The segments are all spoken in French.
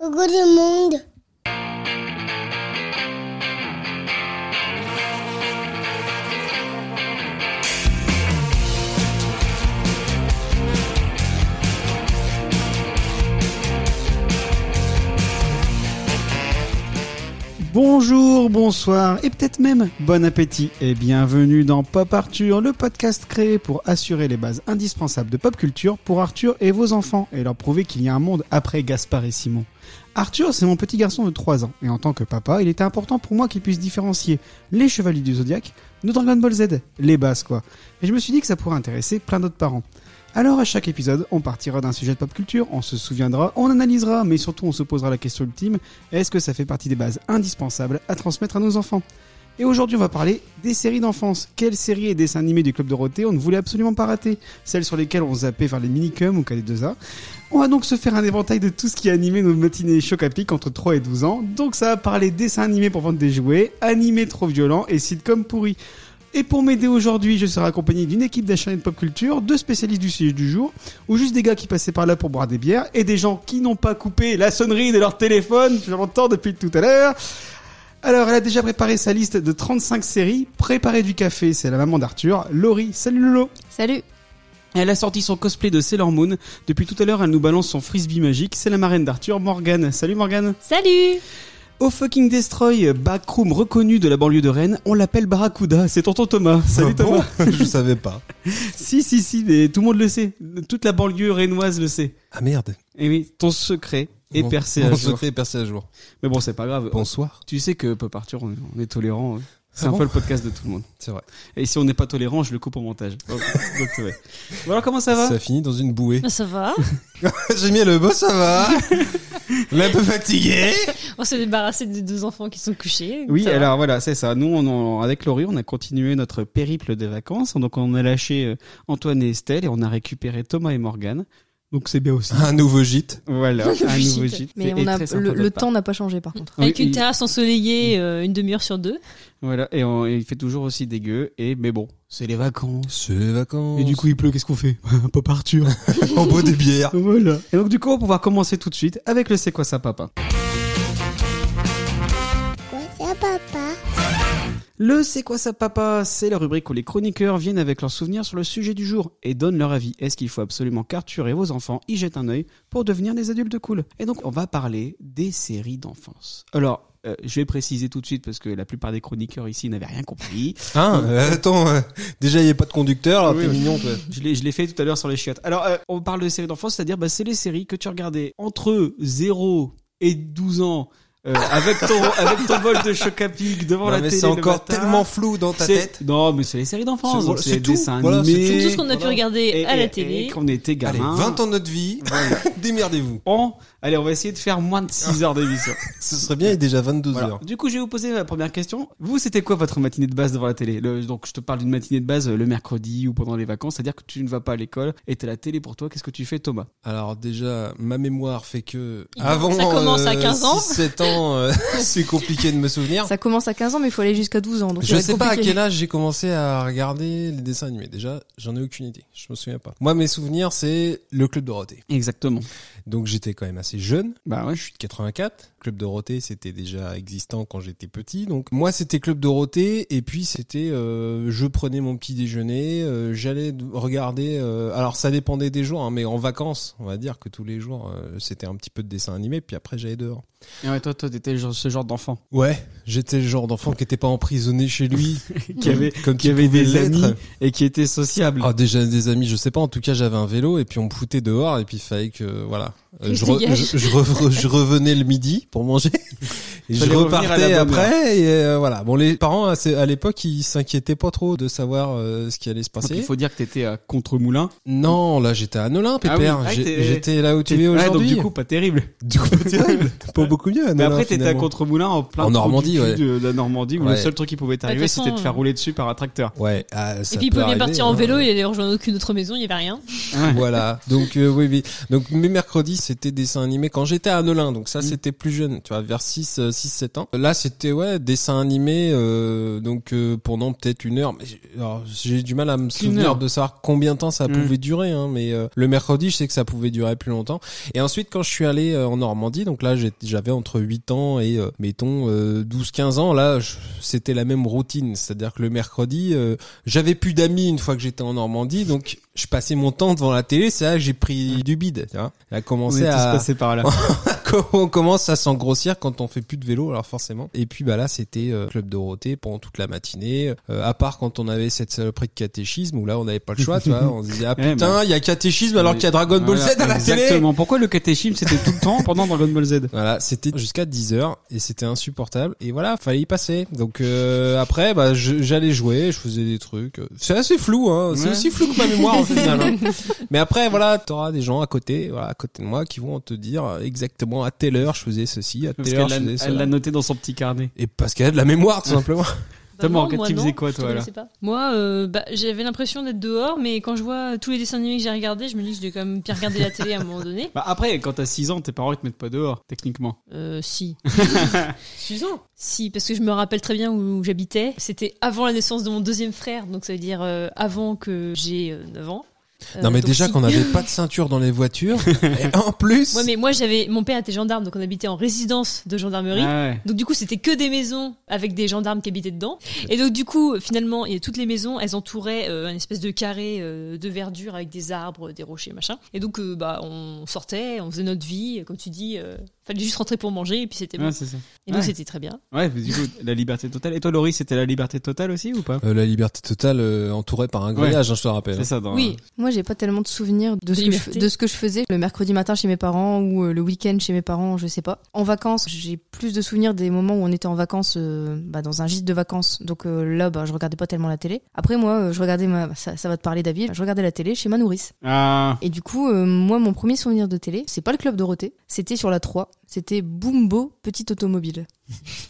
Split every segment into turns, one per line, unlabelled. Coucou le monde.
Bonjour, bonsoir et peut-être même bon appétit et bienvenue dans Pop Arthur, le podcast créé pour assurer les bases indispensables de pop culture pour Arthur et vos enfants et leur prouver qu'il y a un monde après Gaspard et Simon. Arthur, c'est mon petit garçon de 3 ans et en tant que papa, il était important pour moi qu'il puisse différencier les chevaliers du zodiaque de Dragon Ball Z, les bases quoi. Et je me suis dit que ça pourrait intéresser plein d'autres parents. Alors à chaque épisode, on partira d'un sujet de pop culture, on se souviendra, on analysera, mais surtout on se posera la question ultime, est-ce que ça fait partie des bases indispensables à transmettre à nos enfants Et aujourd'hui on va parler des séries d'enfance. Quelles séries et dessins animés du Club Dorothée on ne voulait absolument pas rater Celles sur lesquelles on zappait vers les minicums ou KD2A. On va donc se faire un éventail de tout ce qui a animé nos matinées choc à pic entre 3 et 12 ans. Donc ça va parler dessins animés pour vendre des jouets, animés trop violents et sitcoms pourris. Et pour m'aider aujourd'hui, je serai accompagné d'une équipe d'achat et de pop culture, de spécialistes du sujet du jour, ou juste des gars qui passaient par là pour boire des bières, et des gens qui n'ont pas coupé la sonnerie de leur téléphone, je l'entends depuis tout à l'heure. Alors, elle a déjà préparé sa liste de 35 séries, préparé du café, c'est la maman d'Arthur, Laurie, salut Lolo
Salut
Elle a sorti son cosplay de Sailor Moon, depuis tout à l'heure elle nous balance son frisbee magique, c'est la marraine d'Arthur, Morgane, salut Morgane
Salut
au fucking Destroy, backroom reconnu de la banlieue de Rennes, on l'appelle Barracuda, c'est tonton Thomas. Salut
Ah bon
Thomas.
Je savais pas.
Si, si, si, mais tout le monde le sait. Toute la banlieue rennoise le sait.
Ah merde.
Et Eh oui, ton secret est
Mon-
percé à
Mon
jour.
secret est percé à jour.
Mais bon, c'est pas grave.
Bonsoir.
Tu sais que Pop Arthur, on on est tolérant. hein. C'est
Ah
un
bon
peu le podcast de tout le monde.
C'est vrai.
Et si on n'est pas tolérant, je le coupe au montage. Donc, donc, ouais. Bon, alors comment ça va
Ça finit dans une bouée.
Bah, Ça va
J'ai mis le beau, ça va. L'un peu fatigué.
On s'est débarrassé des deux enfants qui sont couchés.
Oui,
Ça va.
alors voilà, c'est ça. Nous, on, en- avec Laurie, on a continué notre périple de vacances. Donc, on a lâché euh, Antoine et Estelle et on a récupéré Thomas et Morgane. Donc, c'est bien aussi.
Un nouveau gîte.
Voilà, un nouveau gîte.
Mais
Et-
on
et
a,
très sympa
le,
de
le
leur part.
temps n'a pas changé par contre.
Avec
Oui,
une
il-
terrasse ensoleillée euh, une demi-heure sur deux.
Voilà, et, on- et il fait toujours aussi dégueu. Et mais bon, c'est les vacances.
C'est les vacances.
coup, il pleut. Qu'est-ce qu'on fait Un peu Arthur.
on boit des bières.
voilà. Et donc du coup, on va pouvoir commencer tout de suite avec le c'est quoi ça, papa.
Quoi ça, papa
Le c'est quoi ça, papa C'est la rubrique où les chroniqueurs viennent avec leurs souvenirs sur le sujet du jour et donnent leur avis. Est-ce qu'il faut absolument qu'Arthur et vos enfants y jettent un œil pour devenir des adultes cool Et donc, on va parler des séries d'enfance. Alors. euh, je vais préciser tout de suite parce que la plupart des chroniqueurs ici n'avaient rien compris.
Hein euh, Attends. euh, déjà, il n'y a pas de conducteur. Alors,
Oui,
t'es
oui.
mignon, toi.
Je l'ai, je l'ai fait tout à l'heure sur les chiottes. Alors, euh, on parle de séries d'enfance, c'est-à-dire, bah, c'est les séries que tu regardais entre 0 et 12 ans, euh, avec ton, avec ton bol de Chocapic devant
Non,
la
mais
télé.
c'est
le
encore
matin.
tellement flou dans ta
C'est-
tête.
Non, mais c'est les séries d'enfance,
C'est-
donc
c'est
c'est les
tout,
dessins
voilà, c'est
animés.
C'est tout ce qu'on a pu regarder
Et-
à
et-
la
et
télé.
quand on était
Allez,
gamin.
20 ans de notre vie. Démerdez-vous.
Allez, on va essayer de faire moins de 6 heures d'émission.
Ce serait bien, il est déjà 22
Voilà.
heures.
Du coup, je vais vous poser la première question. Vous, c'était quoi votre matinée de base devant la télé Le- Donc, je te parle d'une matinée de base euh, le mercredi ou pendant les vacances, c'est-à-dire que tu ne vas pas à l'école et t'as la télé pour toi. Qu'est-ce que tu fais, Thomas
Alors déjà, ma mémoire fait que
Il- Eh ça commence à 15 ans.
7 ans, euh, c'est compliqué de me souvenir.
Ça commence à 15 ans mais il faut aller jusqu'à 12 ans. Donc ça
Je
va être
sais pas à
compliqué.
quel âge j'ai commencé à regarder les dessins animés. Déjà, j'en ai aucune idée. Je me souviens pas. Moi, mes souvenirs, c'est le Club Dorothée.
Exactement.
Donc, j'étais quand même assez jeune.
Bah ouais,
Je suis de 84. Club Dorothée, c'était déjà existant quand j'étais petit. Donc, moi, c'était Club Dorothée. Et puis, c'était, euh, je prenais mon petit déjeuner. euh, J'allais d- regarder. euh, alors, ça dépendait des jours, hein, mais en vacances, on va dire que tous les jours, euh, c'était un petit peu de dessin animé. Puis après, j'allais dehors.
Et ouais, toi, toi, t'étais le genre- ce genre d'enfant
Ouais, j'étais le genre d'enfant qui n'était pas emprisonné chez lui,
qui avait,
comme
qui
tu
avait
pouvais
des
l'être.
amis et qui était sociable.
Ah déjà des amis, je sais pas. En tout cas, j'avais un vélo et puis on me foutait dehors et puis il fallait que voilà, Euh, je,
Que je
re-
dégage.
je, je re- je revenais le midi pour manger et je
Fallait revenir à
repartais
la bonne
après et euh, voilà. Bon, les parents à ce- à l'époque ils s'inquiétaient pas trop de savoir euh, ce qui allait se
Donc,
passer.
il faut dire que t'étais à contre-moulin.
Non, là j'étais à Nolin, pépère.
oui. Ah,
J'ai-
t'es-
j'étais là où tu es
Ouais, donc
aujourd'hui.
du coup, pas terrible.
du coup, pas terrible. pas beaucoup mieux. À
Mais
Nolin,
après, t'étais à
finalement.
contre-moulin en plein
En
trou du
Normandie,
cul
ouais.
de la Normandie où le
Ouais.
seul truc qui pouvait t'arriver,
toute façon,
c'était de faire
euh,
rouler dessus par un tracteur.
Ouais. ah, ça
Et puis il
peut
pouvait
arriver,
partir en
hein.
vélo, il allait rejoindre aucune autre maison, il n'y avait rien.
voilà. Donc euh, oui oui. Donc mes mercredis c'était dessin animé quand j'étais à Nolin. Donc ça
Mm.
c'était plus jeune, tu vois vers 6 6-7 ans. Là, c'était ouais, dessin animé, euh, donc euh, pendant peut-être une heure. Mais j'ai- alors, j'ai du mal à me souvenir
heure.
de savoir combien de temps ça
Mm.
pouvait durer, hein, mais euh, le mercredi, je sais que ça pouvait durer plus longtemps. Et ensuite, quand je suis allé euh, en Normandie, donc là, j'ai- j'avais entre 8 ans et, euh, mettons, euh, 12-15 ans, là, je- c'était la même routine. C'est-à-dire que le mercredi, euh, j'avais plus d'amis une fois que j'étais en Normandie, donc je passais mon temps devant la télé, c'est là que j'ai pris du bide. Tu vois Elle a
On est
commencé
tous
à...
passés par là.
Comment on commence à s'engrossir quand on fait plus de vélo, alors forcément. Et puis bah là, c'était euh, Club Dorothée pendant toute la matinée, euh, à part quand on avait cette saloperie de catéchisme, où là, on n'avait pas le choix, tu vois. On se disait, ah
Ouais,
putain, il y a catéchisme alors
Eh, bah. Oui.
qu'il y a Dragon Ball
Voilà,
Z à la télé
Exactement. Pourquoi le catéchisme c'était tout le temps pendant Dragon Ball Z
voilà, c'était jusqu'à 10h et c'était insupportable et voilà, fallait y passer. Donc euh, après bah je- j'allais jouer, je faisais des trucs. C'est assez flou hein, c'est
Ouais.
aussi flou que ma mémoire au final. hein. Mais après voilà, t'auras des gens à côté, voilà, à côté de moi qui vont te dire exactement à telle heure je faisais ceci, à
Parce
telle heure je
qu'elle l'a-
faisais
elle Euh.
cela.
l'a noté dans son petit carnet.
Et parce qu'elle a de la mémoire tout simplement.
Euh,
Thomas,
Bah, non,
en quatre,
moi,
tu
non,
faisais quoi,
je te
toi, alors
connaissais pas. Moi, euh, bah, j'avais l'impression d'être dehors, mais quand je vois tous les dessins animés que j'ai regardés, je me dis que je dois quand même bien regarder la télé à un moment donné.
Bah après, quand t'as 6 ans, tes parents ils te mettent pas dehors, techniquement.
Euh, si.
6 ans
Si, parce que je me rappelle très bien où j'habitais. C'était avant la naissance de mon deuxième frère, donc ça veut dire euh, avant que j'ai euh, 9 ans. Euh,
Non mais
donc
déjà
si.
qu'on n'avait pas de ceinture dans les voitures et en plus
Ouais, mais moi j'avais. Mon père était gendarme, donc on habitait en résidence de gendarmerie.
Ah ouais.
Donc du coup, c'était que des maisons avec des gendarmes qui habitaient dedans. Et donc du coup, finalement, il y a toutes les maisons, elles entouraient euh, un espèce de carré euh, de verdure avec des arbres, des rochers, machin. Et donc euh, bah on sortait, on faisait notre vie, comme tu dis, euh, fallait juste rentrer pour manger et puis c'était bon.
Ouais, c'est ça.
et donc
ouais.
c'était très bien.
Ouais, mais du coup, la liberté totale. Et toi, Laurie, c'était la liberté totale aussi ou pas
Euh, la liberté totale euh, entourée par un grillage, hein, je te rappelle.
C'est ça, dans.
Oui,
Moi, j'ai pas tellement de souvenirs de,
De
ce que je,
liberté.
de ce que je faisais le mercredi matin chez mes parents ou euh, le week-end chez mes parents, je sais pas. En vacances, j'ai plus de souvenirs des moments où on était en vacances euh, bah, dans un gîte de vacances. Donc euh, là, bah, je regardais pas tellement la télé. Après, moi, euh, je regardais ma. Ça, ça va te parler, David. Je regardais la télé chez ma nourrice.
Ah,
Et du coup, euh, moi, mon premier souvenir de télé, c'est pas le Club Dorothée, c'était sur la 3. C'était Boombo, petite automobile.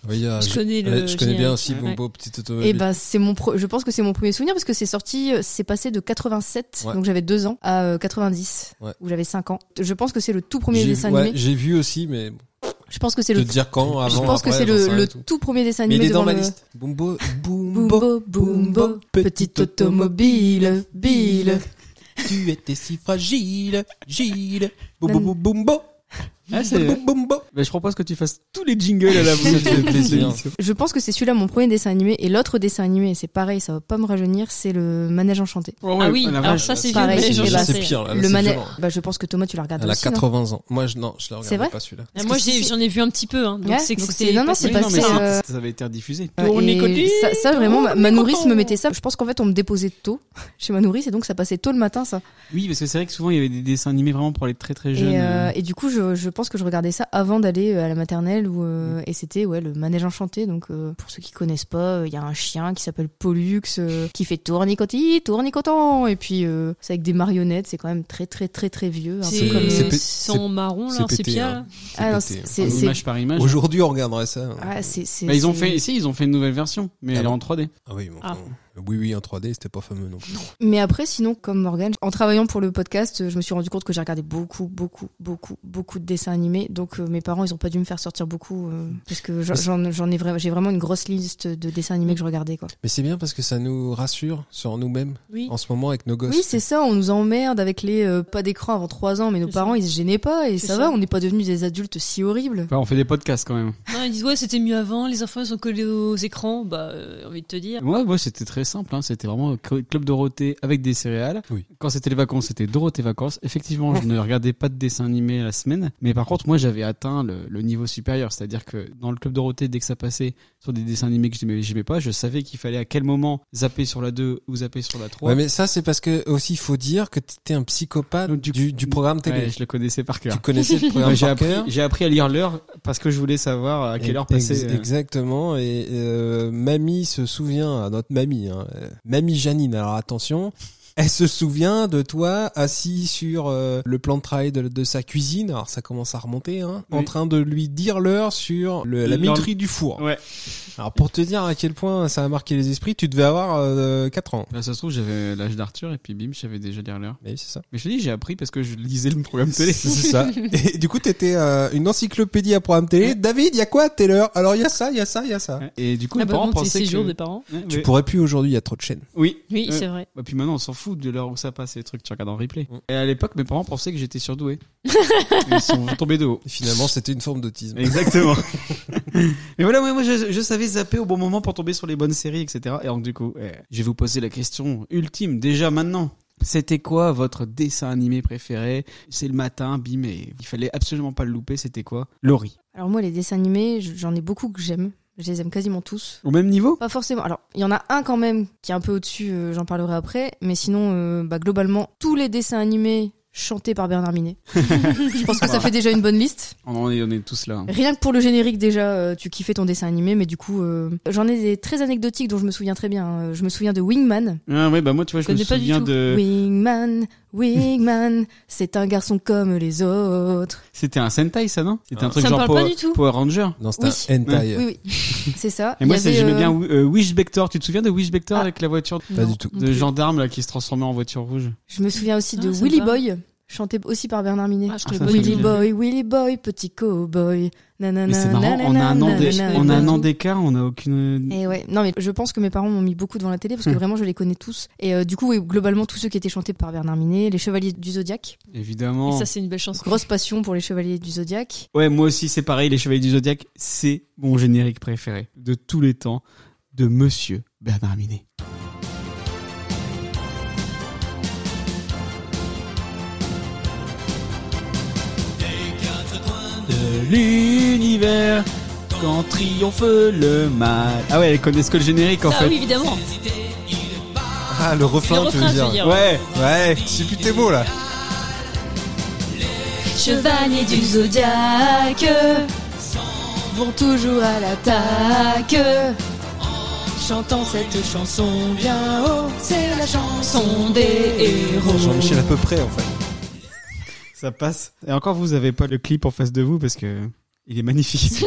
Oui, euh,
je connais
ouais,
le.
je connais bien
générique. bah,
aussi
Ouais.
Bombo, petite
Et
automobile.
ben, c'est mon pro- je pense que c'est mon premier souvenir parce que c'est sorti, euh, c'est passé de 87,
Ouais.
donc j'avais 2 ans, à euh, 90,
Ouais.
où j'avais 5 ans. Je pense que c'est le tout premier
j'ai
dessin
ouais,
animé.
j'ai vu aussi, mais bon,
Je pense que c'est
te
le,
dire quand, avant,
je pense que
après,
c'est
j'en sais
le,
rien
le
du tout.
tout. premier dessin
Mais
animé
il est
devant
dans ma
le-
liste. Bombo, Bombo,
Boombo, Boombo, petite automobile, Bill.
tu étais si fragile, Gilles. Bombo, Bombo,
ah c'est.
Bombo.
Bah, je propose que tu fasses tous les jingles à la
Ça fait plaisir.
Je pense que c'est celui-là mon premier dessin animé et l'autre dessin animé, c'est pareil, ça va pas me rajeunir, c'est le Manège enchanté.
Ah oui, alors ça c'est
Pareil,
vieux, mais
c'est
j'en sais.
des
c'est pire. Là,
le
Ah, c'est
manège,
violent.
bah je pense que Thomas tu l'as regardé
Elle a
aussi. hein. non
80 ans. Moi, je, non, je la regarde
vrai
pas celui-là.
Ah, Moi
Parce que
j'ai-
c'est-
j'en ai vu un petit peu, hein, donc
Ouais,
c'est que
donc
c'est
c'est- non, non, c'est
non,
passé,
mais ça,
euh,
ça avait été rediffusé.
Ouais, et ça, ça vraiment, ma, ma nourrice me mettait ça. Je pense qu'en fait, on me déposait tôt chez ma nourrice et donc ça passait tôt le matin, ça.
Oui, parce que c'est vrai que souvent il y avait des dessins animés vraiment pour les très très jeunes.
Et, euh, et du coup, je, je pense que je regardais ça avant d'aller euh, à la maternelle où, euh, et c'était ouais le manège enchanté. Donc euh, pour ceux qui connaissent pas, euh, il y a un chien qui s'appelle Pollux euh, qui fait tournicoti, tournicotant. Et puis euh, c'est avec des marionnettes, c'est quand même très très très très vieux. Un peu comme
c'est
C'est
euh,
pé-
sans marron
c'est
là,
pété,
c'est
hein.
pire.
ah, non,
pété.
c'est
Enfin,
c'est- c'est-
image par image.
Aujourd'hui, on regarderait ça.
ah, c'est- c'est-
Bah, ils ont
c'est-
fait, si, ils ont fait une nouvelle version, mais
Ah
elle est
bon
en 3D.
Ah oui, bon,
Ah.
bon. oui, oui, en 3D, c'était pas fameux non plus.
Mais après, sinon, comme Morgan, en travaillant pour le podcast, euh, je me suis rendu compte que j'ai regardé beaucoup, beaucoup, beaucoup, beaucoup de dessins animés. Donc euh, mes parents, ils ont pas dû me faire sortir beaucoup euh, parce que j'en- j'en j'en ai vraiment, j'ai vraiment une grosse liste de dessins animés que je regardais quoi.
Mais c'est bien parce que ça nous rassure sur nous-mêmes
Oui.
en ce moment avec nos gosses.
Oui, c'est ça. On nous emmerde avec les euh, pas d'écran avant 3 ans, mais nos
C'est
parents,
ça.
ils se gênaient pas et
C'est
ça,
ça.
va. On n'est pas devenus des adultes si horribles.
Enfin, on fait des podcasts quand même.
Non, ils disent ouais c'était mieux avant, les enfants ils sont collés aux écrans, bah euh, envie de te dire.
Moi, moi, c'était très simple. hein. C'était vraiment cl- Club Dorothée avec des céréales.
Oui.
Quand c'était les vacances, c'était Dorothée vacances. Effectivement, je ne regardais pas de dessin animé la semaine. Mais par contre, moi, j'avais atteint le, le niveau supérieur. C'est-à-dire que dans le Club Dorothée, dès que ça passait sur des dessins animés que j'aimais, j'aimais pas, je savais qu'il fallait à quel moment zapper sur la 2 ou zapper sur la 3.
Ouais, mais ça, c'est parce que aussi, il faut dire que t'étais un psychopathe
Donc, du-
du, du programme télé.
Ouais, je le connaissais par cœur.
tu connaissais le
Ouais,
programme
J'ai
par
appris,
cœur.
j'ai appris à lire l'heure parce que je voulais savoir à quelle heure
Ex-
passer. euh,
Exactement. Et euh, mamie se souvient, ah, notre mamie, hein, euh, mamie Janine. Alors attention, Elle se souvient de toi assis sur euh, le plan de travail de, de sa cuisine, alors ça commence à remonter, hein, en
Oui.
train de lui dire l'heure sur le- la
L'heure-
métrie du four.
Ouais.
Alors pour te dire à quel point ça a marqué les esprits, tu devais avoir euh, 4 ans.
Là, Bah, ça se trouve, j'avais l'âge d'Arthur et puis bim, j'avais déjà lire l'heure.
Mais oui, c'est ça.
Mais je te dis, j'ai appris parce que je lisais le programme
C'est
télé.
ça. Et du coup, t'étais euh, une encyclopédie à programme télé. David, il y a quoi à telle heure Alors il y a ça, il y a ça, il y a ça.
Ouais. Et du coup,
Ah
mes
bah,
parents
bon, c'est
pensaient que...
séjour des parents.
Ouais,
Tu
mais-
pourrais plus aujourd'hui, il y a trop de chaînes.
Oui.
Oui,
Euh,
c'est vrai.
Bah, puis maintenant, on s'en fout de l'heure où ça passe, et les trucs que tu regardes en replay.
Mm.
Et à l'époque, mes parents pensaient que j'étais surdoué. Ils sont tombés de haut.
Et finalement, c'était une forme d'autisme.
Exactement. Mais voilà, ouais, moi, je, je savais zapper au bon moment pour tomber sur les bonnes séries, etc. Et donc, du coup, eh, je vais vous poser la question ultime, déjà maintenant. C'était quoi votre dessin animé préféré C'est le matin, bim, et il fallait absolument pas le louper. C'était quoi Laurie.
Alors moi, les dessins animés, je- j'en ai beaucoup que j'aime. Je les aime quasiment tous.
Au même niveau
Pas forcément. Alors, il y en a un quand même qui est un peu au-dessus, euh, j'en parlerai après. Mais sinon, euh, bah, globalement, tous les dessins animés chantés par Bernard Minet. je pense que
Bah.
ça fait déjà une bonne liste.
on, en est, on est tous là. hein.
Rien que pour le générique, déjà, euh, tu kiffais ton dessin animé. Mais du coup, euh, j'en ai des très anecdotiques dont je me souviens très bien. Euh, Je me souviens de Wingman.
Ah ouais, bah moi, tu vois, je,
Je
me
connais pas du
souviens
tout.
de.
Wingman, Wingman, c'est un garçon comme les autres.
C'était un Sentai, ça, non C'était un
Ah.
truc
Ça me
genre
parle pas
Power-
du tout.
Power Ranger.
Non, c'était
Oui.
un hentai.
Oui, oui, c'est ça.
euh. Et moi,
Il y
c'est-
avait,
j'aimais bien
euh,
euh, Wishbector. Tu te souviens de Wishbector
Ah.
avec la voiture
Pas
non.
du tout.
Non
de
plus.
gendarme là, qui se transformait en voiture rouge
Je me souviens aussi de
Ah,
Willy
sympa.
Boy, chanté aussi par Bernard Minet.
Ah,
Ah,
je connais
ça,
pas
c'est
du
Willy
tout.
génial.
Boy, Willy Boy, petit cowboy. Nanana,
Mais c'est marrant, on a un an,
nanana,
d'é- on a
nanana.
un an
nanana.
d'écart, on a aucune.
Et Eh ouais, non mais je pense que mes parents m'ont mis beaucoup devant la télé parce que
Hmm.
vraiment je les connais tous. Et euh, du coup, oui, globalement tous ceux qui étaient chantés par Bernard Minet, les Chevaliers du Zodiaque.
Et
Évidemment.
ça, c'est une belle chance.
Grosse passion pour les Chevaliers du Zodiaque.
Ouais, moi aussi, c'est pareil, Les Chevaliers du Zodiaque, c'est mon générique préféré de tous les temps de Monsieur Bernard Minet. De l'univers, quand triomphe le mal. Ah ouais, elles connaissent que le générique en
Ah
fait.
oui, évidemment.
Ah, le refrain,
Le refrain, je veux dire.
Ouais,
Ouais, c'est plus tes mots là.
Chevaliers du Zodiaque vont toujours à l'attaque. Chantant cette chanson bien haut, c'est la chanson des héros.
Jean-Michel à peu près en fait.
ça passe. Et encore, vous avez pas le clip en face de vous parce que il est magnifique.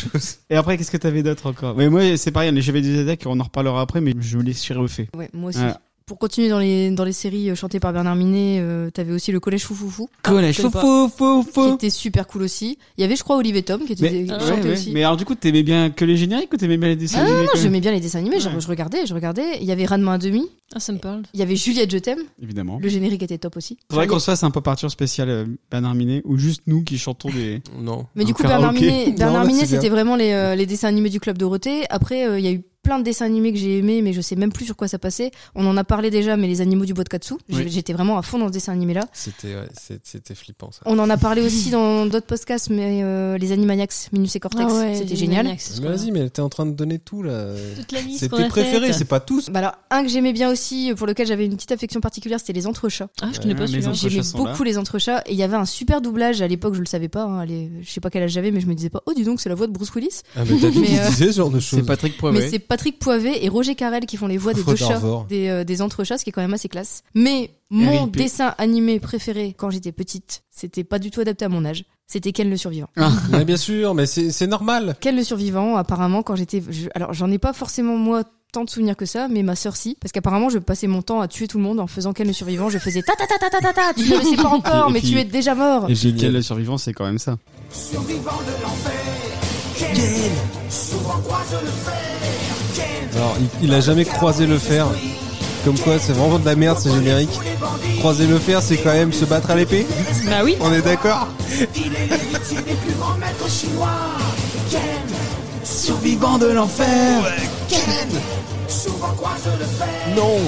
Et après, qu'est-ce que t'avais d'autre encore Mais moi, c'est pareil, les Chevaliers du Zodiaque, on en reparlera après, mais je les suis refait.
Ouais, moi aussi.
Ouais.
Pour continuer dans les, dans les séries euh, chantées par Bernard Minet, euh, t'avais aussi le Collège Foufoufou,
Collège,
je sais
fou,
pas.
fou, fou,
qui
fou.
était super cool aussi. Il y avait, je crois, Olivier Tom, qui était
Mais,
qui
Ah,
chantait
ouais, ouais.
aussi.
mais alors, du coup, t'aimais bien que les génériques ou t'aimais bien les dessins
Ah,
animés
Non,
quand même
j'aimais bien les dessins animés, genre,
Ouais.
je regardais, je regardais. Il y avait Ranma à demi,
Ah, ça me parle.
il y avait Juliette, je t'aime.
Évidemment.
Le générique était top aussi.
Faudrait
Enfin,
qu'on
il y
se fasse un pop Arthur spécial euh, Bernard Minet ou juste nous qui chantons des.
Non.
a- Mais du
un
coup, Bernard
karaoké.
Minet, Bernard
Non, mais
Minet,
c'est
c'était vraiment les, euh, les dessins animés du Club Dorothée. Après, euh, il y a eu plein de dessins animés que j'ai aimés, mais je sais même plus sur quoi ça passait. On en a parlé déjà, mais les animaux du bois de Katsu, j'ai-
Oui.
j'étais vraiment à fond dans ce dessin animé-là.
C'était ouais, c'est- c'était flippant ça.
On en a parlé aussi dans d'autres podcasts, mais euh, les Animaniacs, Minus et
Ah
Cortex, c'était génial.
Mais vas-y, mais t'es en train de donner tout là.
Toute la liste
C'est
qu'on a
tes préférés,
faite.
c'est pas tous.
Bah alors, un que j'aimais bien aussi, euh, pour lequel j'avais une petite affection particulière, c'était les entrechats.
Ah, je connais
Ouais,
pas
les
celui-là.
enfants.
J'aimais
sont
beaucoup les entrechats et il y avait un super doublage. À l'époque, je le savais pas. hein, les- Je sais pas quel âge j'avais, mais je me disais pas. Oh, dis donc, c'est la voix de Bruce Willis.
Ah, mais David,
Mais,
il
euh,
disait ce genre de choses.
C'est Patrick
Mais
Poivet.
c'est Patrick Poivet et Roger Carrel qui font les voix des
Faut
deux chats,
d'Arvor.
des, euh, des entrechats, ce qui est quand même assez classe. Mais mon
R.I.P.
dessin animé préféré quand j'étais petite, c'était pas du tout adapté à mon âge. C'était Ken le survivant.
Mais bien sûr, mais c'est c'est normal.
Quel le survivant, apparemment, quand j'étais. je- Alors, j'en ai pas forcément moi tant de souvenirs que ça, mais ma sœur si, parce qu'apparemment, je passais mon temps à tuer tout le monde en faisant qu'elle le survivant. Je faisais ta ta ta ta ta ta ta, tu ne le sais pas encore,
Et
mais
puis-
tu es déjà mort.
Et puis, quel survivant, c'est quand même ça.
Alors, il, il a jamais croisé le fer. Comme quoi, c'est vraiment de la merde, c'est générique. Croiser le fer, c'est quand même se battre à l'épée.
Bah oui.
On est d'accord
Survivant de l'enfer
Non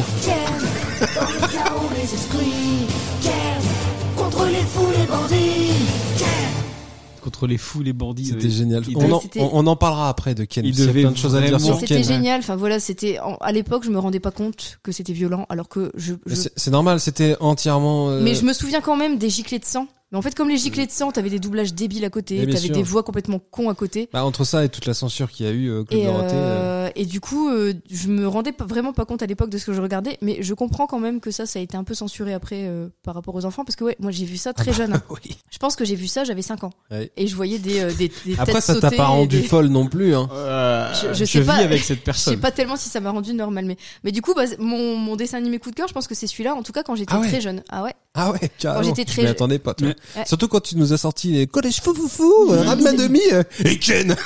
Contre les fous, les bandits.
C'était
euh,
génial.
il-
On en,
C'était-
on- on en parlera après de Ken.
Il
parce qu'il y a
devait
plein de choses à dire
vraiment-
sur
C'était
Ken.
génial. Enfin voilà, c'était en- à l'époque, je me rendais pas compte que c'était violent, alors que je.
Mais
je-
C'est c'est normal, c'était entièrement. euh,
Mais je me souviens quand même des giclées de sang. Mais en fait, comme les giclées de sang, t'avais des doublages débiles à
Mais
côté,
bien
t'avais
sûr.
des voix complètement cons à côté.
bah, entre ça et toute la censure qu'il y a eu, euh, Club
Et,
Dorothée. euh,
euh, et du coup, euh, je me rendais pas- vraiment pas compte à l'époque de ce que je regardais, mais je comprends quand même que ça, ça a été un peu censuré après euh, par rapport aux enfants, parce que ouais, moi j'ai vu ça très jeune. hein.
Ah bah oui.
Je pense que j'ai vu ça, j'avais 5 ans.
Ouais.
Et je voyais des, euh, des, des
Après,
têtes
ça t'a
sauter
pas
et
rendu
des-
folle non plus, hein.
Euh,
Je-
je
je sais
vis
pas.
avec cette
Je sais
personne.
pas tellement si ça m'a rendu normal, mais, mais du coup, bah, c'est- mon, mon dessin animé coup de cœur, je pense que c'est celui-là, en tout cas quand j'étais
Ah ouais.
très jeune. Ah ouais
Ah ouais, carrément.
j'étais très
Je m'y
je-
attendais pas, toi.
Ouais.
Ouais.
Surtout quand tu nous as sorti les collèges fou fou fou, euh, Radma demi euh, et Ken.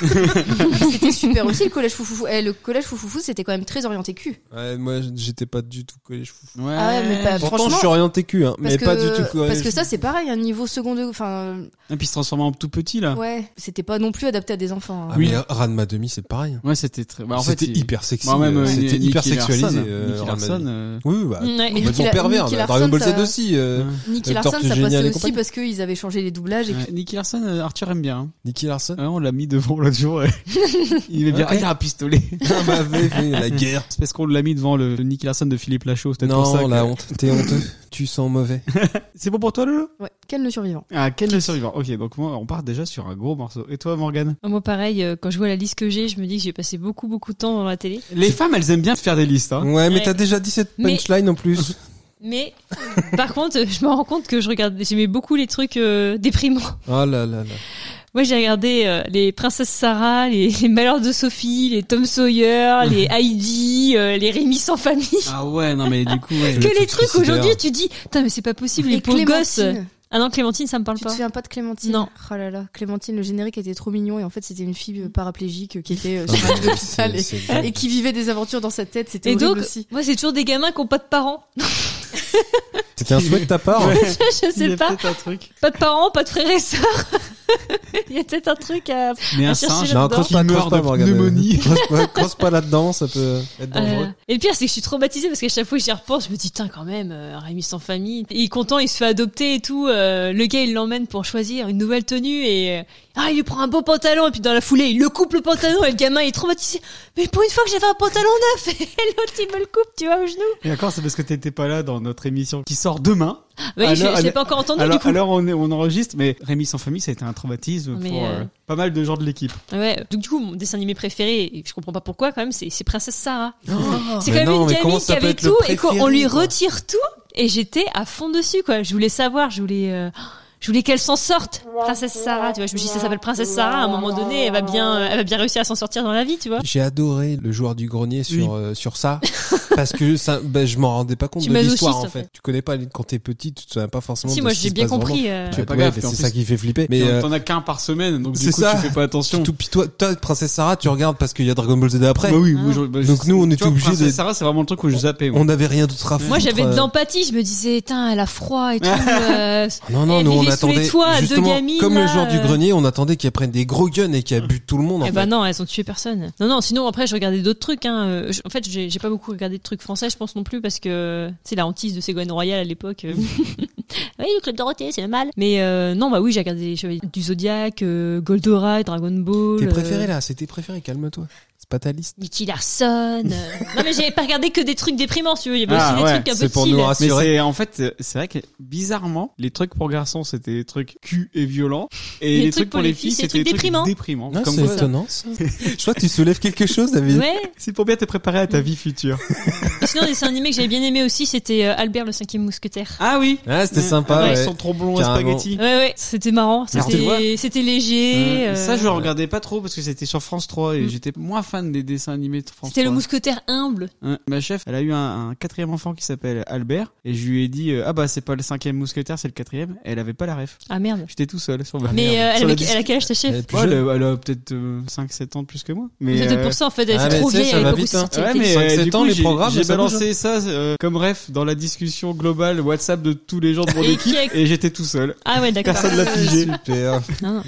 C'était super aussi le collège foufoufou. Eh, le collège foufoufou, c'était quand même très orienté cul.
Ouais, moi j'étais pas du tout collège fou fou.
Ouais.
Ah ouais, mais pas-
Pourtant,
franchement,
je suis orienté cul, hein,
Parce
mais pas du
que-
tout collège.
Parce que ça, c'est pareil, un niveau second degré. Enfin, euh,
Et Ah, puis il se transformer en tout petit là. Ouais,
ouais, c'était pas non plus adapté à des enfants. hein.
ah,
Oui.
oui, Radma demi, c'est pareil. hein.
c'était très. bah, en fait,
c'était
il-
hyper sexy.
Moi même,
euh,
euh,
c'était
Nicky
hyper
Larson,
sexualisé.
hein.
euh,
Nicky
Radma
Larson.
Demi.
euh,
Oui, bah.
Ouais.
Mm. Mais
complètement
Nicky La-
pervers.
Nicky
bah,
Larson,
Dragon Ball Z
ça-
aussi. euh,
ouais.
Nicky
Euh,
Larson,
Tortue
ça
Géniale et
passait aussi
compagnie.
parce qu'ils avaient changé les doublages. Et que-
Ouais, Nicky Larson, euh, Arthur aime bien. hein.
Nicky Larson.
Ouais, on l'a mis devant l'autre jour. ouais. Il va dire,
Ouais.
ah, il a un pistolet.
Ah, bah, oui, oui, la guerre.
C'est parce qu'on l'a mis devant le Nicky Larson de Philippe Lachaud. C'est peut-être pour ça
Non,
que-
la honte. T'es honteux. Tu sens mauvais.
C'est bon pour toi, Lolo
Ouais, Ken le survivant.
Ah, Ken le survivant. Ok, donc moi, on part déjà sur un gros morceau. Et toi, Morgane
Moi, pareil, euh, quand je vois la liste que j'ai, je me dis que j'ai passé beaucoup, beaucoup de temps dans la télé.
Les femmes, elles aiment bien faire des listes. Hein.
Ouais, mais
Ouais.
t'as déjà dit cette
Mais-
punchline en plus.
Mais par contre, euh, je me rends compte que je regarde, j'aimais beaucoup les trucs euh, déprimants.
Oh là là là.
Moi, j'ai regardé euh, les Princesses Sarah, les, les Malheurs de Sophie, les Tom Sawyer, les Heidi, euh, les Rémi sans famille.
Ah ouais, non mais du coup, ouais.
que
Ah, le truc
les trucs
suicidaire.
aujourd'hui, tu dis, putain, mais c'est pas possible, les
Et
pauvres gosses.
Clémentine.
Ah non, Clémentine, ça me parle
Tu te
pas.
souviens pas de Clémentine
Non.
Oh là là, Clémentine, le générique était trop mignon et en fait c'était une fille
Mm.
euh, paraplégique euh, qui était euh,
Ah,
sur un lit
mais
d'hôpital
c'est-
et,
c'est-
et qui vivait des aventures dans sa tête. C'était
Et
horrible
donc,
aussi.
moi, c'est toujours des gamins qui ont pas de parents.
C'était un souhait de ta part.
je
Il y
sais
a
pas.
peut-être un truc.
Pas de parents, pas de frères et sœurs. Il y a peut-être un truc à.
Mais un
Ah, chercher
singe.
la-
Non,
J'adore.
crosse pas,
Qui
crosse
meurt
pas,
de
Morgane.
pneumonie.
Crosse pas, crosse pas là-dedans, ça peut être
Ah,
dangereux.
Euh, et le pire, c'est que je suis traumatisée parce qu'à chaque fois que j'y repense, je me dis, putain, quand même, euh, Rémi sans famille. Il est content, il se fait adopter et tout. euh, le gars, il l'emmène pour choisir une nouvelle tenue et, euh, ah, il lui prend un beau pantalon et puis dans la foulée, il le coupe le pantalon et le gamin, il est traumatisé. Mais pour une fois que j'avais un pantalon neuf et l'autre, il me le coupe, tu vois, au genou.
Et D'accord, c'est parce que t'étais pas là dans notre émission qui sort demain.
Ah Bah, oui, je,
Alors,
je l'ai
alors-
pas encore entendu, du
Alors,
coup.
alors on, est, on enregistre, mais Rémi sans famille, ça a été un traumatisme
Mais,
pour euh,
euh,
pas mal de gens de l'équipe.
Ouais. Donc, du coup, mon dessin animé préféré, et je comprends pas pourquoi, quand même, c'est, c'est Princesse Sarah. C'est
Oh. Mais
quand même
non,
une
mais comment
gamine qui
ça peut
avait
être le
tout et qu'on on lui
préféré, quoi.
retire tout et j'étais à fond dessus quoi. Je voulais savoir, je voulais, euh, je voulais qu'elle s'en sorte, princesse Sarah. Tu vois, je me suis dit ça s'appelle princesse Sarah. À un moment donné, elle va bien, euh, elle va bien réussir à s'en sortir dans la vie, tu vois.
J'ai adoré le joueur du grenier sur euh, sur ça parce que ça, ben, je m'en rendais pas compte
Tu
de
es
l'histoire en
masochiste, en
fait.
fait.
Tu connais pas quand t'es petit, tu te souviens pas forcément.
Si
de
moi
ce qui
j'ai
se
bien
passe vraiment.
compris. euh,
Tu
fais
fais
pas
pas
gaffe, et en
c'est
plus-
ça qui fait flipper. Mais
Mais
euh,
t'en as qu'un par semaine, donc du
c'est
coup,
ça.
tu fais pas attention.
tout pis- toi, toi, princesse Sarah, tu regardes parce qu'il y a Dragon Ball Z après.
Bah oui,
Ah.
moi, je- bah,
Donc
je-
nous, on
tu
était
vois,
obligés
Princesse
de-
Sarah, c'est vraiment le truc où je zappais. moi.
On n'avait rien d'autre à euh. faire.
Moi j'avais de l'empathie. Je me disais, tiens, elle a froid et tout. euh,
Non, non,
Elle
nous on
vivait sous les
attendait
toits, deux
justement
gamines,
comme
là,
le joueur du
euh.
grenier, on attendait qu'ils prennent des gros guns et qu'ils butent tout le monde. En
Eh
fait.
ben non, elles ont tué personne. Non, non, sinon après je regardais d'autres trucs. Hein. Euh, je- en fait, j'ai j'ai pas beaucoup regardé de trucs français, je pense non plus, parce que c'est la hantise de Ségolène Royal à l'époque. euh. oui, le club Dorothée, c'est le mal. Mais euh, non, bah oui, j'ai regardé les Chevaliers du Zodiac, euh, Goldorak, Dragon Ball.
Tes préférés
euh,
là, c'est tes préférés, calme-toi. C'est pas ta liste.
Nicky Larson. euh. non, mais j'ai pas regardé que des trucs déprimants, si tu veux. J'ai
Ah,
aussi des
ouais,
trucs un peu
c'est pour
chill.
nous
Mais
rassurer.
c'est en fait, euh, c'est vrai que bizarrement, les trucs pour garçons c'était des trucs cul et violents, et
Les
les,
trucs pour les filles, c'est
c'était
des
des
trucs
trucs déprimants.
déprimants.
Non,
Comme
c'est
quoi,
étonnant ça. Je crois que tu soulèves quelque chose, David.
Ouais.
c'est pour bien te préparer à ta vie future.
Et sinon, un dessin animé que j'avais bien aimé aussi, c'était euh, Albert le cinquième mousquetaire.
Ah oui.
Ah, c'était sympa.
ouais,
ouais.
Ils sont trop blonds à
Carrément.
spaghetti.
Ouais, ouais, c'était marrant.
Alors, tu vois.
C'était c'était léger.
Euh,
euh,
Ça, je regardais pas trop parce que c'était sur France 3 et
Mm.
j'étais moins fan des dessins animés de France
C'était
3.
le mousquetaire humble.
Hein, Ma chef, elle a eu un, un quatrième enfant qui s'appelle Albert et je lui ai dit euh, ah bah c'est pas le cinquième mousquetaire, c'est le quatrième. Et elle avait pas la ref.
Ah merde.
J'étais tout seul sur
Ah,
ma
Mais euh,
sur
elle,
la
avait,
discussion.
elle a quel âge ta chef
Elle est plus
Ouais,
jeune.
elle a, elle a peut-être 5-7 ans de plus que moi. Mais
C'est
euh,
peut-être pour ça en fait, elle
ah,
était
mais
trop
tu sais,
vieille
ça
à
va
l'époque où
vite, hein.
sortait
Ouais,
le
mais
texte.
euh,
Cinq, sept
du
ans,
coup,
les
j'ai-
programmes,
j'ai
ça bouge.
balancé ça euh, comme ref dans la discussion globale WhatsApp de tous les gens de mon
Et
équipe
qui a-
et j'étais tout seul.
Ah ouais, d'accord.
Personne l'a pigé.
Super.
Hein.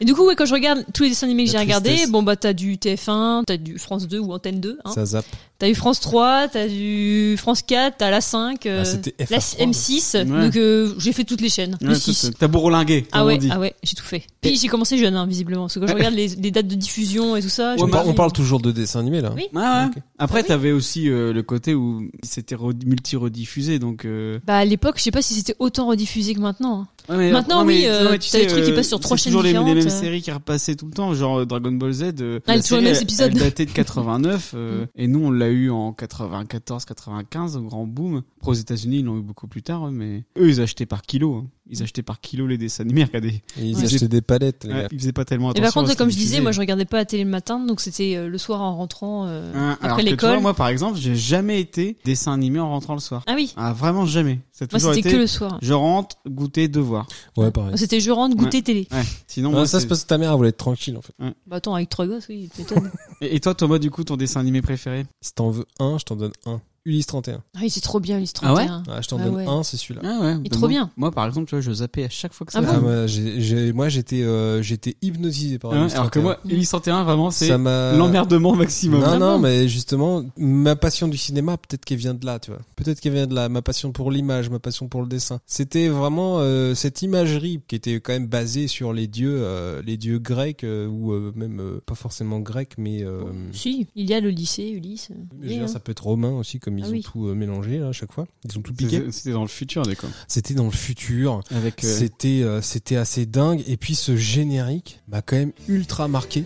Et du coup, ouais, quand je regarde tous les dessins animés que
La
j'ai regardés,
tristesse.
bon bah t'as du TF1, t'as du France 2 ou Antenne 2,
Ah.
hein.
Ça zappe.
t'as eu France 3, t'as du France 4, t'as la 5, euh,
Ah, c'était
la
FR3,
M6,
ouais.
donc euh, j'ai fait toutes les chaînes, le
Ouais,
6.
tout- T'as bourlingué, comme
Ah
on
ouais,
dit.
ah ouais, j'ai tout fait. Puis j'ai commencé jeune, hein, visiblement, parce que quand je regarde les, les dates de diffusion et tout ça, je
on,
me
par-
dis-
on parle toujours de dessins animés là.
Oui.
Ah ouais.
Ok.
Après,
Ah oui.
t'avais aussi euh, le côté où c'était re- multi-rediffusé, donc... euh,
Bah à l'époque, je sais pas si c'était autant rediffusé que maintenant. hein.
Ouais, mais-
Maintenant,
non, mais-
oui, euh,
non, mais tu
t'as
sais,
des trucs qui
euh,
passent sur trois
c'est
chaînes
toujours les- les, mêmes
différentes. euh.
séries qui repassaient tout le temps, genre euh, Dragon Ball Z. euh,
Ah,
la
toujours les
série,
mêmes épisodes. Mm.
Elle, elle datait de 89 euh, et nous on l'a eu en 94, 95, au grand boom. Après, aux États-Unis, ils l'ont eu beaucoup plus tard, hein, mais eux ils achetaient par kilo. hein. Ils achetaient par kilo les dessins animés. Regardez,
Et ils
Ouais.
achetaient des palettes, les
Ouais,
gars.
ils faisaient pas tellement
Et
attention.
par contre,
à ce
comme je
qu'ils
disais,
disaient.
moi je regardais pas la télé le matin, donc c'était euh, le soir en rentrant euh,
Ah.
Hein, alors
après
que tu vois,
l'école.
moi par exemple, j'ai jamais été dessin animé en rentrant le soir.
Ah oui,
Ah vraiment jamais. Ça a
moi
toujours
c'était
été.
que le soir.
Je rentre, goûter, devoir.
Ouais, pareil.
Ah,
C'était je rentre goûter télé.
Ouais. Sinon,
Ah,
moi,
ça
c'est-
c'est parce que ta mère elle voulait être tranquille en fait.
Bah attends, avec trois gosses, oui, tu m'étonnes.
Et et toi, Thomas, du coup, ton dessin animé préféré
Si t'en veux un, je t'en donne un. Ulysse 31.
Ah oui, c'est trop bien, Ulysse
Ah ouais
31.
Ah, je t'en
Ah
donne
ouais.
un, c'est celui-là.
Ah ouais.
Mais
bah
trop
moi-
bien.
Moi, par exemple, tu vois, je zappais à chaque fois que ça.
Ah
passait.
Ah, moi, j'ai- j'ai- moi, j'étais euh, j'étais hypnotisé par
Hein,
Ulysse
alors que
31.
moi, Ulysse 31, vraiment, c'est
Ah ça m'a
l'emmerdement maximum.
Non,
Vraiment.
non, mais justement, ma passion du cinéma, peut-être qu'elle vient de là, tu vois. Peut-être qu'elle vient de là. Ma passion pour l'image, ma passion pour le dessin. C'était vraiment euh, cette imagerie qui était quand même basée sur les dieux, euh, les dieux grecs euh, ou euh, même euh, pas forcément grecs, mais euh,
Oh, Si, il y a le lycée, Ulysse.
je veux dire, ça peut être romain aussi, comme ils
hein. Ah
ont
oui.
tout euh, mélangé là, à chaque fois. Ils ont tout piqué.
C'était c'était dans le futur, du coup.
C'était dans le futur.
Avec, euh,
C'était euh, c'était assez dingue. Et puis ce générique m'a quand même ultra marqué.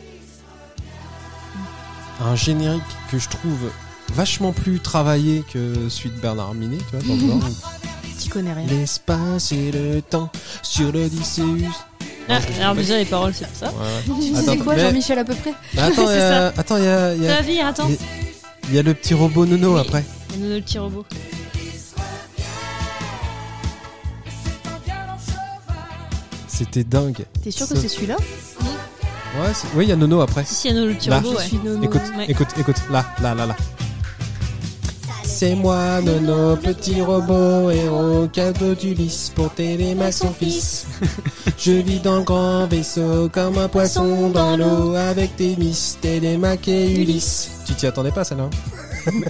Un générique que je trouve vachement plus travaillé que celui de Bernard Minet, tu vois, dans le genre.
Tu connais rien.
L'espace et le temps sur l'Odysseus.
Ah, alors déjà les paroles, c'est pour ça.
Ouais, ouais.
Tu
Attends,
sais quoi,
mais-
Jean-Michel, à peu près
Mais attends,
C'est
il y a- attends, il y a, il y a-
Ça va venir, attends.
il y a- il y a le petit robot nono
Oui.
après.
Il y a le petit robot.
C'était dingue.
T'es sûr que
Ça-
c'est celui-là
Ouais, c'est- oui, il y a nono après.
Si, si, il y a le petit
Là.
robot,
Je
ouais.
suis nono.
Écoute,
Ouais.
écoute, écoute, là, là, là, là. C'est moi, Nono, petit robot, héros, cadeau d'Ulysse pour Téléma, son fils. Je vis dans le grand vaisseau comme un poisson dans l'eau avec Thémis, Téléma et Ulysse. Tu t'y attendais pas, celle-là hein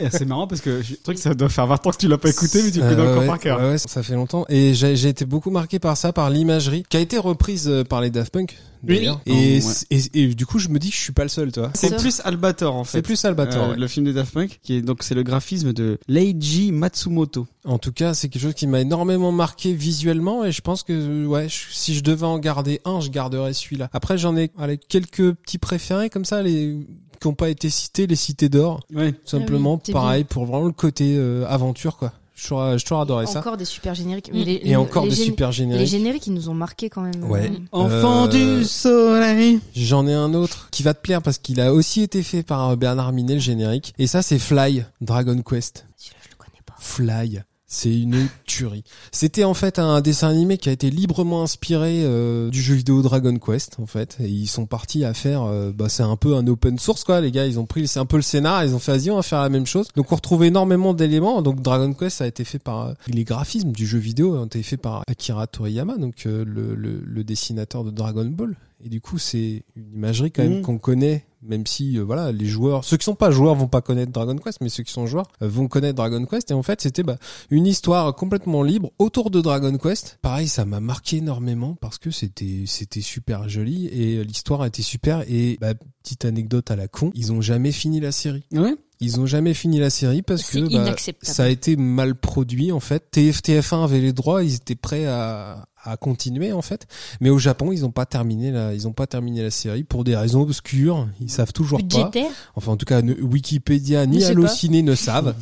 Eh, c'est marrant parce que je truc ça doit faire 20 ans que tu l'as pas écouté, mais tu le connais
Euh,
encore
ouais,
par cœur.
ouais, ouais, ça fait longtemps. Et j'ai j'ai été beaucoup marqué par ça, par l'imagerie, qui a été reprise euh, par les Daft Punk. d'ailleurs.
Oui.
Et,
Oh, ouais.
c- et, et du coup, je me dis que je suis pas le seul, toi.
C'est
Ça.
plus Albator, en fait.
C'est plus Salvatore.
Euh,
ouais.
Le film de Daft Punk, qui est donc c'est le graphisme de Leiji Matsumoto.
En tout cas, c'est quelque chose qui m'a énormément marqué visuellement et je pense que euh, ouais, je- si je devais en garder un, je garderais celui-là. Après, j'en ai allez, quelques petits préférés comme ça, les qui n'ont pas été cités, les cités d'or,
Ouais.
tout
Ah
simplement.
oui, c'est
pareil pour vraiment le côté euh, aventure quoi. Je t'aurais je t'aurais adoré ça.
Encore des super génériques.
Mm.
mais les-
Et encore
les
des
gén-
super
Les
génériques.
génériques, ils nous ont marqué quand même.
Ouais.
Mm.
Enfant
Euh,
du soleil.
J'en ai un autre qui va te plaire parce qu'il a aussi été fait par euh, Bernard Minet le générique et ça c'est Fly Dragon Quest.
Celui-là, je le connais pas.
Fly. C'est une tuerie. C'était en fait un dessin animé qui a été librement inspiré euh, du jeu vidéo Dragon Quest en fait. Et ils sont partis à faire, euh, bah, c'est un peu un open source quoi. Les gars, ils ont pris, c'est un peu le scénar, ils ont fait vas-y on va faire la même chose. Donc on retrouve énormément d'éléments. Donc Dragon Quest ça a été fait par euh, les graphismes du jeu vidéo ont été faits par Akira Toriyama, donc euh, le, le, le dessinateur de Dragon Ball. Et du coup c'est une imagerie quand même
Mhm.
qu'on connaît. Même si euh, voilà les joueurs, ceux qui sont pas joueurs vont pas connaître Dragon Quest, mais ceux qui sont joueurs euh, vont connaître Dragon Quest. Et en fait c'était bah, une histoire complètement libre autour de Dragon Quest. Pareil, ça m'a marqué énormément parce que c'était c'était super joli et l'histoire était super et bah, petite anecdote à la con, ils ont jamais fini la série.
Ouais.
Ils ont jamais fini la série parce
C'est
que bah,
inacceptable.
ça a été mal produit en fait. TF1 avait les droits, ils étaient prêts à à continuer en fait, mais au Japon ils n'ont pas terminé la ils ont pas terminé la série pour des raisons obscures, ils savent toujours pas.
Budgétaire
Enfin en tout cas ne- Wikipédia
Je
ni
sais pas.
Allociné ne savent,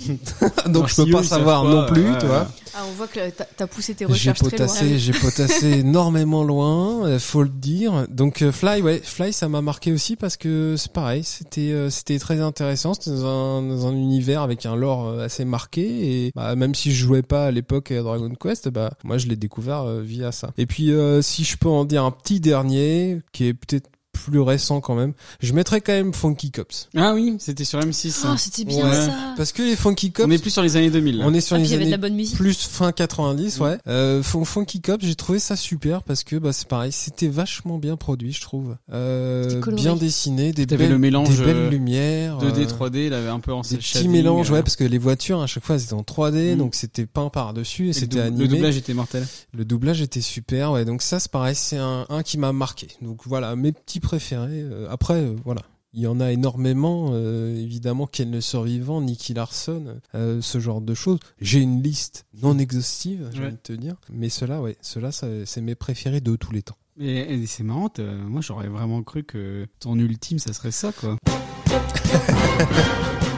donc
Ah,
je
si
peux
eux,
pas
ils savent
savoir
pas,
non plus,
ouais,
tu
ouais.
vois.
Ah, on voit que t'as- t'as poussé tes
J'ai
recherches très loin.
potassé, j'ai potassé énormément loin, euh, faut le dire. Donc euh, Fly, ouais, Fly, ça m'a marqué aussi parce que c'est pareil, c'était euh, c'était très intéressant, c'était dans un, dans un univers avec un lore euh, assez marqué et bah, même si je jouais pas à l'époque à Dragon Quest, bah moi je l'ai découvert euh, via ça. Et puis euh, si je peux en dire un petit dernier qui est peut-être plus récent quand même, je mettrais quand même Funky Cops
Ah oui, c'était sur M6.
Ah,
hein.
c'était bien
Ouais.
ça.
parce que les Funky Cops,
On est plus sur les années 2000. là.
on est sur
Ah, puis il
les
y avait de
années
la bonne musique.
plus fin
Mm.
90 ouais euh, Fun- Funky Cop j'ai trouvé ça super parce que bah, c'est pareil c'était vachement bien produit je trouve
C'était
euh,
coloré.
bien dessiné des
T'avais
belles,
le mélange,
des belles
euh,
lumières
2D,
euh,
3D, il avait un peu en
des
cel
petits
shading,
mélanges
euh,
ouais parce que les voitures à chaque fois c'était en 3D
Mm.
donc c'était peint par dessus et,
et le
c'était
dou-
animé
Le doublage était mortel.
le doublage était super ouais donc ça c'est pareil c'est un, un qui m'a marqué donc voilà mes petits préférés Euh, après euh, voilà Il y en a énormément, euh, évidemment, Ken le Survivant, Nicky Larson, euh, ce genre de choses. J'ai une liste non exhaustive, j'ai
Ouais.
envie de te dire. Mais ceux-là, ouais, ceux-là, ça- c'est mes préférés de tous les temps.
Et, et c'est marrant, t'as- moi j'aurais vraiment cru que ton ultime, ça serait ça, quoi.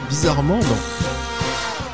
Bizarrement, non.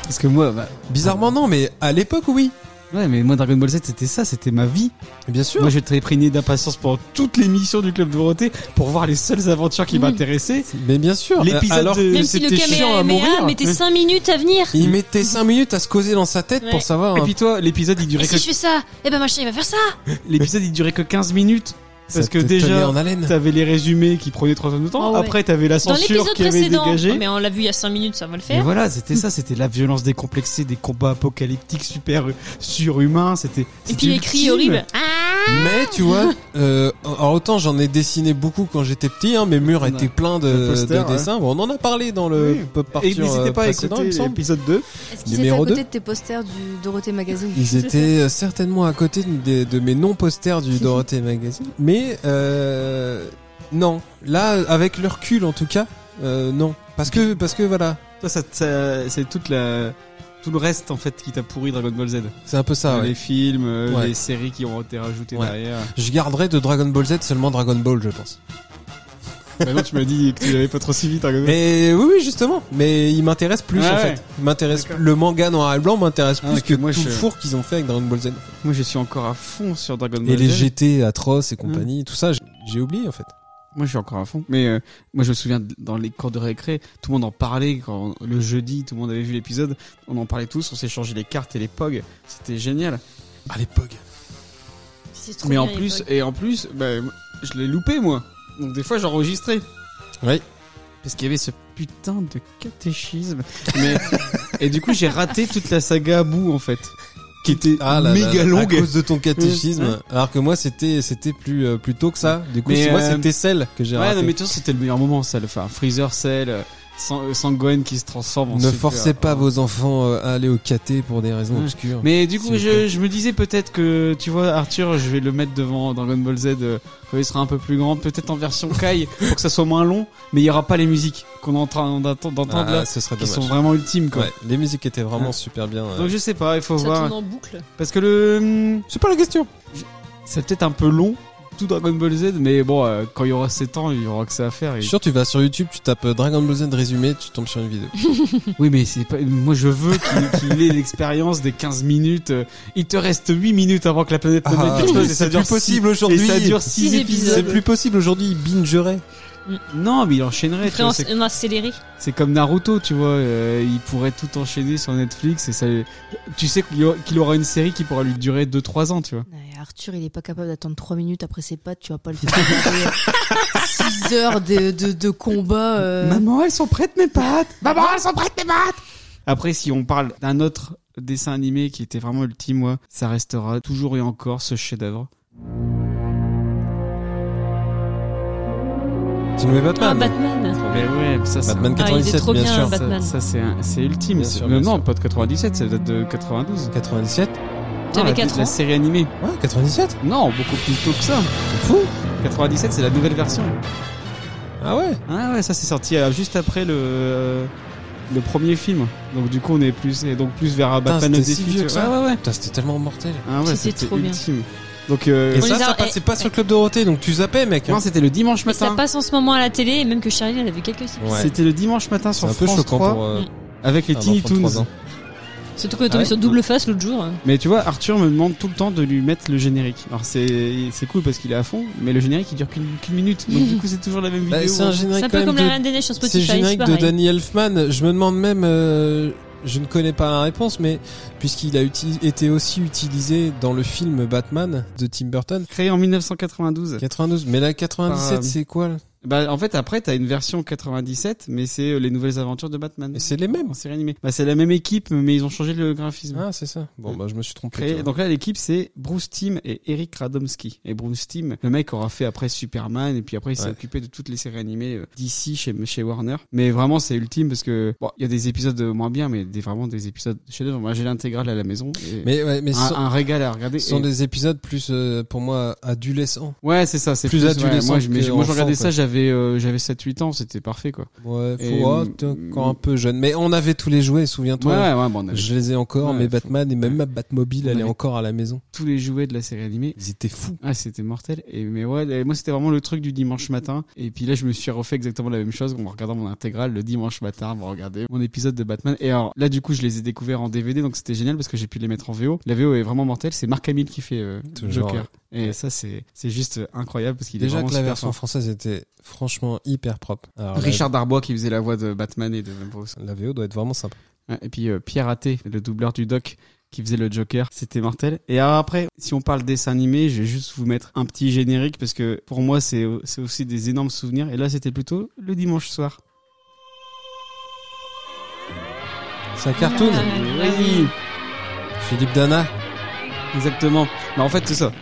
Parce que moi, bah,
Bizarrement, non, mais à l'époque, oui.
ouais, mais moi Dragon Ball Z, c'était ça, c'était ma vie.
Bien sûr.
Moi, j'étais prégné d'impatience pendant toutes les missions du Club Dorothée pour voir les seules aventures qui
Mm.
m'intéressaient.
Mais bien sûr.
L'épisode
Alors,
de-
Même si le
c'était chiant à
Kamehameha
mourir.
mettait 5 minutes à venir.
Il mettait 5 minutes à se causer dans sa tête
Ouais.
pour savoir.
Et
un
puis toi, l'épisode, il
Et
durait que,
si je fais ça, eh ben machin, il va faire ça.
l'épisode, il durait que 15 minutes.
Ça
Parce que
te tenait
déjà,
en haleine.
t'avais les résumés qui prenaient trois heures de temps.
Ah ouais.
Après, t'avais la
Dans
censure
l'épisode
qui avait
précédent.
dégagé.
Non, mais on l'a vu il y a 5 minutes, ça va le
Mais
faire.
voilà, c'était ça, c'était la violence décomplexée, des combats apocalyptiques super euh, surhumains, c'était.
Et
c'était
puis les cris
ultime.
horribles. Ah
Mais tu vois, euh, alors autant j'en ai dessiné beaucoup quand j'étais petit, hein, mes murs
Ouais.
étaient pleins de,
Le poster,
de dessins. Bon, on en a parlé dans le
hein. Oui.
pop
Et
Arthur,
n'hésitez
euh,
pas à
précédent, il me
écouter
semble.
l'épisode 2.
Est-ce qu'ils étaient à
Numéro
côté
deux.
de tes posters du Dorothée Magazine
Ils étaient euh, certainement à côté de, de mes non-posters du Dorothée Magazine. Mais euh, non, là, avec le recul en tout cas, euh, non. Parce que, parce que voilà,
Toi, ça, ça- c'est toute la, tout le reste, en fait, qui t'a pourri Dragon Ball Z.
c'est un peu ça. Ah ouais.
Les films, euh,
Ouais.
les séries qui ont été rajoutées
Ouais.
derrière.
Je garderai de Dragon Ball Z seulement Dragon Ball, je pense.
Maintenant, tu m'as dit que tu l'avais pas trop si vite, Dragon Ball.
Mais oui, oui, justement. Mais il m'intéresse plus
Ah
en
ouais.
fait. Il m'intéresse
D'accord.
le manga noir et blanc m'intéresse
Ah,
plus
ok,
que
moi,
tout
je-
le four qu'ils ont fait avec Dragon Ball Z.
Moi, je suis encore à fond sur Dragon Ball
Et les
Z.
GT atroces et compagnie, tout ça, j- j'ai oublié en fait.
Moi, je suis encore à fond. Mais euh, moi, je me souviens de- dans les cours de récré, tout le monde en parlait. Quand le jeudi, tout le monde avait vu l'épisode. On en parlait tous. On s'échangeait les cartes et les pogs. C'était génial.
À l'époque.
C'est trop
mais
bien,
en
les
plus,
bugs.
et en plus, bah, je l'ai loupé moi. Donc des fois, j'enregistrais.
Oui.
Parce qu'il y avait ce putain de catéchisme. Mais et du coup, j'ai raté toute la saga à bout en fait, qui était
Ah là là,
méga longue.
à cause de ton catéchisme.
Ouais.
Alors que moi c'était c'était plus euh, plus tôt que ça. Du coup,
Mais,
c'est- moi
euh,
c'était celle que j'ai
Ouais,
ratée.
non, mais tu vois, c'était le meilleur moment, ça, le enfin, Freezer Cell, euh, Sang- euh, Sangohan qui se transforme en
Ne
super.
forcez pas vos enfants euh, à aller au caté pour des raisons
Ouais.
obscures.
Mais du
S'il
coup,
vous
je, je me disais peut-être que, tu vois, Arthur, je vais le mettre devant Dragon Ball Z euh, quand il sera un peu plus grand, peut-être en version Kai, pour que ça soit moins long, mais il y aura pas les musiques qu'on est en train d'atten- d'entendre
Ah,
là,
ce serait
qui
dommage.
sont vraiment ultimes, quoi.
Ouais, les musiques étaient vraiment
Ouais.
super bien. euh.
Donc je sais pas, il faut
ça
voir.
tourne en boucle.
Parce que le... hum,
C'est pas la question.
C'est peut-être un peu long, tout Dragon Ball Z, mais bon, euh, quand il y aura 7 ans, il y aura que ça à faire.
Je
et-
suis sûr, tu vas sur YouTube, tu tapes euh, Dragon Ball Z résumé, tu tombes sur une vidéo.
Oui, mais c'est pas... moi je veux qu'il qu'il ait l'expérience des 15 minutes. euh, Il te reste 8 minutes avant que la planète Planète
Ah,
explose et
c'est
ça
plus
dure six-
possible
Et
aujourd'hui.
ça dure
Six
6
épisodes.
épisodes.
C'est plus possible aujourd'hui, il bingerait.
Non, mais il enchaînerait.
Il
tu
ferait
vois,
en-
c'est-
en accéléré.
C'est comme Naruto, tu vois. euh, il pourrait tout enchaîner sur Netflix et ça. Tu sais qu'il y aura- qu'il aura une série qui pourra lui durer 2-3 ans, tu vois.
Ouais, Arthur, il est pas capable d'attendre 3 minutes après ses pattes, tu vas pas le faire. 6 heures de, de, de combat. euh.
Maman, elles sont prêtes mes pattes. Maman, elles sont prêtes mes pattes. Après, si on parle d'un autre dessin animé qui était vraiment ultime, moi, ça restera toujours et encore ce chef-d'œuvre.
Tu nous mets
Ah,
Batman.
Batman.
Oh, Mais ouais, ça c'est.
Batman
un-
Ah, il était
97,
trop
bien,
bien,
sûr.
Ça-
Batman.
Ça, c'est un- c'est ultime.
Bien
C'est-
sûr,
non,
bien
non,
sûr.
pas de 97, ça date de 92.
97
J'avais
Non, la-
4
La
ans.
série animée.
Ouais, 97
Non, beaucoup plus tôt que ça. Fou. 97, c'est la nouvelle version.
Ah ouais
Ah ouais, ça c'est sorti euh, juste après le euh, le premier film. Donc du coup, on est plus et donc plus vers euh,
Putain,
Batman
c'était
of the
si vieux
Future.
que ça.
Ouais, ouais, ouais.
Putain, c'était tellement mortel.
Ah ouais,
C'était
c'était
trop bien.
ultime. Donc euh,
Et
On
ça,
les a-
ça passait pas sur le Club Dorothée, donc tu zappais, mec. hein.
non, c'était le dimanche
Et ça
matin.
passe en ce moment à la télé, et même que Charlie, elle a vu quelques épisodes.
Ouais.
C'était le dimanche matin
C'est
sur
un peu
France
choquant
3
pour euh,
avec les
un
Teeny
enfant de trois
Toons.
ans.
Surtout qu'on est
Ah
tombé
ouais
sur Double Face l'autre jour. hein.
Mais tu vois, Arthur me demande tout le temps de lui mettre le générique. Alors c'est c'est cool parce qu'il est à fond, mais le générique il dure qu'une qu'une minute. Donc du coup, c'est toujours la même
Bah,
vidéo.
C'est un
C'est
générique
un
quand
peu comme
même
la
de-
Reine des Neiges sur
C'est le
Spotify.
générique de
pareil.
Danny Elfman. Je me demande même, euh, je ne connais pas la réponse, mais puisqu'il a uti- été aussi utilisé dans le film Batman de Tim Burton.
Créé en 1992.
92, mais la 97
Par, euh,
c'est quoi là
Bah, en fait, après, t'as une version 97, mais c'est euh, les nouvelles aventures de Batman.
Et c'est les mêmes.
En série animée. Bah, c'est la même équipe, mais ils ont changé le graphisme.
Ah c'est ça. Bon bah je me suis trompé.
Créé-
tu vois.
donc là, l'équipe, c'est Bruce Timm et Eric Radomski. Et Bruce Timm, le mec aura fait après Superman, et puis après, il s'est
Ouais.
occupé de toutes les séries animées euh, d'ici chez, chez Warner. Mais vraiment, c'est ultime parce que, bon, il y a des épisodes euh, moins bien, mais des, vraiment des épisodes chez eux. Moi, j'ai l'intégrale à la maison. et
Mais ouais, mais
un,
ce sont,
un régal à regarder.
ce sont
Et-
des épisodes plus euh, pour moi adolescents.
Ouais, c'est ça, c'est
plus
ouais,
adolescent
moi, je, mais
que
je- moi, je
enfant,
regardais
quoi.
ça, j'avais j'avais euh, j'avais 7 8 ans, c'était parfait quoi.
Ouais, faut
Et,
oh, t'es encore un peu jeune. Mais on avait tous les jouets, souviens-toi.
ouais, bon, on avait
Je les ai encore,
Ouais,
mes
faut-
Batman et même ma Batmobile, elle est
Ouais.
encore à la maison.
tous les jouets de la série animée.
Ils étaient fous.
Ah, c'était mortel. Et mais ouais, et moi c'était vraiment le truc du dimanche matin. Et puis là, je me suis refait exactement la même chose en regardant mon intégrale le dimanche matin, en regardant mon épisode de Batman. Et alors là, du coup, je les ai découverts en DVD, donc c'était génial parce que j'ai pu les mettre en VO. La VO est vraiment mortelle. C'est Marc Hamill qui fait euh,
Toujours,
Joker. Et ça, c'est c'est juste incroyable parce qu'il est
Déjà
vraiment
que la
super
version
fort.
française était franchement hyper propre. Alors, la-
Richard Darbois qui faisait la voix de Batman et de Bruce.
La, VO doit être vraiment sympa.
Ouais, Et puis euh, Pierre Athé, le doubleur du doc qui faisait le Joker, c'était mortel. Et alors après, si on parle dessin animé, je vais juste vous mettre un petit générique parce que pour moi, c'est c'est aussi des énormes souvenirs. Et là, c'était plutôt le dimanche soir.
C'est un cartoon.
Ouais,
Ah, Oui,
Philippe Dana.
exactement. Bah en fait, c'est ça.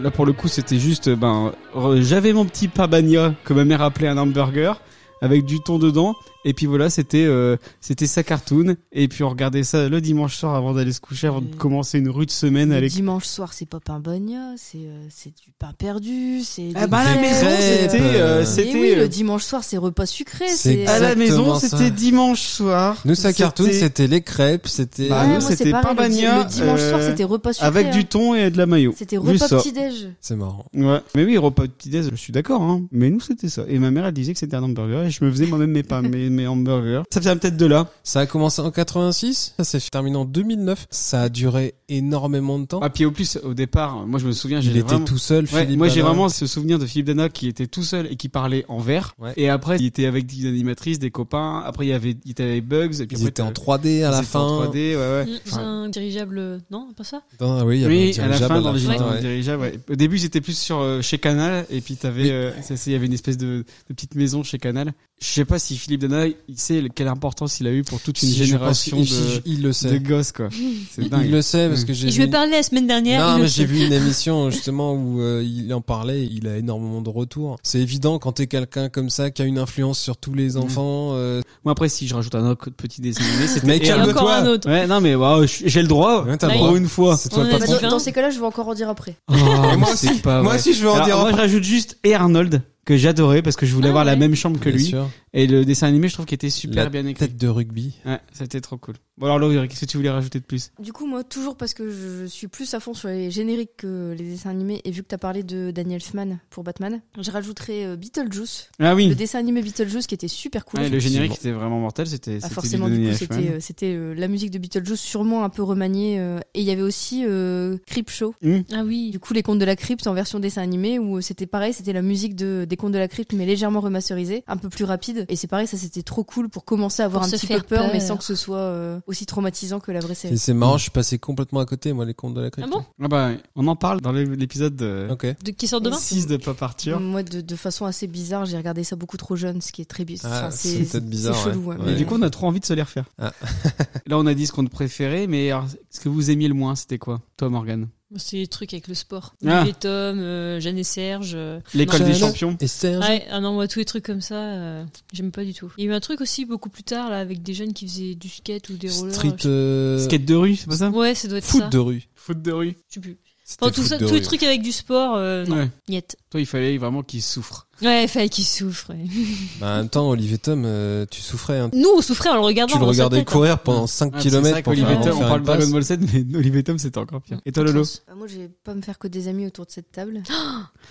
Là, pour le coup, c'était juste, ben, re- j'avais mon petit pabagna que ma mère appelait un hamburger avec du thon dedans. Et puis voilà, c'était euh, c'était sa cartoon. Et puis on regardait ça le dimanche soir avant d'aller se coucher, avant de
Euh,
commencer une rude semaine à
Le
l'école.
dimanche soir, c'est pas pain bagna, c'est euh, c'est du pain perdu, c'est.
Ah
des
bah, à la
crêpes,
maison,
euh,
c'était, euh, c'était,
Mais oui,
euh,
le dimanche soir, c'est repas sucré.
c'est
C'est. euh,
À la maison,
Exactement ça.
c'était dimanche soir.
Nous, sa cartoon, c'était les crêpes, c'était.
Bah,
Ouais,
nous,
moi, c'est
c'était
pareil,
pain
le di-
bagna,
Le dimanche soir,
euh,
c'était repas sucré.
Avec
hein.
du thon et de la mayo.
C'était
Vu
repas
ça.
petit-déj.
C'est marrant.
Ouais. Mais oui, repas petit-déj, je suis d'accord, hein. Mais nous, c'était ça. Et ma mère, elle disait que c'était un hamburger et je me faisais moi-même mes pains, mes, mes hamburgers. Ça vient peut-être de là.
Ça a commencé en 86, ça s'est terminé en 2009. Ça a duré énormément de temps.
Ah, puis au plus, au départ, moi, je me souviens,
Il
j'ai
était
vraiment...
tout seul,
Ouais,
Philippe.
moi j'ai
Dana.
vraiment ce souvenir de Philippe Dana qui était tout seul et qui parlait en vert.
Ouais.
Et après il était avec des animatrices, des copains. Après il y avait, il était avec Bugs. Et puis
Ils
après,
étaient
t'as-
en 3D à
ils
la
étaient en
fin.
3D, ouais, ouais.
Mm,
Mmh, C'est
Enfin,
un dirigeable, euh, non, pas ça
Non, ah oui, il y avait
Oui, à
un
la
dirigeable
fin dans le
fin,
gîte, dans le
ouais.
dirigeable, ouais. Au début, j'étais plus sur euh, chez Canal et puis t'avais euh, ça, c'est- il y avait une espèce de, de petite maison chez Canal. Je sais pas si Philippe Dana, il sait quelle importance il a eu pour toute une
Si, je
génération
pense qu'il-
de,
il, il le
de
sait.
gosses quoi. C'est
Il
dingue. Mm.
le sait parce que j'ai
Et Je lui ai
vu-
parlé la semaine dernière.
Non,
il le
mais j'ai
sait.
vu une émission justement où euh, il en parlait, il a énormément de retours. C'est évident quand t'es quelqu'un comme ça qui a une influence sur tous
Mm.
les enfants. euh,
Moi après si je rajoute un autre petit dessin animé, c'était
Mais
Et
Et
calme-
un-
encore
calme-toi.
un autre.
Ouais, non mais waouh, j'ai j'ai le droit
Ouais, t'as le
Là,
droit.
pour une fois.
C'est toi
On
le
en a
Bah,
patron.
dit
dans,
Divin.
dans ces cas-là, je vais encore en dire après.
Oh,
Et moi
mais c'est
aussi.
pas
Moi
vrai.
aussi, je vais en
Alors,
dire
moi,
après.
je rajoute juste et Arnold que j'adorais parce que je voulais
Ah,
avoir la
ouais.
même chambre que
Bien
lui
sûr.
et le dessin animé je trouve qu'il était super
La
bien écrit.
Tête de rugby.
Ouais, c'était trop cool. Bon alors Laurie, qu'est-ce que tu voulais rajouter de plus
Du coup, moi, toujours parce que je je suis plus à fond sur les génériques que les dessins animés, et vu que t'as parlé de Daniel Elfman pour Batman, je rajouterai euh, Beetlejuice,
Ah oui.
le dessin animé Ah, Beetlejuice qui était super cool.
Ouais, Ah, le générique
Effectivement.
était vraiment mortel, c'était
Ah,
c'était
forcément,
du
du coup,
Donny
c'était
Elfman.
euh, c'était, euh, la musique de Beetlejuice, sûrement un peu remaniée. euh, et il y avait aussi euh, Creepshow.
Ah oui.
Du coup, les contes de la crypte en version dessin animé, où euh, c'était pareil, c'était la musique de, des contes de la crypte, mais légèrement remasterisée, un peu plus rapide. Et c'est pareil, ça c'était trop cool pour commencer à avoir
Pour se
un petit peu
faire
peur, mais
peur.
sans que ce soit euh, aussi traumatisant que la vraie série.
Et C'est marrant, je suis passé complètement à côté, moi, les comptes de la crypte.
Ah bon
Ah bah, on en parle dans l'é- l'épisode de-
Ok.
De, qui sort demain
6 de Pop Arthur.
Moi, de, de façon assez bizarre, j'ai regardé ça beaucoup trop jeune, ce qui est très bizarre.
Ah, c'est peut-être bizarre.
c'est chelou,
ouais.
hein,
Et
Ouais.
du coup, on a trop envie de se les refaire.
Ah.
Là, on a dit ce qu'on préférait, mais alors, ce que vous aimiez le moins, c'était quoi Toi, Morgan
C'est les trucs avec le sport.
Ah.
Les tomes, euh, Jeanne et Serge. euh,
L'école
non.
des
Jeanne.
champions.
Et Serge
Ouais, ah non, moi, tous les trucs comme ça, euh, j'aime pas du tout. Il y a eu un truc aussi beaucoup plus tard, là, avec des jeunes qui faisaient du skate ou des rollers.
Street. euh,
Skate de rue, c'est pas ça
Ouais, ça doit être ça.
Foot de rue.
Foot de rue.
Je sais plus.
C'était
Enfin, tout
foot
ça,
de
tous les
rue.
trucs avec du sport, euh, non.
Ouais.
Niet.
Toi, il fallait vraiment qu'ils souffrent.
Ouais, il fallait qu'ils souffrent. ouais.
Bah, en même temps, Olivier Tom, euh, tu souffrais. hein.
Nous, on souffrait en le regardant.
Tu le
dans sa
regardais
tête, hein.
courir pendant 5
Ah,
km pour
Olivier
faire,
Tom,
faire
on parle
une
de
passe.
Dragon Ball Z, mais Olivier Tom, c'était encore pire. Et toi, Lolo
Ah, Moi, je vais pas me faire que des amis autour de cette table.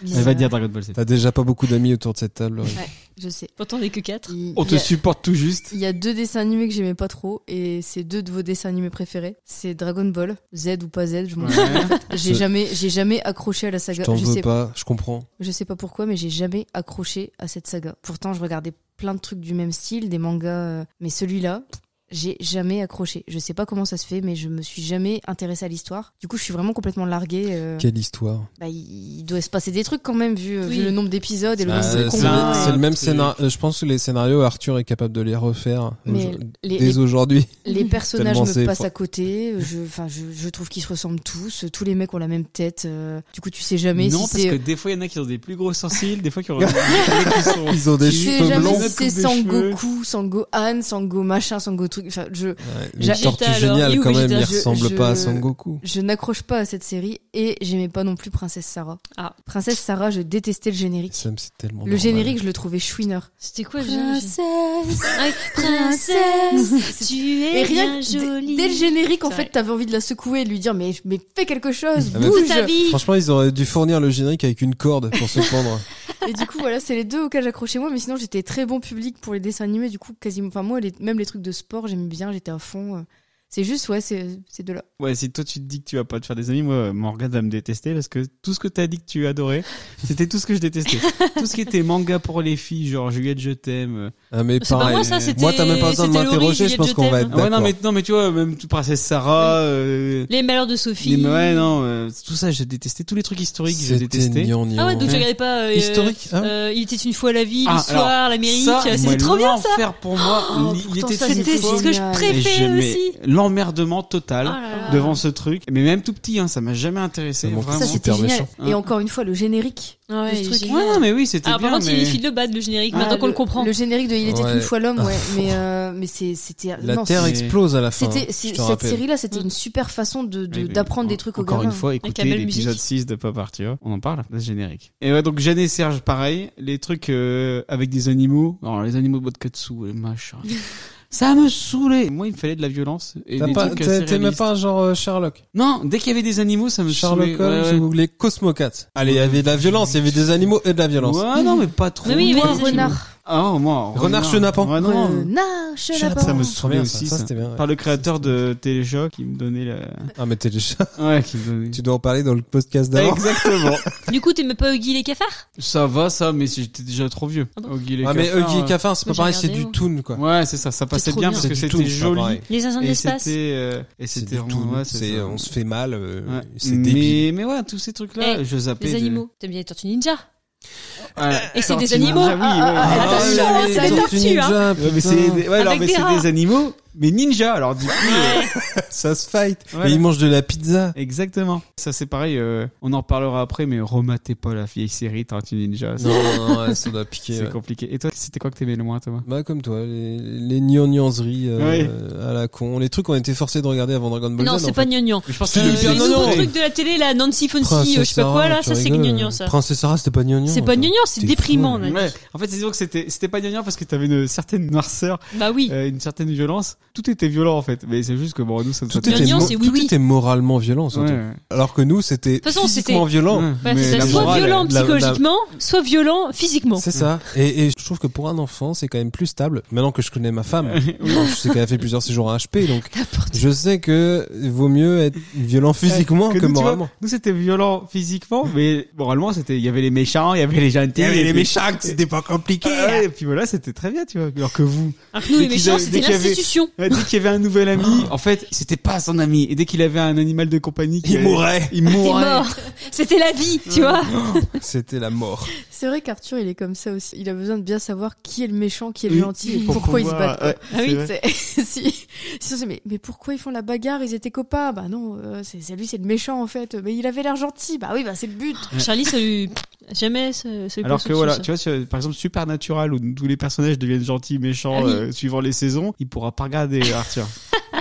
Mais,
Elle Eh, va
euh,
dire Dragon Ball Z.
T'as déjà pas beaucoup d'amis autour de cette table. Laurie.
Je sais.
Pourtant, on est que quatre.
Il-
On
il
te
y a-
supporte tout juste.
Il y a deux dessins animés que j'aimais pas trop et c'est deux de vos dessins animés préférés. C'est Dragon Ball, Z ou pas Z, je m'en
Ouais.
J'ai
Je-
jamais, j'ai jamais accroché à la
Je
saga.
t'en
Je,
veux
sais,
pas, je comprends.
je sais pas pourquoi, mais j'ai jamais accroché à cette saga. Pourtant, je regardais plein de trucs du même style, des mangas, euh, mais celui-là. J'ai jamais accroché. Je sais pas comment ça se fait, mais je me suis jamais intéressée à l'histoire. Du coup, je suis vraiment complètement larguée. euh,
Quelle histoire.
bah, il il doit se passer des trucs quand même, vu, euh,
Oui.
vu le nombre d'épisodes et le
Bah,
nombre
c'est
de
le-
combats.
c'est
c'est le même
c'est-
scénario. Je pense que les scénarios, Arthur est capable de les refaire
Mais
aujourd-
les-
dès
les-
aujourd'hui.
Les personnages
Tellement c'est
me passent
fort.
à côté. Je, enfin, je, je trouve qu'ils se ressemblent tous. Tous les mecs ont la même tête. euh, du coup, tu sais jamais
non,
si
parce
c'est.
que des fois, il y en a qui ont des plus gros sourcils, des fois, qui ont des qui sont.
Ils ont des
tu sais
cheveux
jamais
blonds.
si
Coupe
c'est
des
Sango
cheveux.
Goku, Sango Han, Sango machin, Sango trucs. Enfin, je,
Ouais,
J'ai-
les tortues
Vegeta, alors,
géniales
you
quand même,
Vegeta,
il
je-
ressemble
je-
pas à Son Goku.
je n'accroche pas à cette série et j'aimais pas non plus Princesse Sarah.
Ah.
Princesse Sarah, je détestais le générique.
Ça me- c'est tellement
Le
normal.
générique, je le trouvais chouineur.
C'était quoi déjà
Princesse.
Ouais, Princesse, tu es
Et rien
bien
que dès-
jolie.
dès le générique, en
C'est
fait,
vrai.
t'avais envie de la secouer et de lui dire mais mais fais quelque chose,
Ah, mais-
bouge.
Toute ta vie.
Franchement, ils auraient dû fournir le générique avec une corde pour se pendre.
Et du coup, voilà, c'est les deux auxquels j'accrochais moi, mais sinon j'étais très bon public pour les dessins animés. Du coup, quasiment, enfin moi, les- même les trucs de sport, j'aimais bien, j'étais à fond. euh. C'est juste, ouais, c'est c'est de là.
Ouais, si toi tu te dis que tu vas pas te faire des amis, moi Morgane va me détester parce que tout ce que t'as dit que tu adorais, c'était tout ce que je détestais. tout ce qui était manga pour les filles, genre Juliette je t'aime.
Ah, mais
C'est pas
pareil.
moi ça, c'était.
Moi, t'as même pas besoin de
c'était Laurie,
m'interroger, je
Juliette,
pense qu'on va
t'aime.
être
Ah ouais, non
D'accord.
mais non mais tu vois même tout princesse Sarah euh,
Les malheurs de
les-
Sophie.
ouais non, euh, tout ça je détestais tous les trucs historiques, je
C'était
détestais.
gnangnan.
Ah ouais, donc tu
Ouais.
regardais pas. euh,
Historique, hein
euh, Il était une fois la vie,
Ah,
l'histoire, l'Amérique.
ça, moi,
C'était trop bien ça.
l'enfer pour moi,
Oh,
il- il
pourtant,
était
ça,
une
C'était
c'était
fois-
ce que je
génial.
Et
préférais
j'aimais
aussi.
L'emmerdement
Oh
total
là là.
devant ce truc, mais même tout petit hein, ça m'a jamais intéressé
Ça manque
vraiment.
Ça,
Vraiment.
c'était
Super
génial.
méchant.
Et encore une fois, le générique.
Ah ouais,
Ce truc.
génial.
Ouais, non, mais oui, c'était
Alors,
bien
Ah, par contre, il
mais-
est fille de bad le générique,
Ah,
maintenant qu'on le comprend.
Le générique de Il était
Ouais.
une fois l'homme,
Ah,
ouais. mais euh, mais c'est- c'était.
La
non,
Terre
c'est-
c'est-
explose à la fin.
C'était
je
c'est-
te
cette
rappelle.
série-là, c'était une super façon de de-
Oui, oui.
d'apprendre des trucs aux
Encore
gamins.
une fois,
la
écoutez
belle
l'épisode
musique.
6 de Pop Arthur, on en parle, là, c'est générique. Et ouais, donc Jeanne et Serge, pareil, les trucs euh, avec des animaux, alors les animaux botkatsu, les machins. Ça me saoulait. Moi, il me fallait de la violence et
T'as
des
pas-
trucs
t'as-
assez
T'aimais
réalistes.
pas genre euh, Sherlock
Non, dès qu'il y avait des animaux, ça me
Sherlock
saoulait. Ouais, ouais.
Holmes ou les Cosmocats Allez, il y avait de la violence, il y avait des animaux et de la violence.
Ouais, non, mais pas trop.
Mais oui, il y avait
Moi,
des
Renard.
Ah, oh, moi,
Renard chenapan.
Ouais, non.
Renard, chenapin.
Ça me
Trop
saoulait
bien,
aussi, ça.
ça, ça, c'était bien. ouais.
Par le créateur de Téléchoc, qui me donnait la...
Ah, mais t'es déjà.
Ouais, qui me donnait...
Tu dois en parler dans le podcast d'avant.
Exactement.
Du coup, t'aimais pas Huggy les cafards
ça va, ça, mais j'étais déjà trop vieux.
Ah bon
Oggy les
Ah, mais
cafards,
Huggy et
euh,
Cafard, c'est pas
Moi, j'ai
pareil, c'est
regardé,
du
ouais.
toon, quoi.
Ouais, c'est ça, ça passait
trop
bien
bien.
parce que
C'est du toon,
c'était
c'est pas
joli.
pareil.
Les Indiens de
Et
l'espace.
c'était euh, et
C'est
c'était
du
vraiment-
toon,
ouais, c'est
c'est
ça.
on se fait mal, euh,
Ouais.
c'est débile.
Mais mais ouais, tous ces trucs là,
Eh,
je zappais.
Les
de-
animaux. T'aimes bien les tortues ninja
Ouais.
Et c'est des
Tortue Ninja,
animaux.
oui, ouais.
ah,
attention,
ouais,
hein,
ouais,
c'est
les
la
tortues
tortue,
ninja,
hein.
Ouais, mais
putain.
c'est des, ouais, alors,
Avec
mais
des
c'est
rats.
des animaux, mais ninja. Alors du coup, euh,
ça se fight.
Voilà.
Et ils mangent de la pizza.
exactement. Ça c'est pareil. euh, on en reparlera après, mais rematez pas la vieille série Tortue Ninja. c'est-
Non, non, non, ouais, ça doit piquer.
C'est
ouais.
compliqué. Et toi, c'était quoi que t'aimais le moins, Thomas
Bah comme toi, les, les gnangnanseries, euh, à la con, les trucs qu'on était forcé de regarder avant Dragon Ball
Non,
Z.
c'est
en
pas
fait.
gnognon.
Je pense
que
Euh,
le pire,
les
non,
nouveaux
non.
trucs de la télé, là, Nancy Fonsi, euh, je sais pas quoi, là, ça c'est gnognon, ça.
Princesse Sarah, c'était pas gnangnan.
C'est pas
toi.
gnognon, c'est
T'es
déprimant,
fou,
là.
Ouais. En fait, c'est sûr que c'était c'était pas gagnant parce que t'avais une certaine noirceur,
Bah oui.
euh, une certaine violence. Tout était violent en fait. Mais c'est juste que bon, nous ça nous
Tout
intéresse.
était,
Gnangnan,
mo-
c'est oui,
tout
oui.
était moralement violent, surtout.
Ouais.
Alors que nous, c'était
toute façon, c'était-
physiquement violent.
Ouais. Mais
Voilà, Bah, c'est ça,
la
soit
morale,
violent
la- la-
psychologiquement, soit violent physiquement.
C'est ça. Et, et je trouve que pour un enfant, c'est quand même plus stable. Maintenant que je connais ma femme, je sais qu'elle a fait plusieurs séjours à HP, donc je sais que vaut mieux être violent physiquement
Eh, que
que,
nous, tu
moralement.
Nous, c'était violent physiquement, mais moralement, c'était, il y avait les méchants, il y avait Eh, les gentils. puis-
c'était pas compliqué.
Ah ouais, et puis voilà, c'était très bien, tu vois. Alors que vous,
Alors que nous, les
Dès qu'ils
méchants,
avaient-
c'était
dès qu'il y avait-
l'institution.
euh, dès qu'il y avait un nouvel ami, en fait, c'était pas son ami. Et dès qu'il avait un animal de compagnie, qui
Il
allait-
mourait.
Il
T'es
mourait.
mort. C'était la vie, tu vois.
C'était la mort.
C'est vrai qu'Arthur, il est comme ça aussi. Il a besoin de bien savoir qui est le méchant, qui est le
Oui,
gentil et
pour
pourquoi ils se
pouvoir-
battent.
ouais,
Ah oui,
c'est vrai.
C'est- si, si on se dit, mais, mais pourquoi ils font la bagarre Ils étaient copains. Bah non, euh, c'est c'est lui, c'est le méchant en fait. Mais il avait l'air gentil. Bah oui, bah c'est le but.
Charlie, ça lui. Jamais, ça, ça lui
Alors
pose
que
aucune
voilà,
chose.
tu vois, sur- par exemple, Supernatural, où tous les personnages deviennent gentils, méchants,
Ah oui.
euh, suivant les saisons, il pourra pas regarder Arthur.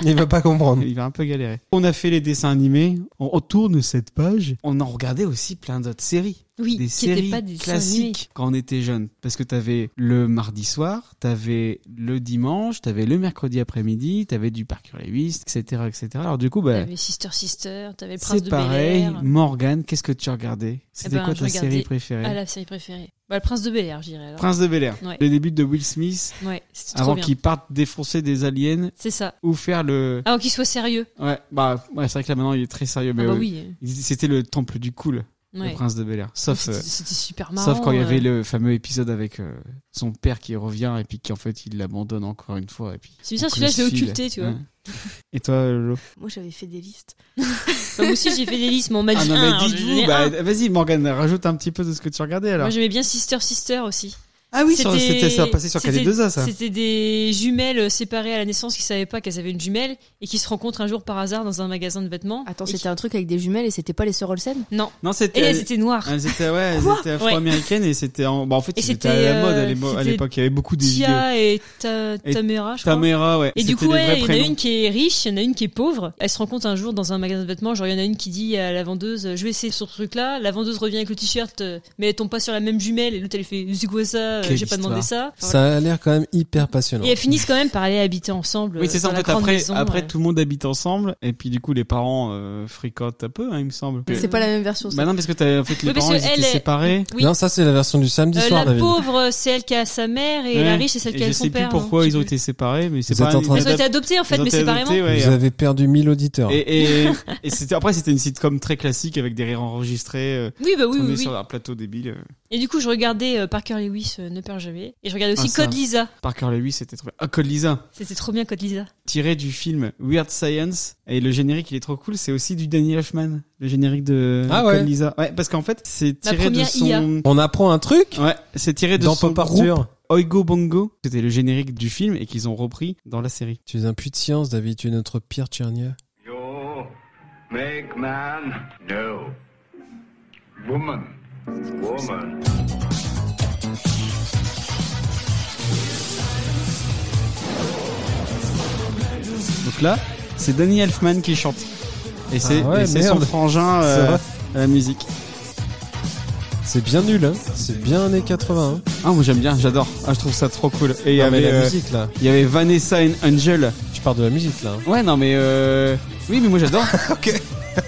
Il va pas comprendre.
Il va un peu galérer. Mm. On a fait les dessins animés, on retourne cette page, on en regardait aussi plein d'autres séries.
Oui,
des
qui étaient
séries
pas des dessins
classiques quand on était jeune. Parce que t'avais le mardi soir, t'avais le dimanche, t'avais le mercredi après-midi, t'avais du Parker Lewis, etc., etc. Alors du coup, bah,
T'avais Sister Sister, t'avais le Prince
c'est
de
pareil.
Bel-Air.
Morgane, qu'est-ce que tu regardais C'était
ben,
quoi
je
ta
regardais
série préférée
Ah, la série préférée. Bah, le Prince de Bel-Air, je dirais alors.
Prince de Bel-Air.
Ouais.
Le début de Will Smith,
Ouais, c'était trop
avant
bien.
qu'il parte défoncer des aliens
C'est ça.
ou faire le...
Avant qu'il soit sérieux.
Ouais, bah, ouais, c'est vrai que là maintenant il est très sérieux,
Ah
mais
bah
euh,
oui.
c'était le temple du cool,
ouais.
le Prince de Bel-Air.
Donc,
Sauf...
C'était
euh,
c'était super marrant.
Sauf quand il y
euh.
avait le fameux épisode avec euh, son père qui revient et puis qui en fait il l'abandonne encore une fois et puis.
C'est bizarre,
on
Ah, celui-là, je l'ai
crucifie,
occulté, tu vois.
ouais. Et toi, Lolo
Moi, j'avais fait des listes.
Bah, moi aussi, j'ai fait des listes, mais on m'a
Ah
dit
non
un. alors
mais
j'ai
dites-vous,
donné
bah,
un.
vas-y Morgane, rajoute un petit peu de ce que tu regardais alors.
Moi, j'aimais bien Sister Sister aussi.
Ah oui, sur- c'était ça passé sur
c'était-
KD2A ça.
C'était des jumelles séparées à la naissance qui savaient pas qu'elles avaient une jumelle et qui se rencontrent un jour par hasard dans un magasin de vêtements.
Attends,
Et qui-
c'était un truc avec des jumelles et c'était pas les sœurs Olsen
Non.
Non,
Et
c'était Ah,
elles étaient noires.
elles étaient ouais, elles
Eh, Quoi
étaient afro-américaines et c'était en bah en fait
Et
c'était à
c'était,
la mode à
euh,
l'émo- à
c'était
l'époque, il y avait beaucoup des vidéos.
Tia et Ta-
Et
Tamera, je crois.
Tamera ouais.
Et du
c'était
coup,
les vrais
ouais, il y en a
prénoms.
une qui est riche, il y en a une qui est pauvre. Elle se rencontre un jour dans un magasin de vêtements. Genre, il y en a une qui dit à la vendeuse Je vais essayer sur ce truc-là. La vendeuse revient avec le t-shirt, euh, mais elle tombe pas sur la même jumelle. Et l'autre, elle fait C'est quoi ça Euh,
Quelle
J'ai pas demandé ça. Enfin,
Ça a l'air quand même hyper passionnant.
voilà. Et elles finissent quand même par aller habiter ensemble.
Oui, c'est
euh,
ça.
dans
En
la
fait,
grande
après,
maison,
après
euh.
tout le monde habite ensemble, et puis du coup, les parents euh, fricotent un peu, hein, il me semble.
Ah,
C'est pas la même version. ça.
Bah non, parce que t'as, en fait, les
Oui, parce
parents ils
que
étaient
elle est-
séparés.
Oui.
Non, ça c'est la version du samedi
Euh,
soir,
la
David.
pauvre, c'est elle qui a sa mère et
Ouais.
la riche, c'est celle
Et
qui a
je
son
sais
père.
plus
non
pourquoi
Je
ils ont
sais plus.
été séparés, mais c'est
Vous
pas
êtes en train de-
Elles ont été adoptées en
ils
fait,
ont
mais
été
séparément.
adoptés, ouais,
Vous
et-
avez perdu 1000 auditeurs.
Et, et, et c'était après c'était une sitcom très classique avec des rires enregistrés, euh,
Oui, bah oui,
tournés
oui, oui.
sur un plateau débile. euh.
Et du coup, je regardais euh, Parker Lewis, euh, Ne perds jamais. Et je regardais
Ah,
aussi
ça.
Code Lisa.
Parker Lewis c'était trop. Ah Code Lisa
C'était trop bien, Code Lisa.
tiré du film Weird Science et le générique il est trop cool. C'est aussi du Danny Elfman, le générique de
Ah ouais.
Code Lisa. Ouais, parce qu'en fait c'est
La
tiré de
première
son.
IA.
On apprend un truc
Ouais, c'est tiré de
dans
son
Pop
groupe
Arthur.
Oigo Bongo. C'était le générique du film et qu'ils ont repris dans la série.
Tu es un puits de science, David. Tu es notre pire tchernia.
You make man? No. Woman. Woman.
Donc là, c'est Danny Elfman qui chante. Et c'est
Ah ouais,
et c'est son
merde.
frangin
C'est
euh,
vrai.
à la musique.
C'est bien nul, hein. C'est bien années 80. hein.
Ah, moi j'aime bien, j'adore. Ah, je trouve ça trop cool. Et il y
Non, mais
avait
la
euh,
musique là.
il y avait Vanessa and Angel.
Je parle de la musique là.
Ouais, non mais euh... oui, mais moi j'adore.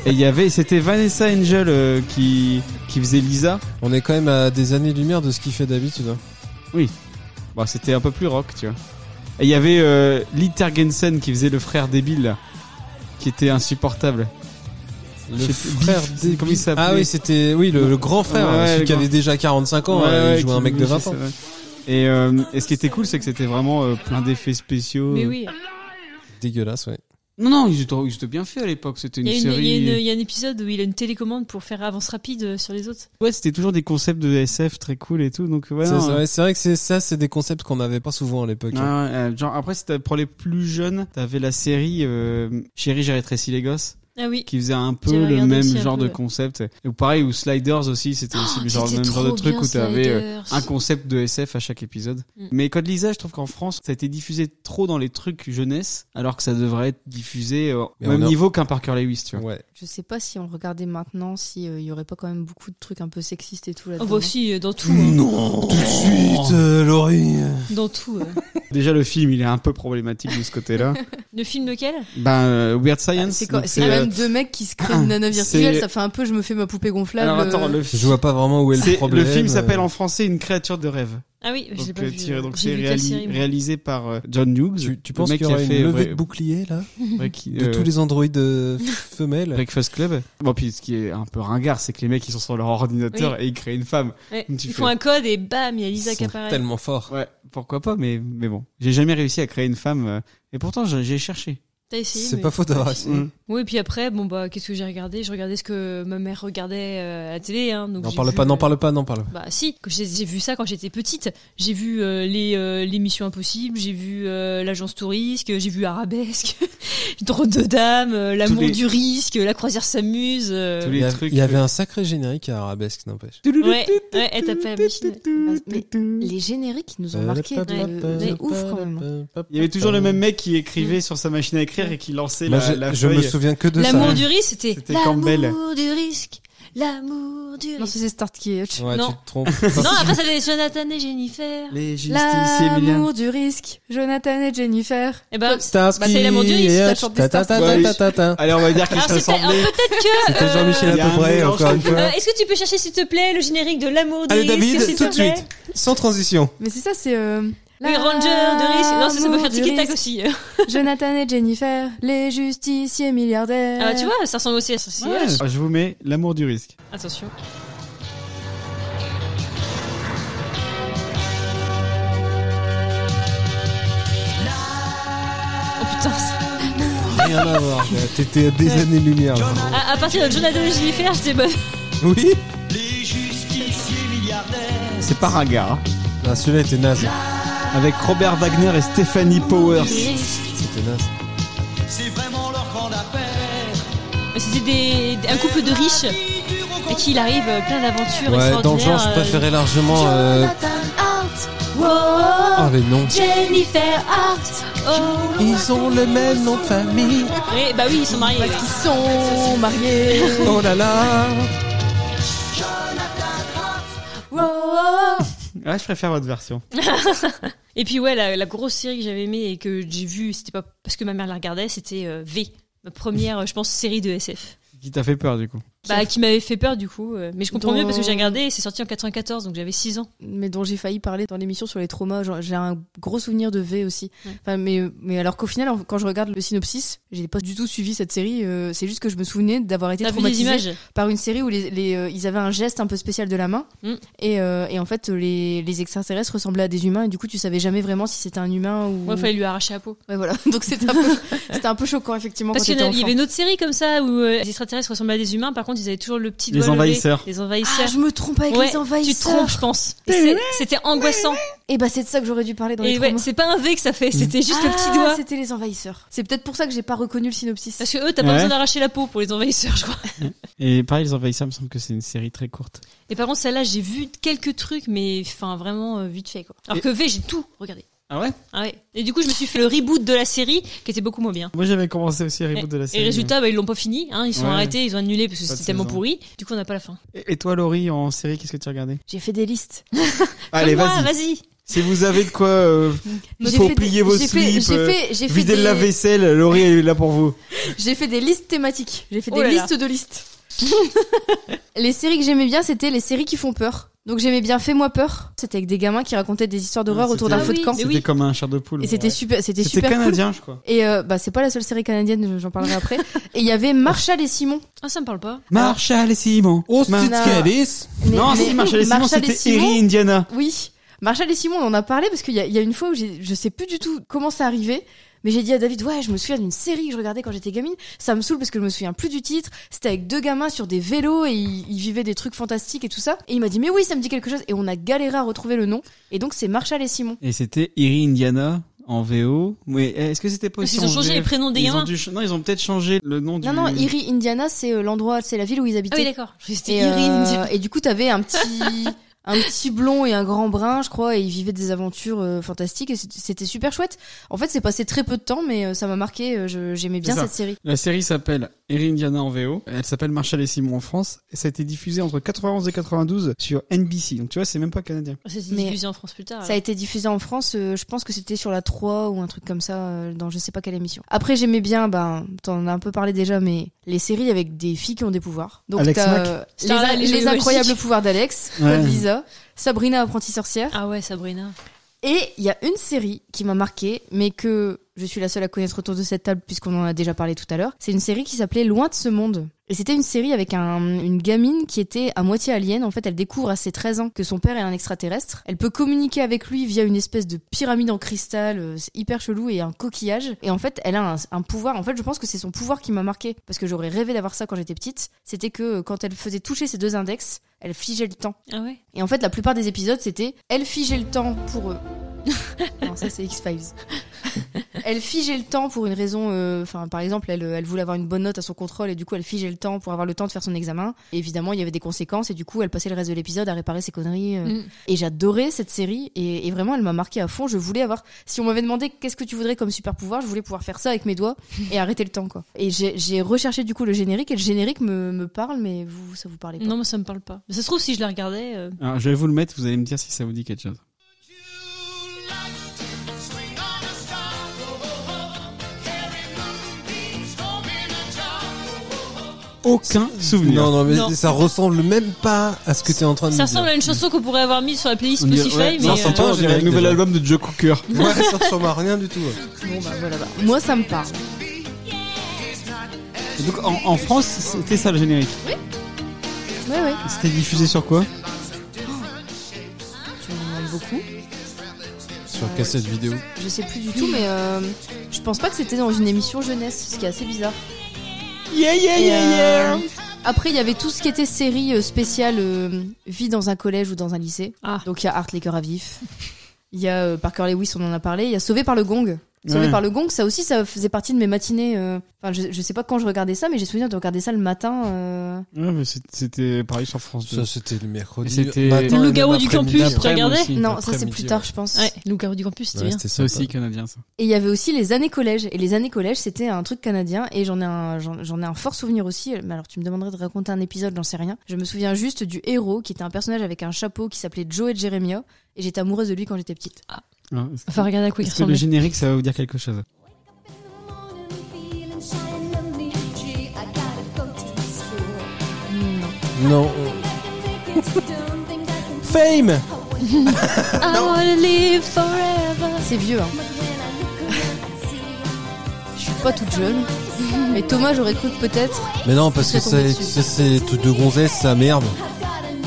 Et il y avait c'était Vanessa Angel euh, qui qui faisait Lisa.
On est quand même à des années-lumière de ce qu'il fait d'habitude. hein.
Bon, Bah, c'était un peu plus rock, tu vois. Et il y avait euh, Lee Tergensen qui faisait le frère débile là, qui était insupportable.
Le
Je sais plus,
frère
Biff,
des-
comment il s'appelait
Ah oui, c'était oui le, le grand frère,
Ouais,
hein,
ouais,
celui
le
qui
grand-
avait déjà 45 ans, hein, il jouait
qui-
un mec de
oui,
20
c'est
ans.
ça, ouais. Et, euh, et ce qui était cool, c'est que c'était vraiment euh, plein d'effets spéciaux.
Mais oui.
Dégueulasse, ouais.
Non, non, ils étaient, ils étaient bien faits à l'époque. C'était une
Il y, a une-
série.
il y a une- il y a un épisode où il a une télécommande pour faire avance rapide euh, sur les autres.
Ouais, c'était toujours des concepts de SF très cool et tout. Donc ouais,
C'est-
non,
c'est
euh,
vrai- c'est vrai que c'est ça, c'est des concepts qu'on n'avait pas souvent à l'époque.
ouais, ouais, euh, genre après, si t'as- pour les plus jeunes, t'avais la série euh, Chérie, j'ai rétréci les gosses,
Ah oui.
qui faisait un peu
J'avais
le
regardé
même
aussi un
genre
peu,
de
ouais.
concept. Et ou pareil, ou Sliders aussi, c'était aussi le genre le
c'était
même genre de
trop
truc
bien, Ah, bah
où t'avais euh,
Sliders.
un concept de SF à chaque épisode.
Mm.
Mais Code Lisa, je trouve qu'en France, ça a été diffusé trop dans les trucs jeunesse, alors que ça devrait être diffusé euh, au
Mais
même
on a-
niveau qu'un Parker Lewis, tu vois.
hein. Ouais.
Je sais pas si on le regardait maintenant, si euh, il y aurait pas quand même beaucoup de trucs un peu sexistes et tout là.
Oh bah si, euh, dans tout.
Mm.
hein.
Non, tout de suite,
euh,
Laurie.
Dans tout. euh.
Déjà, le film, il est un peu problématique de ce côté-là.
Le film lequel
ben, euh, Weird Science.
Ah, C'est quand,
donc
c'est quand
euh,
même deux mecs qui se créent une nana virtuelle,
c'est-
ça fait un peu je me fais ma poupée gonflable.
Alors attends,
euh,
le
Je vois pas vraiment où est
C'est-
le problème.
film s'appelle
euh,
en français Une créature de rêve.
Ah oui, je l'ai
Donc,
pas
euh,
vu.
tiré- donc,
J'ai
c'est
vu quelle
réali-
série, moi.
réalisé par euh, John Hughes.
Tu, tu
le
penses
mec
qu'il y
qui a
aura une
fait
levée
Bra-
de bouclier là
Breaking-
De
euh,
tous les androïdes euh, femelles
Breakfast Club. Bon, puis ce qui est un peu ringard, c'est que les mecs ils sont sur leur ordinateur et ils créent une femme.
Ouais.
Tu
Ils
fais-
font un code et bam, il y a Lisa
Ils
qui
sont
apparaît.
Tellement fort.
Ouais, pourquoi pas, mais, mais bon. J'ai jamais réussi à créer une femme, euh, et pourtant j'ai j'ai cherché.
T'as essayé
C'est
mais-
pas faux d'avoir essayé.
Mm.
Oui, puis après, bon bah, qu'est-ce que j'ai regardé Je regardais ce que ma mère regardait euh, à la télé. Hein, donc
N'en
j'ai
parle
vu,
pas,
euh,
n'en parle pas, n'en parle pas.
Bah si, que j'ai j'ai vu ça quand j'étais petite. J'ai vu euh, les euh, les Missions Impossibles, j'ai vu euh, l'agence touristique, j'ai vu Arabesque, Drôle de dame, euh, l'amour
Tous les-
du risque, la croisière s'amuse. euh,
Tous
Il y,
les
a-
trucs.
il y avait un sacré générique à Arabesque, n'empêche.
Ouais, ouais, elle tapait à la machine.
Mais les génériques ils nous
Euh,
ont marqué de, de ouf quand même.
Il y avait toujours le même mec qui écrivait sur sa machine à écrire et qui lançait
Moi,
la,
je,
la
je
feuille.
me souviens que de ça.
L'amour du risque, c'était
C'était Campbell.
l'amour du risque, l'amour du
Non, ça
risque.
c'est Start Kitch.
Ouais,
Non.
tu te trompes.
Non, après ça c'était Jonathan et Jennifer.
Les justiciers
L'amour du risque, Jonathan et Jennifer.
Et ben,
Starsky
Bah, c'est l'amour du risque,
et
t'as
Hutch.
chanté
Ta, ta, ta,
Starsky.
ta, ta, ta, ta.
Allez, on va dire qu'ils
alors
se
c'était alors,
ressemblaient.
peut-être que.
C'était
euh,
Jean-Michel
il y a un
Apebré,
mélange
encore une
comme
fois.
euh, Est-ce que tu peux chercher s'il te plaît le générique de l'amour du
Allez,
risque
David,
s'il
tout
te
de suite.
plaît
Sans transition.
Mais c'est ça, c'est. Euh...
Les rangers de risque. Non, ça, ça peut
L'amour
faire
du
tic-tac
risque,
aussi. hein.
Jonathan et Jennifer, les justiciers milliardaires.
Ah, tu vois, ça ressemble aussi à ça.
Ouais. Alors, Je vous mets l'amour du risque.
Attention. Oh putain, c'est-
Rien à voir. là. T'étais à des années-lumière. là.
à, à partir de Jonathan et Jennifer, j'étais bonne.
Oui
C'est pas ringard. hein.
Ah, celui-là était naze.
Avec Robert Wagner et Stephanie Powers.
C'était naze.
C'était des- des- un couple de riches à qui il arrive euh, plein d'aventures
Ouais,
extraordinaires. euh.
dans le genre, je préférais largement. euh, Ah, les noms.
Jennifer Hart. Oh.
Ils ont le même nom de famille.
Oui, bah oui, ils sont mariés.
Parce qu'ils sont mariés.
Oh là là.
Ouais, Ah, je préfère votre version.
Et puis ouais, la, la grosse série que j'avais aimée et que j'ai vue, c'était pas parce que ma mère la regardait, c'était euh, V, ma première, euh, je pense, série de SF.
Qui t'a fait peur du coup
Bah, qui m'avait fait peur du coup. euh, Mais je comprends
Dans-
mieux parce que j'ai regardé et c'est sorti en 94, donc j'avais 6 ans.
mais dont j'ai failli parler dans l'émission sur les traumas. Genre, J'ai un gros souvenir de V aussi.
Ouais.
Enfin, mais, mais alors qu'au final, en- quand je regarde le synopsis, j'ai pas du tout suivi cette série. euh, c'est juste que je me souvenais d'avoir été
T'as vu les
traumatisée
images
par une série où les, les, euh, ils avaient un geste un peu spécial de la main.
Mm.
Et, euh, et en fait, les, les extraterrestres ressemblaient à des humains. Et du coup, tu savais jamais vraiment si c'était un humain ou.
Ouais, fallait lui arracher la peau.
Ouais, voilà. Donc c'était un, peu- c'était un peu choquant, effectivement.
Parce
quand
qu'il y en a-
t'étais
il y avait
enfant.
une autre série comme ça où euh, les extraterrestres ressemblaient à des humains, par contre ils avaient toujours le petit
Les
doigt levé.
envahisseurs.
Les
Ah,
envahisseurs.
je me trompe avec
Ouais,
les
tu
envahisseurs.
te trompes, je pense. Et c'est- C'était angoissant.
Et bah, c'est de ça que j'aurais dû parler dans les
Et ouais,
traumas.
c'est pas un V que ça fait,
Mmh.
c'était juste le
Ah,
petit doigt.
C'était les envahisseurs. C'est peut-être pour ça que j'ai pas reconnu le synopsis.
Parce que eux, t'as pas
Ouais.
besoin d'arracher la peau pour les envahisseurs, je crois.
Et pareil, Les Envahisseurs, il me semble que c'est une série très courte.
Et par contre, celle-là, j'ai vu quelques trucs, mais enfin vraiment euh, vite fait quoi. Alors
Et-
que V, j'ai tout regardé.
Ah ouais
Ah ouais. Et du coup, je me suis fait le reboot de la série, qui était beaucoup moins bien.
Moi j'avais commencé aussi à reboot de la série.
Et résultat, bah, ils l'ont pas fini, hein, ils sont
Ouais.
arrêtés, ils ont annulé parce que
Pas de
c'était tellement
saison.
pourri. Du coup, on n'a pas la fin.
Et, et toi Laurie, en série, qu'est-ce que tu as regardé
J'ai fait des listes.
Allez,
Comme moi,
vas-y.
vas-y.
Si vous avez de quoi euh,
J'ai
Faut
fait
plier
des-
vos
j'ai fait-
slips,
J'ai
euh,
fait, j'ai fait
vider
des-
la vaisselle, Laurie elle est là pour vous.
J'ai fait des listes thématiques. J'ai fait
Oh
des
là là.
listes de listes. les séries que j'aimais bien, c'était les séries qui font peur. Donc j'aimais bien Fais-moi peur. C'était avec des gamins qui racontaient des histoires d'horreur
Ah,
autour
c'était-
d'un
Ah
feu de
oui,
camp.
mais
C'était
oui.
comme un char de poule.
Et c'était
Ouais.
super, c'était
C'était
super cool.
canadien, je crois.
Et euh, bah c'est pas la seule série canadienne, j'en parlerai après. Et il y avait Marshall et Simon.
Ah, ça me parle pas.
Marshall et Simon.
Oh,
Ma-
c'est Alice.
Mais-
Non,
mais-
si, Marshall et Simon,
Marshall et
c'était
Simon,
Erie, Indiana.
Oui, Marshall et Simon, on en a parlé parce qu'il y, a- il y a une fois où j'ai- je sais plus du tout comment ça arrivait, mais j'ai dit à David, ouais, je me souviens d'une série que je regardais quand j'étais gamine, ça me saoule parce que je me souviens plus du titre, c'était avec deux gamins sur des vélos et ils, ils vivaient des trucs fantastiques et tout ça, et il m'a dit, mais oui, ça me dit quelque chose, et on a galéré à retrouver le nom, et donc c'est Marshall et Simon.
Et c'était Erie, Indiana en VO. Mais eh, est-ce que c'était
Parce
possible
qu'ils ont changé les prénoms des
ils ont
gamins.
dû ch- Non, ils ont peut-être changé le nom du.
Non, non, Erie, Indiana, c'est euh, l'endroit, c'est la ville où ils
Ah oui,
habitaient.
d'accord. C'était
et,
Irine.
euh, et du coup, t'avais un petit... Un petit blond et un grand brun, je crois, et ils vivaient des aventures euh, fantastiques et c'était- c'était super chouette. En fait, c'est passé très peu de temps, mais euh, ça m'a marqué. euh, je- J'aimais bien
C'est ça.
cette série.
La série s'appelle Erie, Indiana en VO. Elle s'appelle Marshall et Simon en France. Et ça a été diffusé entre 91 et 92 sur NBC. Donc tu vois, c'est même pas canadien.
C'était
mais-
diffusé en France plus tard.
Ça a été diffusé en France, euh, je pense que c'était sur la 3 ou un truc comme ça, euh, dans je sais pas quelle émission. Après, j'aimais bien, ben, t'en as un peu parlé déjà, mais les séries avec des filles qui ont des pouvoirs. Donc,
Alex
t'as
Mack.
euh, les,
Starla,
in-
les Joyeux
les incroyables
Magiques.
pouvoirs d'Alex,
Ouais.
Code Lisa, Sabrina apprentie sorcière.
Ah ouais, Sabrina.
Et il y a une série qui m'a marqué, mais que je suis la seule à connaître autour de cette table puisqu'on en a déjà parlé tout à l'heure. C'est une série qui s'appelait Loin de ce monde. Et c'était une série avec un- une gamine qui était à moitié alien. En fait, elle découvre à ses 13 ans que son père est un extraterrestre. Elle peut communiquer avec lui via une espèce de pyramide en cristal, euh, c'est hyper chelou, et un coquillage. Et en fait, elle a un, un pouvoir. En fait, je pense que c'est son pouvoir qui m'a marqué parce que j'aurais rêvé d'avoir ça quand j'étais petite. C'était que euh, quand elle faisait toucher ses deux index, elle figeait le temps.
Ah ouais.
Et en fait, la plupart des épisodes, c'était elle figeait le temps pour eux. non, ça c'est X-Files. elle figeait le temps pour une raison. euh, Enfin, par exemple, elle, elle voulait avoir une bonne note à son contrôle et du coup, elle figeait le temps pour avoir le temps de faire son examen. Et évidemment, il y avait des conséquences et du coup, elle passait le reste de l'épisode à réparer ses conneries. euh.
Mm.
Et j'adorais cette série et, et vraiment, elle m'a marqué à fond. Je voulais avoir. Si on m'avait demandé qu'est-ce que tu voudrais comme super pouvoir, je voulais pouvoir faire ça avec mes doigts et arrêter le temps quoi. Et j'ai j'ai recherché du coup le générique et le générique me, me parle, mais vous, ça vous parlait pas.
Non, moi ça me parle pas. Ça se trouve si je la regardais. euh,
Alors, je vais vous le mettre, vous allez me dire si ça vous dit quelque chose. Aucun souvenir.
Non, non, mais
Non.
ça ressemble même pas à ce que t'es en train de
Ça
me dire.
ressemble à une chanson qu'on pourrait avoir mise sur la playlist
On dirait-
Spotify,
ouais,
mais
non,
euh,
c'est pas, on dirait le nouvel
déjà.
album de Joe Cooker.
Ouais, ça ressemble à rien du tout.
Bon, bah, voilà, bah. Moi, ça me parle.
Et donc en, en France, c'était ça le générique.
Ouais, ouais.
C'était diffusé sur quoi
Tu me demandes beaucoup.
Sur cassette vidéo.
Je sais plus du tout, mais euh, je pense pas que c'était dans une émission jeunesse, ce qui est assez bizarre.
Yeah yeah
Et, euh, Après, il y avait tout ce qui était série euh, spéciale euh, vie dans un collège ou dans un lycée.
Ah.
Donc il y a Art les cœurs à vif. Il y a euh, Parker Lewis, on en a parlé. Il y a Sauvé par le gong. Sauvé
Ouais.
par le gong, ça aussi, ça faisait partie de mes matinées. euh. Enfin, je, je sais pas quand je regardais ça, mais j'ai souvenir de regarder ça le matin. euh.
Ouais, mais c'est- c'était pareil sur France 2.
Ça, c'était le mercredi.
Et c'était-
matin,
Le
même
garrot du
après-midi.
campus,
Ouais,
tu regardais
aussi.
Non, ça c'est
L'après-midi,
plus tard,
ouais.
je pense.
Ouais, le carreau du campus, c'était bien.
c'était
C'est
sympa.
aussi canadien, ça.
Et il y avait aussi les années collège. Et les années collège, c'était un truc canadien. Et j'en ai, un- j'en j'en ai un fort souvenir aussi. Mais alors, tu me demanderais de raconter un épisode, j'en sais rien. Je me souviens juste du héros qui était un personnage avec un chapeau qui s'appelait Joe et Jeremiah. Et j'étais amoureuse de lui quand j'étais petite.
Ah, est-ce que-
Enfin, regarde à quoi il
Est-ce que le
ressemblait.
générique, ça va vous dire quelque chose
Non.
Non. euh, Fame
I wanna live forever.
C'est vieux, hein. Je suis pas toute jeune. Mais Thomas, j'aurais cru que peut-être.
Mais non, parce que
Je suis tombée
c'est
dessus.
c'est- c'est tout de gonzesse, ça merde.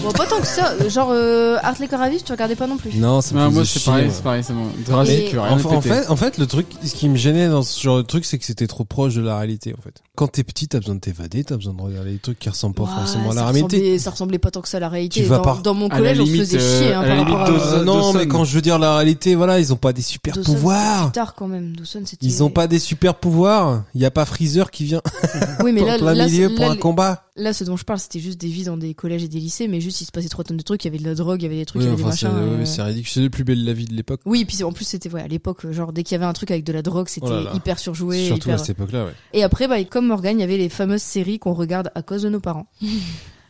Bon, pas tant que ça. Euh, Genre, euh, Art Les Corps à Vif, tu regardais pas non plus.
Non, ça
Non,
me
Moi,
faisait
c'est
chier,
pareil,
moi.
c'est pareil. c'est bon. Jurassic,
Et-
rien
Enfin, en,
pété.
fait, en fait, le truc, ce qui me gênait dans ce genre de truc, c'est que c'était trop proche de la réalité, en fait. Quand t'es petit, t'as besoin de t'évader, t'as besoin de regarder des trucs qui ressemblent pas
Ouais,
forcément à
ça
la réalité.
ressemblait, ça ressemblait pas tant que ça à la réalité.
Tu vas
Dans,
par-
dans mon
la
collège,
limite,
on se faisait
euh,
chier hein,
à la
par
limite
rapport à.
d'Oz-
Euh, non,
Dawson.
mais quand je veux dire la réalité, voilà, ils ont pas des super
Dawson, c'était
pouvoirs.
plus tard quand même. Dawson, c'était-
Ils ont pas des super pouvoirs. Il y a pas Freezer qui vient
Oui, mais
en
là,
plein
là,
milieu
là,
pour un
les-
combat.
là, ce dont je parle, c'était juste des vies dans des collèges et des lycées, mais juste il se passait trois tonnes de trucs. Il y avait de la drogue, il y avait des trucs,
Oui,
il y avait
enfin,
des
c'est
machins. euh.
ouais, c'est ridicule. C'est les plus belles de la vie de l'époque.
Oui, et puis en plus c'était ouais, à l'époque, euh, genre dès qu'il y avait un truc avec de la drogue, c'était
Oh là là.
hyper surjoué.
Surtout
hyper-
à cette époque-là, ouais.
Et après, bah, comme Morgane, il y avait les fameuses séries qu'on regarde à cause de nos parents.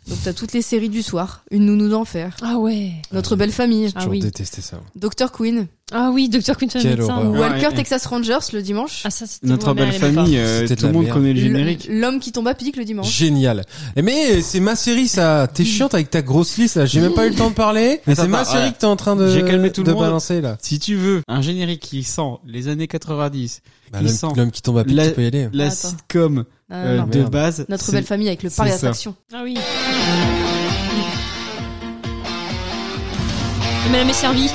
Donc t'as toutes les séries du soir, Une nounou d'enfer,
Ah ouais.
Notre belle famille,
Ah
Toujours
oui.
détesté ça. moi.
Dr Queen,
Ah oui, Dr. Queen fait
Quelle
un médecin.
horreur.
non
Ouais,
Walker
ouais.
Texas Rangers le dimanche,
Ah, ça, c'était
Notre
ma mère,
belle
elle aimait pas.
famille, euh,
C'était de
tout le
la
monde
merde.
connaît le
l-
générique.
L'homme qui tombe à pic le dimanche.
Génial. Eh, Mais c'est ma série ça. T'es chiante avec ta grosse liste là. J'ai même pas eu le temps de parler. Mais
Attends,
c'est ma
attends,
série
ouais.
que t'es en train de,
J'ai calmé tout le
de
monde.
balancer là.
Si tu veux un générique qui sent les années 90,
Bah,
Qui
l'homme-
sent
L'homme qui tombe à pic,
la-
tu peux y aller.
la
attends.
sitcom
Non, non,
euh,
non.
de
Merde.
base,
Notre
c'est-
belle famille avec le parc
c'est ça.
d'attractions.
Ah oui. Madame est servie.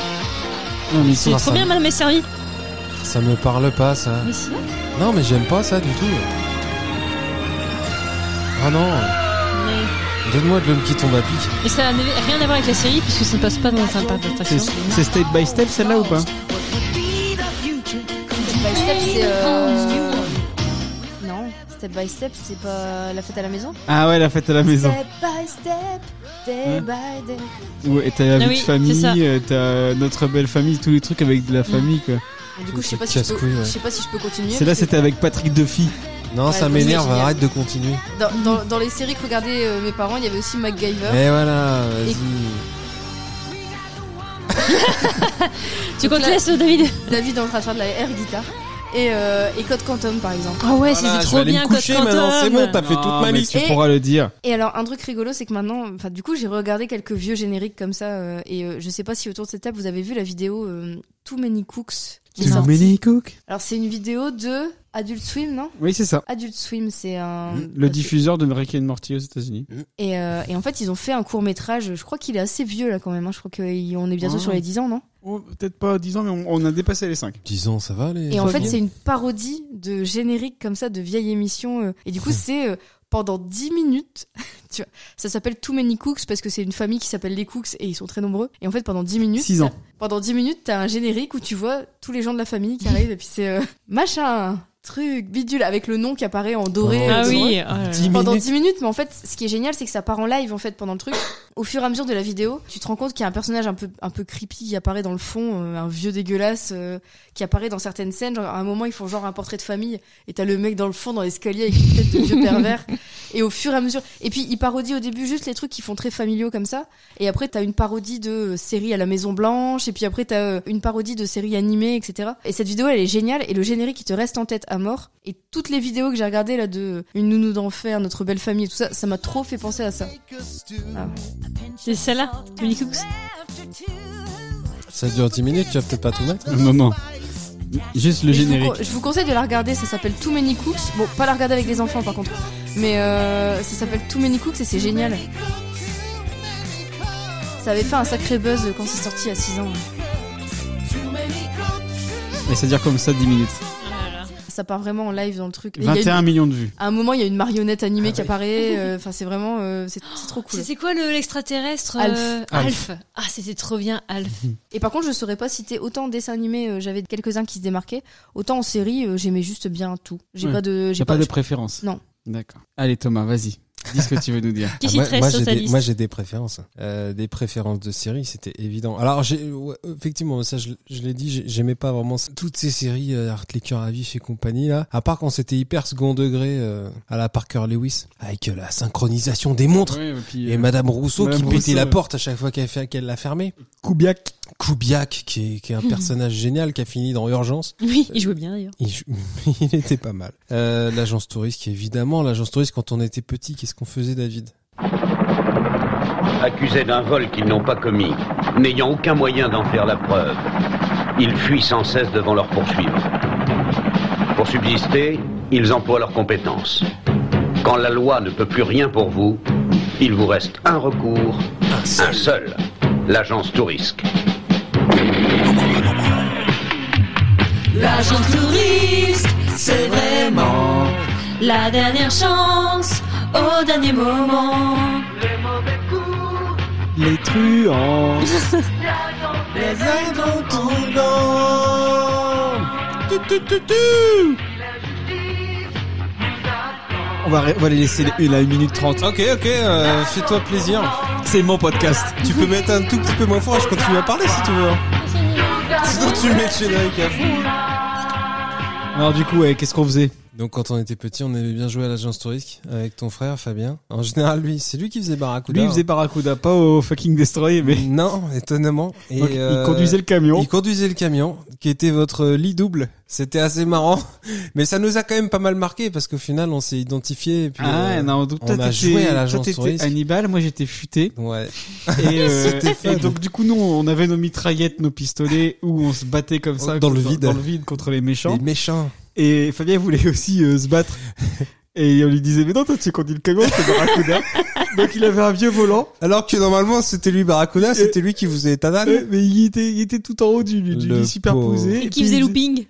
Non, mais ils sont
C'est
Ah,
trop
ça-
bien, Madame est servie.
Ça me parle pas ça.
Mais si.
Non mais j'aime pas ça du tout. Ah non.
Mais-
Donne-moi de l'homme qui tombe à pic.
Et ça n'avait rien à voir avec la série puisque ça ne passe pas dans un parc d'attractions.
c'est- c'est step by step celle-là ou pas
Step by step, c'est. euh, Non, step by step, c'est pas la fête à la maison
Ah ouais, la fête à la maison.
Step by step, day
Hein
by day.
Ouais, et t'as la
Ah
vie
oui,
de
c'est
famille,
ça.
euh, t'as notre belle famille, tous les trucs avec de la famille quoi.
Mais du coup, je sais
C'est
pas si je
casse-couille,
peux,
ouais.
je sais pas si je peux continuer.
C'est là
parce que
c'était avec Patrick Duffy.
Non,
Ouais,
ça
c'est
m'énerve.
génial.
Arrête de continuer.
Dans, dans, dans les séries que regardaient euh, mes parents, il y avait aussi MacGyver.
Et Eh, voilà. Vas-y.
Bah. Et-
Tu
Donc
comptes
là-
laisse David
David en train de faire de la air guitare. Et, euh, et Code Quantum, par exemple.
Ah ouais,
Voilà,
c'était
je
trop
vais aller
bien,
me
Code
coucher maintenant. C'est bon,
Quantum.
t'as fait toute
Non,
ma
mais
liste.
Tu
Et-
pourras le dire.
Et alors, un truc rigolo, c'est que maintenant, enfin, du coup, j'ai regardé quelques vieux génériques comme ça. euh, et euh, je sais pas si autour de cette table, vous avez vu la vidéo euh, Too Many Cooks. qui est
Tu
sortie.
Mini Cook
Alors, c'est une vidéo de Adult Swim, non
Oui, c'est ça.
Adult Swim, c'est un.
Mmh, Le
bah, c'est-
diffuseur de Rick and Morty aux États-Unis.
Et, euh, et en fait, ils ont fait un court métrage. Je crois qu'il est assez vieux là quand même. hein. Je crois qu'on est bientôt
Ouais.
sur les 10 ans, non
Oh, peut-être pas 10 ans, mais on, on a dépassé les 5.
10 ans, ça va les.
Et en fait,
enfants
c'est une parodie de générique comme ça, de vieille émission. euh. Et du coup, c'est euh, pendant 10 minutes. tu vois, ça s'appelle Too Many Cooks parce que c'est une famille qui s'appelle les Cooks et ils sont très nombreux. Et en fait, pendant 10 minutes.
6 ans.
Pendant 10 minutes, t'as un générique où tu vois tous les gens de la famille qui arrivent et puis c'est euh, machin, truc, bidule avec le nom qui apparaît en doré.
Pendant-
euh,
Ah
sur-
oui. oh là là.
Dix
pendant
minutes.
10 minutes, mais en fait, ce qui est génial, c'est que ça part en live en fait pendant le truc. Au fur et à mesure de la vidéo, tu te rends compte qu'il y a un personnage un peu un peu creepy qui apparaît dans le fond, euh, un vieux dégueulasse euh, qui apparaît dans certaines scènes. Genre, à un moment, ils font genre un portrait de famille et t'as le mec dans le fond dans l'escalier avec une tête de vieux pervers. Et au fur et à mesure, et puis il parodie au début juste les trucs qui font très familiaux comme ça, et après t'as une parodie de euh, série à la Maison Blanche, et puis après t'as euh, une parodie de série animée, etc. Et cette vidéo elle est géniale, et le générique il te reste en tête à mort. Et toutes les vidéos que j'ai regardées là de euh, Une nounou d'enfer, Notre belle famille, et tout ça, ça m'a trop fait penser à ça.
C'est celle-là, Tony Cooks.
Ça dure 10 minutes, tu vas peut-être pas tout mettre.
Non, non. Juste le
Et je vous
générique.
con- Je vous, conseille de la regarder, ça s'appelle Too Many Cooks. Bon, pas la regarder avec des enfants par contre, mais euh, ça s'appelle Too Many Cooks et c'est génial. Ça avait fait un sacré buzz quand c'est sorti à 6 ans.
Et ça dure comme ça 10 minutes.
ça part vraiment en live dans le truc. Et il y a une-
21 millions de vues.
à un moment, il y a une marionnette animée
Ah
qui
oui.
apparaît. euh, Enfin, c'est vraiment, euh, c'est c'est trop cool.
C'est c'est quoi le- l'extraterrestre
Alf.
euh,
Alf.
Alf. Ah, c'était trop bien, Alf.
Ah,
Et par contre, je saurais pas citer autant de dessins animés. euh, J'avais quelques uns qui se démarquaient. Autant en série, euh, j'aimais juste bien tout. J'ai
Ouais.
pas de, j'ai
J'ai pas de
je-
préférence.
Non.
D'accord. Allez Thomas, vas-y. Dis ce que tu veux nous dire.
Qu'est-ce
Ah,
qui
moi,
te reste
moi,
sur
j'ai
ta
des-
liste
moi, j'ai des préférences. Euh, des préférences de séries, c'était évident. Alors, j'ai, ouais, effectivement, ça, je, je l'ai dit, j'ai- j'aimais pas vraiment c- toutes ces séries, euh, Art les cœurs à vif et compagnie, là. À part quand c'était hyper second degré, euh, à la Parker Lewis, avec euh, la synchronisation des montres.
Ouais, et puis,
Et
euh,
Madame Rousseau
Madame
qui pétait
Rousseau,
la
ouais.
porte à chaque fois qu'elle, fait- qu'elle l'a fermée.
Koubiak.
Koubiak, qui est, qui est un personnage génial, qui a fini dans Urgence.
Oui, il jouait bien d'ailleurs.
Il, jou- il était pas mal. Euh, l'agence touriste, évidemment, l'agence touriste, quand on était petit, qu'est-ce qu'on faisait, David
accusés d'un vol qu'ils n'ont pas commis, n'ayant aucun moyen d'en faire la preuve. Ils fuient sans cesse devant leurs poursuivants. Pour subsister, ils emploient leurs compétences. Quand la loi ne peut plus rien pour vous, il vous reste un recours, un seul, l'agence Tourisque.
L'agence touriste, c'est vraiment la dernière chance au dernier moment.
Les truands.
Les incontournables. Tu, tu, tu, tu.
On va, ré- on va les laisser les- la 1 minute 30.
Ok, ok, euh, fais-toi plaisir.
C'est mon podcast.
Tu peux mettre un tout petit peu moins fort, je continue à parler si tu veux. Sinon tu mets hein. le générique à fond.
Alors du coup, ouais, qu'est-ce qu'on faisait
Donc quand on était petit, on aimait bien jouer à l'agence touriste avec ton frère Fabien. En général, lui, c'est lui qui faisait Barracuda.
Lui, il faisait Barracuda, pas au fucking Destroy, mais
Non, étonnamment. Et
Donc,
euh,
il conduisait le camion.
Il conduisait le camion, qui était votre euh, lit double. C'était assez marrant, mais ça nous a quand même pas mal marqué parce qu'au final, on s'est identifié. Et puis,
Ah
euh,
non, donc
on
toi,
a
t'étais-
joué à l'agence
toi, t'étais
touriste.
Hannibal, moi j'étais futé.
Ouais.
Et, euh,
C'était fun.
et donc du coup, nous, on avait nos mitraillettes, nos pistolets, où on se battait comme ça
Dans le
contre-
vide.
dans le vide contre les méchants.
Les méchants.
Et Fabien voulait aussi euh, se battre. Et on lui disait, mais non, toi tu conduis le camion, c'est Barracuda. donc il avait un vieux volant,
Alors que normalement, c'était lui Barracuda, c'était lui qui vous faisait tanane.
euh, mais il était, il était tout en haut du, du
Ah Le
lit superposé.
Et
puis
qui
Mmh.
faisait
il-
looping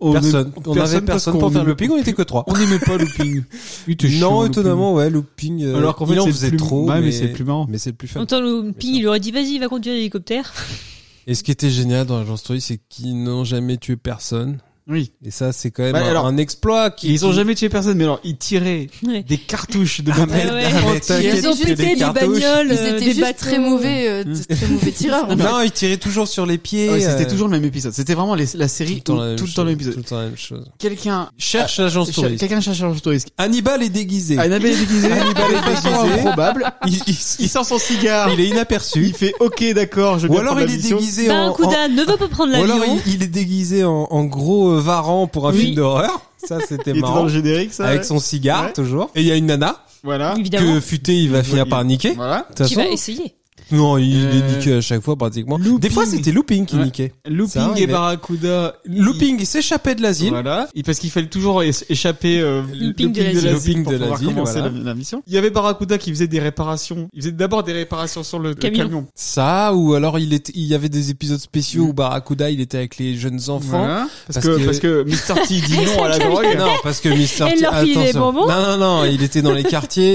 on-
Personne. On avait
parce
personne
qu'on
pour faire
aimait-
le ping, on était que trois.
On n'aimait pas looping. Lui, t'es chiant,
Non,
looping.
étonnamment, ouais, looping. euh,
Alors qu'en fait,
il en
c'est le
faisait
plus-
trop.
ouais, mais
mais
c'est le plus marrant.
Mais c'est le plus fun.
En temps, le ping, il aurait dit vas-y, va conduire l'hélicoptère.
Et ce qui était génial dans l'agence touriste, c'est qu'ils n'ont jamais tué personne.
Oui.
Et ça, c'est quand même
Bah,
un,
alors,
un exploit. Qui,
Ils ont jamais tué personne, mais alors ils tiraient
Ouais.
des cartouches de
mais-
bataille.
Ouais, ouais.
ah, mais
Ils
t'inquiète,
ont
c'est
pété
des
des
cartouches. Mm.
bagnoles,
Ils
euh,
étaient
des
juste
bateaux.
très mauvais, euh, t- très mauvais tireurs. en fait.
Non, ils tiraient toujours sur les pieds.
Ah ouais,
euh,
c'était toujours le même épisode. C'était vraiment les- la série
tout
où-
le temps la même
tout le
chose,
temps le même épisode.
tout le temps la même chose.
Quelqu'un
Cherche l'agence
cher-
touriste.
quelqu'un Ah, cherche un touriste.
Hannibal est déguisé.
Annabelle est déguisée,
Annabelle est
de façon
déguisée.
improbable.
Il, il-
Il sort son cigare.
il est inaperçu.
Il fait OK, d'accord, je
Ou
viens
alors
prendre
il
la
est
mission.
déguisé
Bah,
en,
un coup
en-
d'âne, ne va pas prendre
Ou alors
l'avion.
il, il est déguisé en, en gros euh, varan pour un
Oui.
film d'horreur. Ça
Il
c'était
était dans
marrant.
le générique, ça.
Avec
ouais.
son cigare
Ouais.
toujours. Et il y a une nana
Voilà.
Évidemment.
que futé il va
Il-
finir
il-
par niquer. De
Voilà.
toute
Qui va
façon,
essayer
non, il
Euh,
est niqué à chaque fois pratiquement. Des
Looping.
fois c'était Looping qui
Ouais.
niquait. Ça
Looping
arrive.
et Barracuda.
Looping il s'échappait de l'asile.
Voilà. Et parce qu'il fallait toujours es- échapper euh,
Looping de
looping
l'asile.
Looping
pour
de
pouvoir
l'asile,
commencer
voilà.
la, la mission. Il y avait Barracuda qui faisait des réparations. Il faisait d'abord des réparations sur le le
Camion.
camion.
Ça ou alors il était, il y avait des épisodes spéciaux où Barracuda il était avec les jeunes enfants.
Mm. Voilà. Parce,
Parce
que,
que-
parce que Mr. T dit non à Ah, la drogue.
Non, parce que Mister
Elle
T-
leur filait des
attention.
bonbons
Non, non, non, il était dans les quartiers,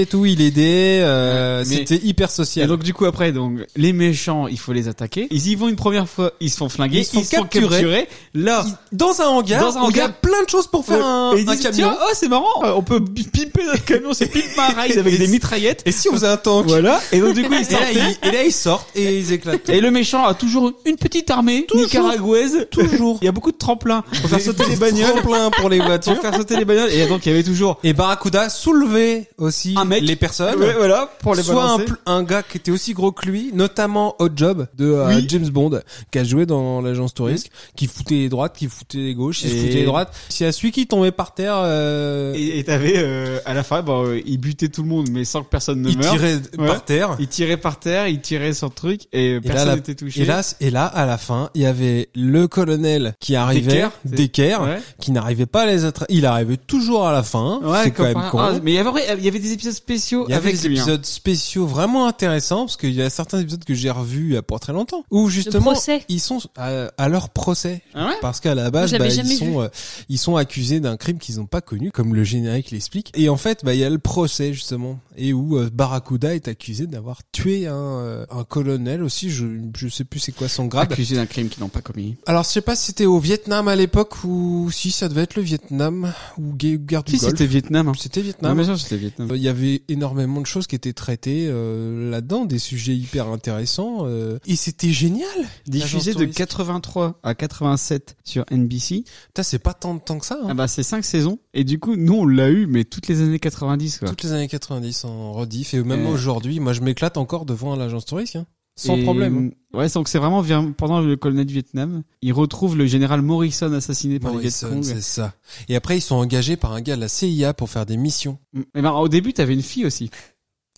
et tout, il aidait, euh,
Mais-
c'était hyper
Et
social.
donc du coup après donc les méchants il faut les attaquer ils y vont une première fois ils se font flinguer
Ils se font capturer.
là
Il- dans un hangar,
Dans un
où il y a
hangar.
plein de choses pour faire un,
et ils
un
disent,
camion.
Tiens, oh c'est marrant euh, on peut pi- pimper notre camion c'est pimp my ride avec des mitraillettes
et si on faisait un tank
voilà et donc du coup ils
et, là,
sortaient
ils, et là, ils sortent et ils éclatent.
et le méchant a toujours une petite armée nicaragouaise toujours il y a beaucoup de tremplins pour faire sauter les bagnoles
plein pour les
pour
voitures.
faire sauter les bagnoles et donc il y avait toujours
Et Barracuda soulevait aussi
Un mec.
les personnes.
Ouais, voilà pour les
Soit un,
balancer
pl- un gars qui était aussi gros que lui, notamment Hot Job de euh,
Oui.
James Bond, qui a joué dans l'agence touriste, qui foutait les droites, qui foutait les gauches, qui
Et-
foutait les droites. S'il y a celui qui tombait par terre, euh,
et et t'avais euh, à la fin bon, euh, il butait tout le monde mais sans que personne ne
il
meure
tirait
Ouais.
par terre.
Il tirait par terre, il tirait son truc et, personne
la-
n'était touché.
Et là, c- et là, à la fin, il y avait le colonel qui arrivait,
Decker, c'est-
Decker,
ouais.
qui n'arrivait pas à les attraper. Il arrivait toujours à la fin.
Ouais,
c'est quand
comme
même
par-
con.
Ah, mais il y, avait, il y avait des épisodes spéciaux
il y avait
avec
des
lui. hein.
épisodes spéciaux vraiment intéressants parce qu'il y a certains certains épisodes que j'ai revus il y a pas très longtemps où justement
procès.
ils sont à, à leur procès
Ah ouais
parce qu'à la base
Je l'avais
bah, ils
jamais vu.
sont euh, ils sont accusés d'un crime qu'ils n'ont pas connu comme le générique l'explique et en fait bah il y a le procès justement et où euh, Barracuda est accusé d'avoir tué un euh, un colonel aussi je je sais plus c'est quoi son grade
Accusés d'un crime qu'ils n'ont pas commis.
alors je sais pas si c'était au Vietnam à l'époque ou si ça devait être le Vietnam ou gu- guerre du
Si,
Golfe
c'était Vietnam. hein.
c'était Vietnam Euh,
Non, mais ça, c'était Vietnam.
il y avait énormément de choses qui étaient traitées euh, là-dedans, des sujets hyper intéressants. euh, et c'était génial.
Diffusé
L'agence
de
touriste.
83 à 87 sur NBC.
Putain, c'est pas tant de temps que ça. hein.
Ah bah, c'est cinq saisons. Et du coup, nous, on l'a eu, mais toutes les années 90, quoi.
Toutes les années 90 en rediff et même
Euh.
aujourd'hui, moi je m'éclate encore devant l'agence touristique, hein. sans
Et- mm,
problème.
Ouais, donc c'est vraiment vir- pendant le colonel du Vietnam, il retrouve le général Morrison assassiné par
Morrison,
les Vietcong.
c'est ça. Et après, ils sont engagés par un gars de la CIA pour faire des missions.
Mais bah, au début, t'avais une fille aussi.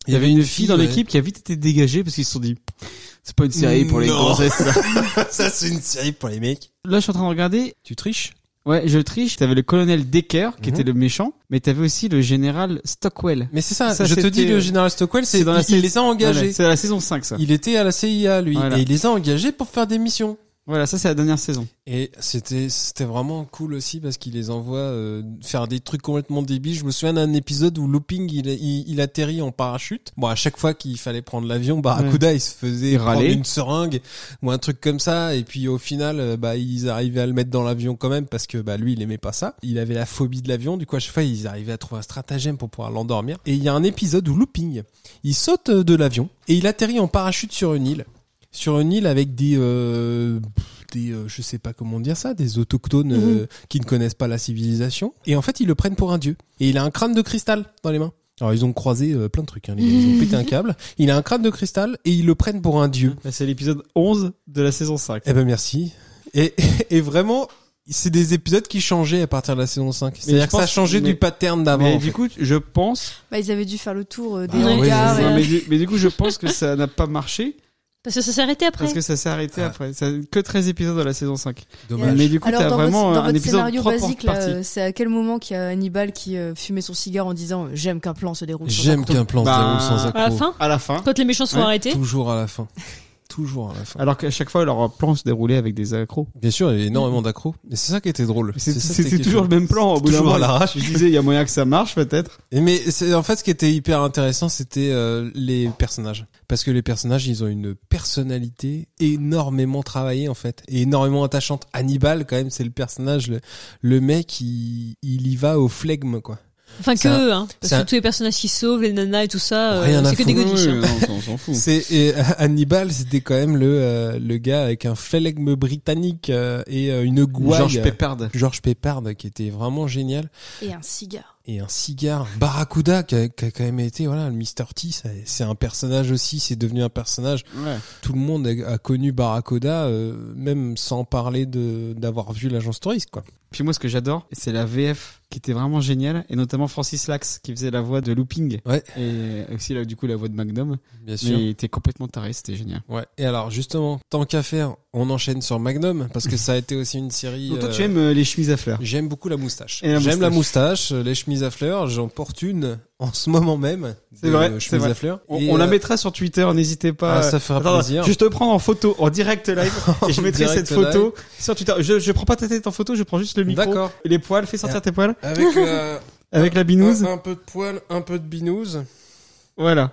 Il y avait une fille, dans
ouais.
l'équipe qui a vite été dégagée parce qu'ils se sont dit, c'est pas une série pour les
Non.
grossesses. ça.
ça, c'est une série pour les mecs.
Là, je suis en train de regarder.
Tu triches
Ouais, je triche. T'avais le colonel Decker qui
Mhm.
était le méchant, mais t'avais aussi le général Stockwell.
Mais c'est ça,
Ça,
je te
c'était- euh,
dis, le général Stockwell, c'est
C'est dans la
il
série-
les a engagés.
Voilà, c'est la saison 5, ça.
il était à la CIA, lui,
Voilà.
et il les a engagés pour faire des missions.
Voilà, ça, c'est la dernière saison.
Et c'était c'était vraiment cool aussi parce qu'il les envoie euh, faire des trucs complètement débiles. Je me souviens d'un épisode où Looping il, il, il atterrit en parachute. Bon à chaque fois qu'il fallait prendre l'avion, Barracuda il se faisait
Il
prendre
râlait.
une seringue ou un truc comme ça. Et puis au final euh, bah ils arrivaient à le mettre dans l'avion quand même parce que bah lui il aimait pas ça. Il avait la phobie de l'avion. Du coup à chaque fois ils arrivaient à trouver un stratagème pour pouvoir l'endormir. Et il y a un épisode où Looping il saute euh, de l'avion et il atterrit en parachute sur une île. Sur une île avec des euh, des euh, je sais pas comment dire ça, des autochtones euh, qui ne connaissent pas la civilisation et en fait ils le prennent pour un dieu et il a un crâne de cristal dans les mains. Alors ils ont croisé euh, plein de trucs, hein, les gars. ils ont pété un câble. Il a un crâne de cristal et ils le prennent pour un dieu.
Là, c'est l'épisode 11 de la saison 5.
Eh ben merci. Et, et vraiment, c'est des épisodes qui changeaient à partir de la saison 5. C'est-à-dire
je
que ça
pense-
changeait
mais-
du pattern d'avant.
mais
en
du
fait.
coup, je pense.
Bah, ils avaient dû faire le tour euh,
Ah
des
oui,
regards.
c'est
et-
Non, mais, du, mais du coup, je pense que ça n'a pas marché
Parce que ça s'est arrêté après.
parce que ça s'est arrêté
Ah.
après. Ça, que 13 épisodes de la saison 5.
Dommage.
Mais du coup,
Alors
t'as
dans
vraiment
votre, dans
un
votre
épisode
scénario
propre
basique, là,
parti.
euh, c'est à quel moment qu'il y a Hannibal qui euh, fumait son cigare en disant euh, j'aime qu'un plan se déroule. sur un
J'aime
couteau
qu'un plan
Bah,
se déroule sans accro.
À la fin,
À la fin.
quand les méchants sont
Ouais,
arrêtés,
Toujours à la fin. Toujours à la fin.
Alors qu'à chaque fois, leur plan se déroulait avec des accros.
Bien sûr, il y a énormément d'accros. Et c'est ça qui était drôle.
Mm. C'est-
C'est ça,
C'était
quelque
toujours le
chose.
même plan. Au bout d'un
Toujours
moment,
à l'arrache.
je disais, il y a moyen que ça marche peut-être.
Et mais c'est en fait ce qui était hyper intéressant, c'était euh, les personnages, parce que les personnages, ils ont une personnalité énormément travaillée en fait, et énormément attachante. Hannibal, quand même, c'est le personnage, le, le mec, il, il y va au flegme quoi.
enfin que
c'est un-
eux, hein, parce
c'est
que
un-
tous les personnages qui sauvent, les nanas et tout ça, euh,
Rien à
c'est que des
foutre.
godiches. hein.
non, on s'en fout.
C'est et, euh, Hannibal, c'était quand même le euh, le gars avec un flegme britannique euh, et euh, une gouaille.
George Peppard.
George Peppard, qui était vraiment génial.
Et un cigare.
et un cigare. Barracuda, qui a, qui a quand même été, voilà, le Mr. T, ça- c'est un personnage aussi, c'est devenu un personnage.
Ouais.
Tout le monde a, a connu Barracuda, euh, même sans parler de d'avoir vu l'agence touriste, quoi.
Puis moi, ce que j'adore, c'est la VF qui était vraiment géniale, et notamment Francis Lax qui faisait la voix de Looping.
Ouais.
Et aussi, là, du coup, la voix de Magnum.
Bien
Mais il était complètement taré, c'était génial.
Ouais. Et alors, justement, tant qu'à faire, on enchaîne sur Magnum, parce que ça a été aussi une série...
Donc, toi,
euh,
tu aimes euh, les chemises à fleurs.
J'aime beaucoup la moustache.
Et la
J'aime la moustache, euh, les chemises à fleurs, j'en porte une en ce moment même.
C'est
de
vrai,
chemises
c'est vrai.
à fleurs.
On,
Et,
on la
euh,
mettra sur Twitter, n'hésitez pas.
ah, ça fera
Attends,
plaisir.
Je vais te prends en photo, en direct live, et je
En
mettrai
direct
cette photo sur Twitter. Je, je prends pas ta tête en photo, je prends juste le
live.
micro.
D'accord.
Les poils, fais sortir tes poils
Avec euh,
avec la binouse.
un peu de poil, un peu de binouze.
Voilà.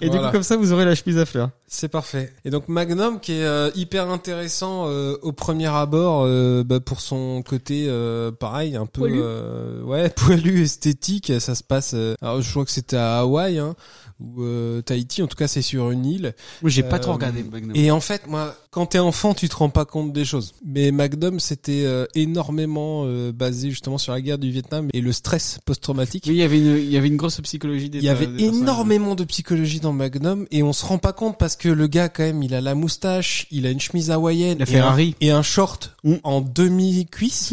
Et du
Voilà.
coup, comme ça, vous aurez la chemise à fleurs.
C'est parfait. Et donc Magnum qui est euh, hyper intéressant euh, au premier abord euh, bah, pour son côté euh, pareil un peu
Poilu.
euh, ouais poilu esthétique. Ça se passe. euh, alors je crois que c'était à Hawaï hein, ou euh, Tahiti. En tout cas c'est sur une île.
Moi, j'ai
pas trop regardé Et en fait moi quand t'es enfant tu te rends pas compte des choses. Mais Magnum c'était euh, énormément euh, basé justement sur la guerre du Vietnam et le stress post-traumatique.
Oui, il y avait une, il y avait une grosse psychologie des
Il y avait
des personnages.
énormément de psychologie dans Magnum et on se rend pas compte parce que le gars quand même il a la moustache, il a une chemise hawaïenne
La
et un,
Ferrari.
et un short
Mm.
en demi-cuisse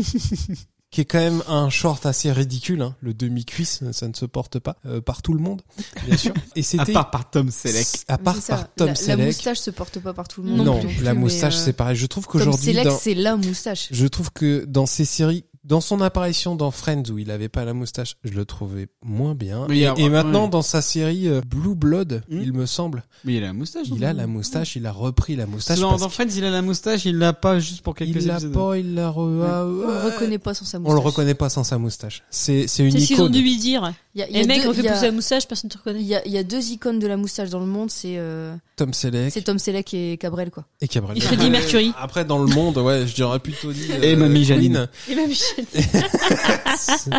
qui est quand même un short assez ridicule hein. le demi-cuisse ça ne se porte pas euh, par tout le monde bien sûr et
À
c'était
part par Tom Selleck.
à part
C'est ça,
par Tom
la, la
Selleck
moustache se porte pas par tout le monde.
non,
plus,
la
mais,
moustache
euh,
c'est pareil je trouve
Tom
qu'aujourd'hui
Selleck,
dans-
c'est la moustache.
je trouve que dans ces séries Dans son apparition dans Friends où il avait pas la moustache, je le trouvais moins bien.
Mais il y a-
et, et maintenant
Ah, ouais.
dans sa série euh, Blue Blood,
Hmm.
il me semble,
Mais il a la moustache.
il a la moustache, il a repris la moustache
Dans,
parce
dans Friends, il a la moustache, il l'a pas juste pour quelques
qu'il l'a
épisodes.
pas, il l'a re... ah,
On
ouais.
le reconnaît pas sans sa
On
moustache.
le reconnaît pas sans sa moustache. C'est c'est une
C'est ce qu'ils ont
icône.
dû lui dire.
Il y a, il y
Et
a
le mec,
deux-
on fait
il y a-
pousser la moustache, personne ne te
Il
reconnaît.
y, a, il y a deux icônes de la moustache dans le monde, c'est euh,
Tom Selleck
c'est Tom Selleck et Cabrel quoi.
et Cabrel.
Et Freddie Mercury.
Après dans le monde, ouais, je dirais plutôt dit,
Et Mamie Janine.
Queen.
Et même Michel.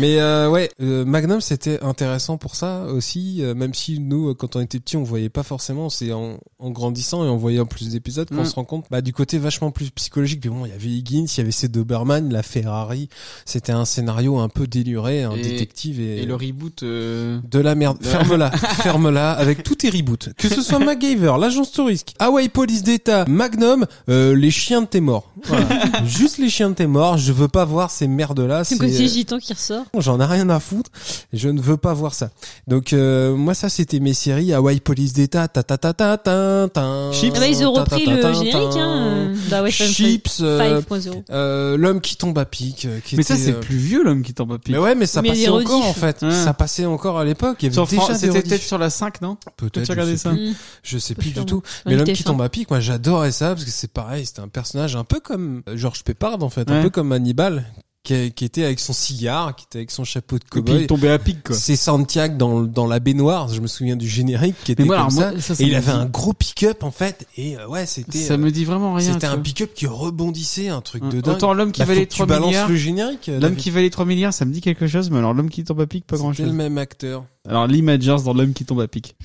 Mais euh, ouais, euh, Magnum c'était intéressant pour ça aussi, euh, même si nous euh, quand on était petits on voyait pas forcément, c'est en, en grandissant et en voyant plus d'épisodes qu'on
Mm.
se rend compte bah, du côté vachement plus psychologique. Mais bon, il y avait Higgins, il y avait ces Doberman, la Ferrari, c'était un scénario un peu déluré, un
Et-
détective et,
Et le reboot. euh,
de la merde. Ferme-la, ferme-la avec tous tes reboots. Que ce soit MacGyver, l'agence touriste, Hawaii Police d'État, Magnum, euh, les chiens de tes morts. Voilà. Juste les chiens de tes morts, je veux pas voir ces merdes-là.
C'est le
c'est- euh,
côté gitan qui ressort.
J'en ai rien à foutre. Je ne veux pas voir ça. Donc euh, moi ça c'était mes séries Hawaii Police d'État. Ta ta ta ta ta ta.
Ah bah, ils ont repris
ta, ta, ta,
le
ta,
générique,
ta.
hein. euh, Bah ouais, Fun Friends
Chips. euh,
5.0.
euh, L'homme qui tombe à pic. euh, qui
Mais ça,
était,
c'est
euh,
plus vieux l'homme qui tombe à pic.
Mais ouais, mais ça
Mais les
passait encore
rediffs.
en fait.
Ouais.
Ça passait encore à l'époque. Il y avait
Sur
déjà
Fran-
des
C'était
rediffs.
peut-être sur la 5, non
Peut-être.
Peut-être
je
regarder
sais
ça.
plus. Je sais plus du
sûrement.
tout.
On
Mais l'homme
était
qui
fin.
tombe à pic, moi j'adorais ça parce que c'est pareil, c'était un personnage un peu comme euh, Georges Pépard en fait, un
Ouais.
peu comme Hannibal qui, a- qui était avec son cigare, qui était avec son chapeau de
Et puis il
cowboy.
tombait à pic, quoi.
C'est Santiago dans, dans la baignoire, je me souviens du générique qui était
Mais moi,
comme
alors,
ça.
moi, ça, ça
Et il
me
avait
dit-
un gros pick-up en fait et euh, ouais, c'était
Ça
euh,
me dit vraiment rien.
c'était
tu
un
vois.
pick-up qui rebondissait, un truc de
Hein.
dingue.
Autant l'homme qui
Bah, faut
valait
que tu
3
balances
milliards.
le générique. euh,
L'homme
David.
qui valait 3 milliards, ça me dit quelque chose, mais alors l'homme qui tombe à pic, pas grand
C'était le
chose.
même acteur.
Alors Lee Majors dans l'homme qui tombe à pic.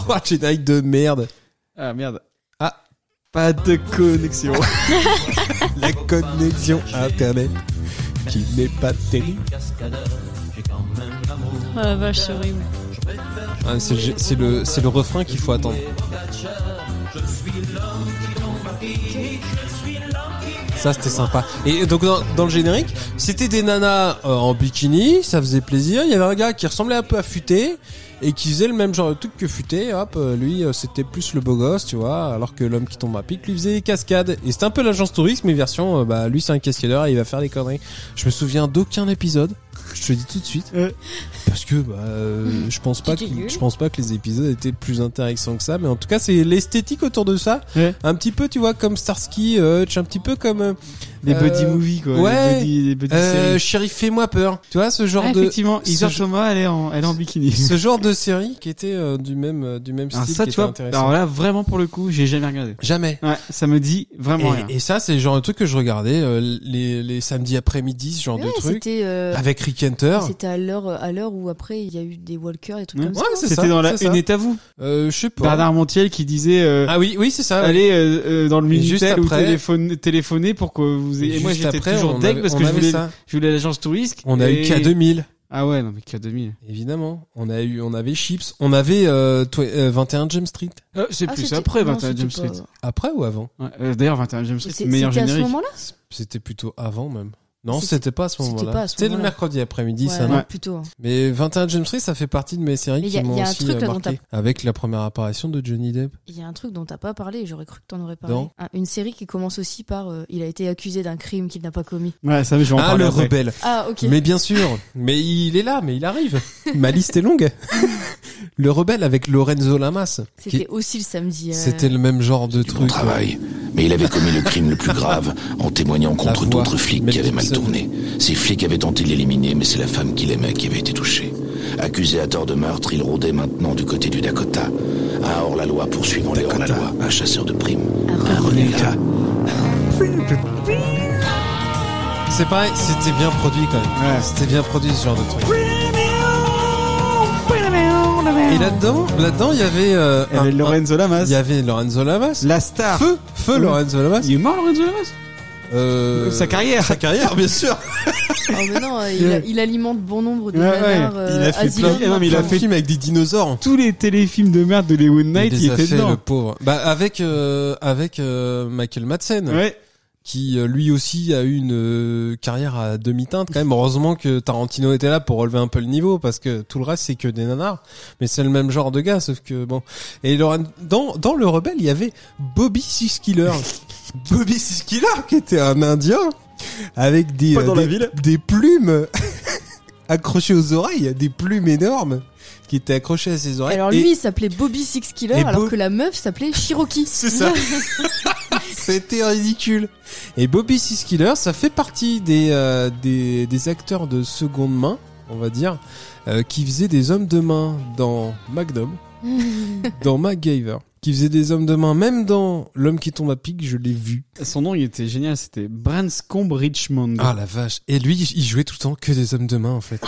Oh, générique de merde.
Ah merde.
Ah.
Pas de connexion.
La connexion internet qui n'est pas terrible.
Oh la vache, c'est horrible.
Ah, c'est le gé- c'est le, c'est le refrain qu'il faut attendre. Ça c'était sympa. Et donc dans, dans le générique, c'était des nanas euh, en bikini, ça faisait plaisir. Il y avait un gars qui ressemblait un peu à Futé et qui faisait le même genre de truc que Futé. Hop, euh, lui euh, c'était plus le beau gosse, tu vois, alors que l'homme qui tombe à pic lui faisait des cascades. Et c'était un peu l'agence touriste, mais version, euh, bah lui c'est un cascadeur et il va faire des conneries. Je me souviens d'aucun épisode. Je te le dis tout de suite
Euh.
parce que bah euh, je pense pas que
dégueu.
je pense pas que les épisodes étaient plus intéressants que ça, mais en tout cas c'est l'esthétique autour de ça.
Ouais.
Un petit peu, tu vois, comme Starsky, Hutch, un petit peu comme euh,
Des
Euh,
buddy movies, quoi.
ouais.
Des buddy, des buddy
euh,
séries.
Sheriff fais-moi peur. Tu vois ce genre
Ah,
de
effectivement,
ce
Isor
jeu-
Thomas, elle est en, elle est en bikini.
ce genre de série qui était euh, du même euh, du même
Alors
style
Ah, ça,
qui
tu
était
vois,
intéressant.
alors là, vraiment pour le coup, j'ai jamais regardé.
Jamais.
Ouais, ça me dit vraiment rien.
Et, et ça c'est le genre de truc que je regardais euh, les, les samedis après-midi, ce genre
Ouais,
de truc
C'était euh,
avec Rick Hunter.
c'était à l'heure euh, à l'heure où après il y a eu des walkers et trucs
Ouais.
comme Ah, ça.
Ouais, c'est ça.
C'était dans la
c'est
Une
ça.
est à vous.
Euh, je sais pas.
Bernard Montiel qui disait euh,
Ah oui, oui, c'est ça. ouais.
allez euh, euh, dans le
Et juste
Minitel ou
après-
téléphone, téléphoner pour que vous ayez. Et moi
Juste
j'étais
après,
toujours
on
deg
avait-
parce
on
que je
avait
voulais,
ça.
je voulais l'agence touriste.
On a eu
et-
K2000.
Ah ouais, non mais K2000.
Évidemment, on a eu, on avait Chips, on avait euh, twe- euh, 21 Jump Street.
Euh, c'est
Ah,
plus
c'était-
après
non,
21 Jump
c'était
Street.
pas-
Après ou avant
Ouais, euh, D'ailleurs 21 Jump Street,
C'est-
meilleur
C'était à ce
générique.
moment-là
C'était plutôt avant même. Non,
C'était-
c'était pas à ce
c'était
moment-là.
pas à ce
C'était le
moment-là.
mercredi après-midi,
Ouais,
ça.
non,
non
plutôt. hein.
Mais 21 Jump Street, ça fait partie de mes séries
Mais y
qui
a- y
m'ont
a un
aussi
truc,
euh,
là, dont
marqué. Avec la première apparition de Johnny Depp.
Il y a un truc dont t'as pas parlé, et j'aurais cru que t'en aurais parlé.
Non.
Ah, une série qui commence aussi par euh, il a été accusé d'un crime qu'il n'a pas commis.
Ouais, ça je vais en
Ah,
parler
le
après.
rebelle.
Ah ok.
Mais bien sûr. Mais il est là, mais il arrive. Ma liste est longue. le rebelle avec Lorenzo Lamas. qui-
C'était aussi le samedi. euh,
C'était le même genre de
Bon
truc.
travail, mais il avait commis le crime le plus grave en témoignant contre
voix,
d'autres flics
Mel
qui avaient mal
Gibson.
tourné. Ces flics avaient tenté de l'éliminer, mais c'est la femme qu'il aimait qui avait été touchée. Accusé à tort de meurtre, il rôdait maintenant du côté du Dakota. Un hors-la-loi poursuivant les hors-la-loi, un chasseur de primes, un renégat.
C'est pareil, c'était bien produit quand même.
Ouais.
C'était bien produit ce genre de truc. Et là-dedans, là-dedans, il y avait euh,
Il y
Ah,
avait
un-
Lorenzo
un-
Lamas,
il y avait Lorenzo Lamas.
la star.
Feu, feu
Ouais.
Lorenzo Lamas.
Il est mort Lorenzo Lamas
Euh,
Sa carrière.
sa carrière, bien sûr.
Oh, mais non, euh, il, a- il alimente bon nombre de
Ouais, ouais.
nanars, euh,
Il a fait
asilantes.
plein- Non, mais il a
Un
fait-
film avec des dinosaures.
Tous les téléfilms de merde de Leon Knight, il,
les a
était
fait,
dedans.
le pauvre. Bah avec euh, avec euh, Michael Madsen.
Ouais.
qui euh, lui aussi a eu une euh, carrière à demi-teinte quand même. Heureusement que Tarantino était là pour relever un peu le niveau parce que tout le reste c'est que des nanars. Mais c'est le même genre de gars sauf que bon. Et Laurent- dans dans le rebelle il y avait Bobby Six Killer Bobby Siskila, qui était un Indien, avec des, euh,
Pas dans la
des-
ville.
des plumes accrochées aux oreilles, des plumes énormes qui étaient accrochées à ses oreilles.
Alors
Et
lui, il s'appelait Bobby Six Killer,
et
alors
Bo-
que la meuf s'appelait Shiroki.
C'est ça. C'était ridicule. Et Bobby Siskiller, ça fait partie des, euh, des, des acteurs de seconde main, on va dire, euh, qui faisaient des hommes de main dans Magnum, dans MacGyver, qui faisaient des hommes de main même dans L'homme qui tombe à pic, je l'ai vu.
Son nom, il était génial, c'était Branscombe Richmond.
Ah la vache. Et lui, il jouait tout le temps que des hommes de main en fait.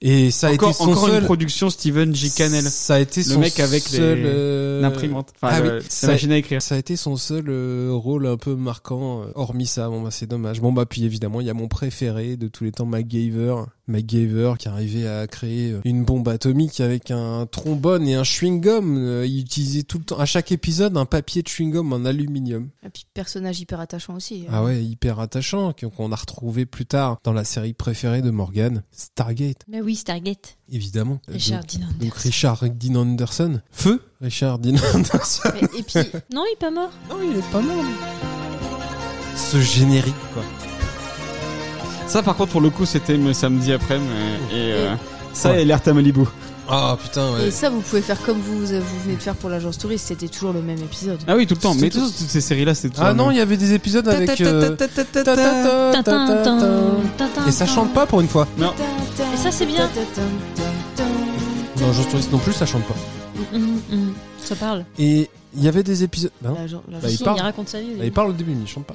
Et ça a
encore
été son
encore
seul.
une production Steven J. Cannell.
Ça a été
Le
son
mec avec les-
seul, euh,
L'imprimante. Enfin,
ah
le-
oui,
la
ça-
machine à écrire.
Ça a été son seul euh, rôle un peu marquant. euh, Hormis ça, bon bah c'est dommage. Bon bah puis évidemment il y a mon préféré de tous les temps, MacGyver. MacGyver qui arrivait à créer euh, une bombe atomique avec un trombone et un chewing-gum. Euh, Il utilisait tout le temps, à chaque épisode, un papier de chewing-gum en aluminium.
Et puis personnage hyper attachant aussi. euh.
Ah ouais, hyper attachant, que- qu'on a retrouvé plus tard dans la série préférée de Morgan, Stargate,
Mais oui, Stargate.
évidemment. Euh,
Richard
Donc,
Dean
donc
Anderson.
Richard Dean Anderson. Feu Richard Dean Anderson.
Mais- Et puis,
Non, il est pas mort.
Non, il est pas mal. Ce générique, quoi.
Ça, par contre, pour le coup, c'était me- samedi après, mais, et, euh, ça,
Ouais.
et l'air à Malibu.
Ah putain, ouais.
et ça, vous pouvez faire comme vous, vous venez de faire pour l'agence touriste, c'était toujours le même épisode.
Ah oui, tout le temps.
C'est
Mais
tout-
de toute façon, toutes ces séries-là, c'est tout
Ah
ça,
non, il y avait des épisodes avec. euh, ta-ta-ta, ta-ta-ta. Et ça chante pas pour une fois.
Et ça, c'est bien.
Dans Agence Touriste non plus, ça chante pas.
Hum, hum. Ça parle.
Et il y avait des épisodes. Bah non,
L'agence
Bah, il
Si,
parle.
il raconte sa vie.
bah, il parle au début, mais il chante pas.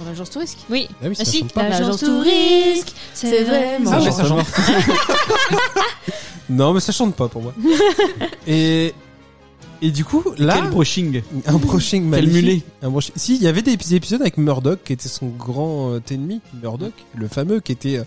dans l'agence touriste.
Oui.
Ah oui, ça
si,
chante pas.
l'agence touriste,
c'est
c'est vraiment.
vraiment- Ah,
mais
bon.
ça chante. non, mais ça chante pas pour moi. Et. Et du coup, là.
Quel brushing.
Un brushing
Quel
magnifique.
mulet.
Un broche- Si, il y avait des épis- épisodes avec Murdoch, qui était son grand euh, ennemi, Murdoch, le fameux, qui était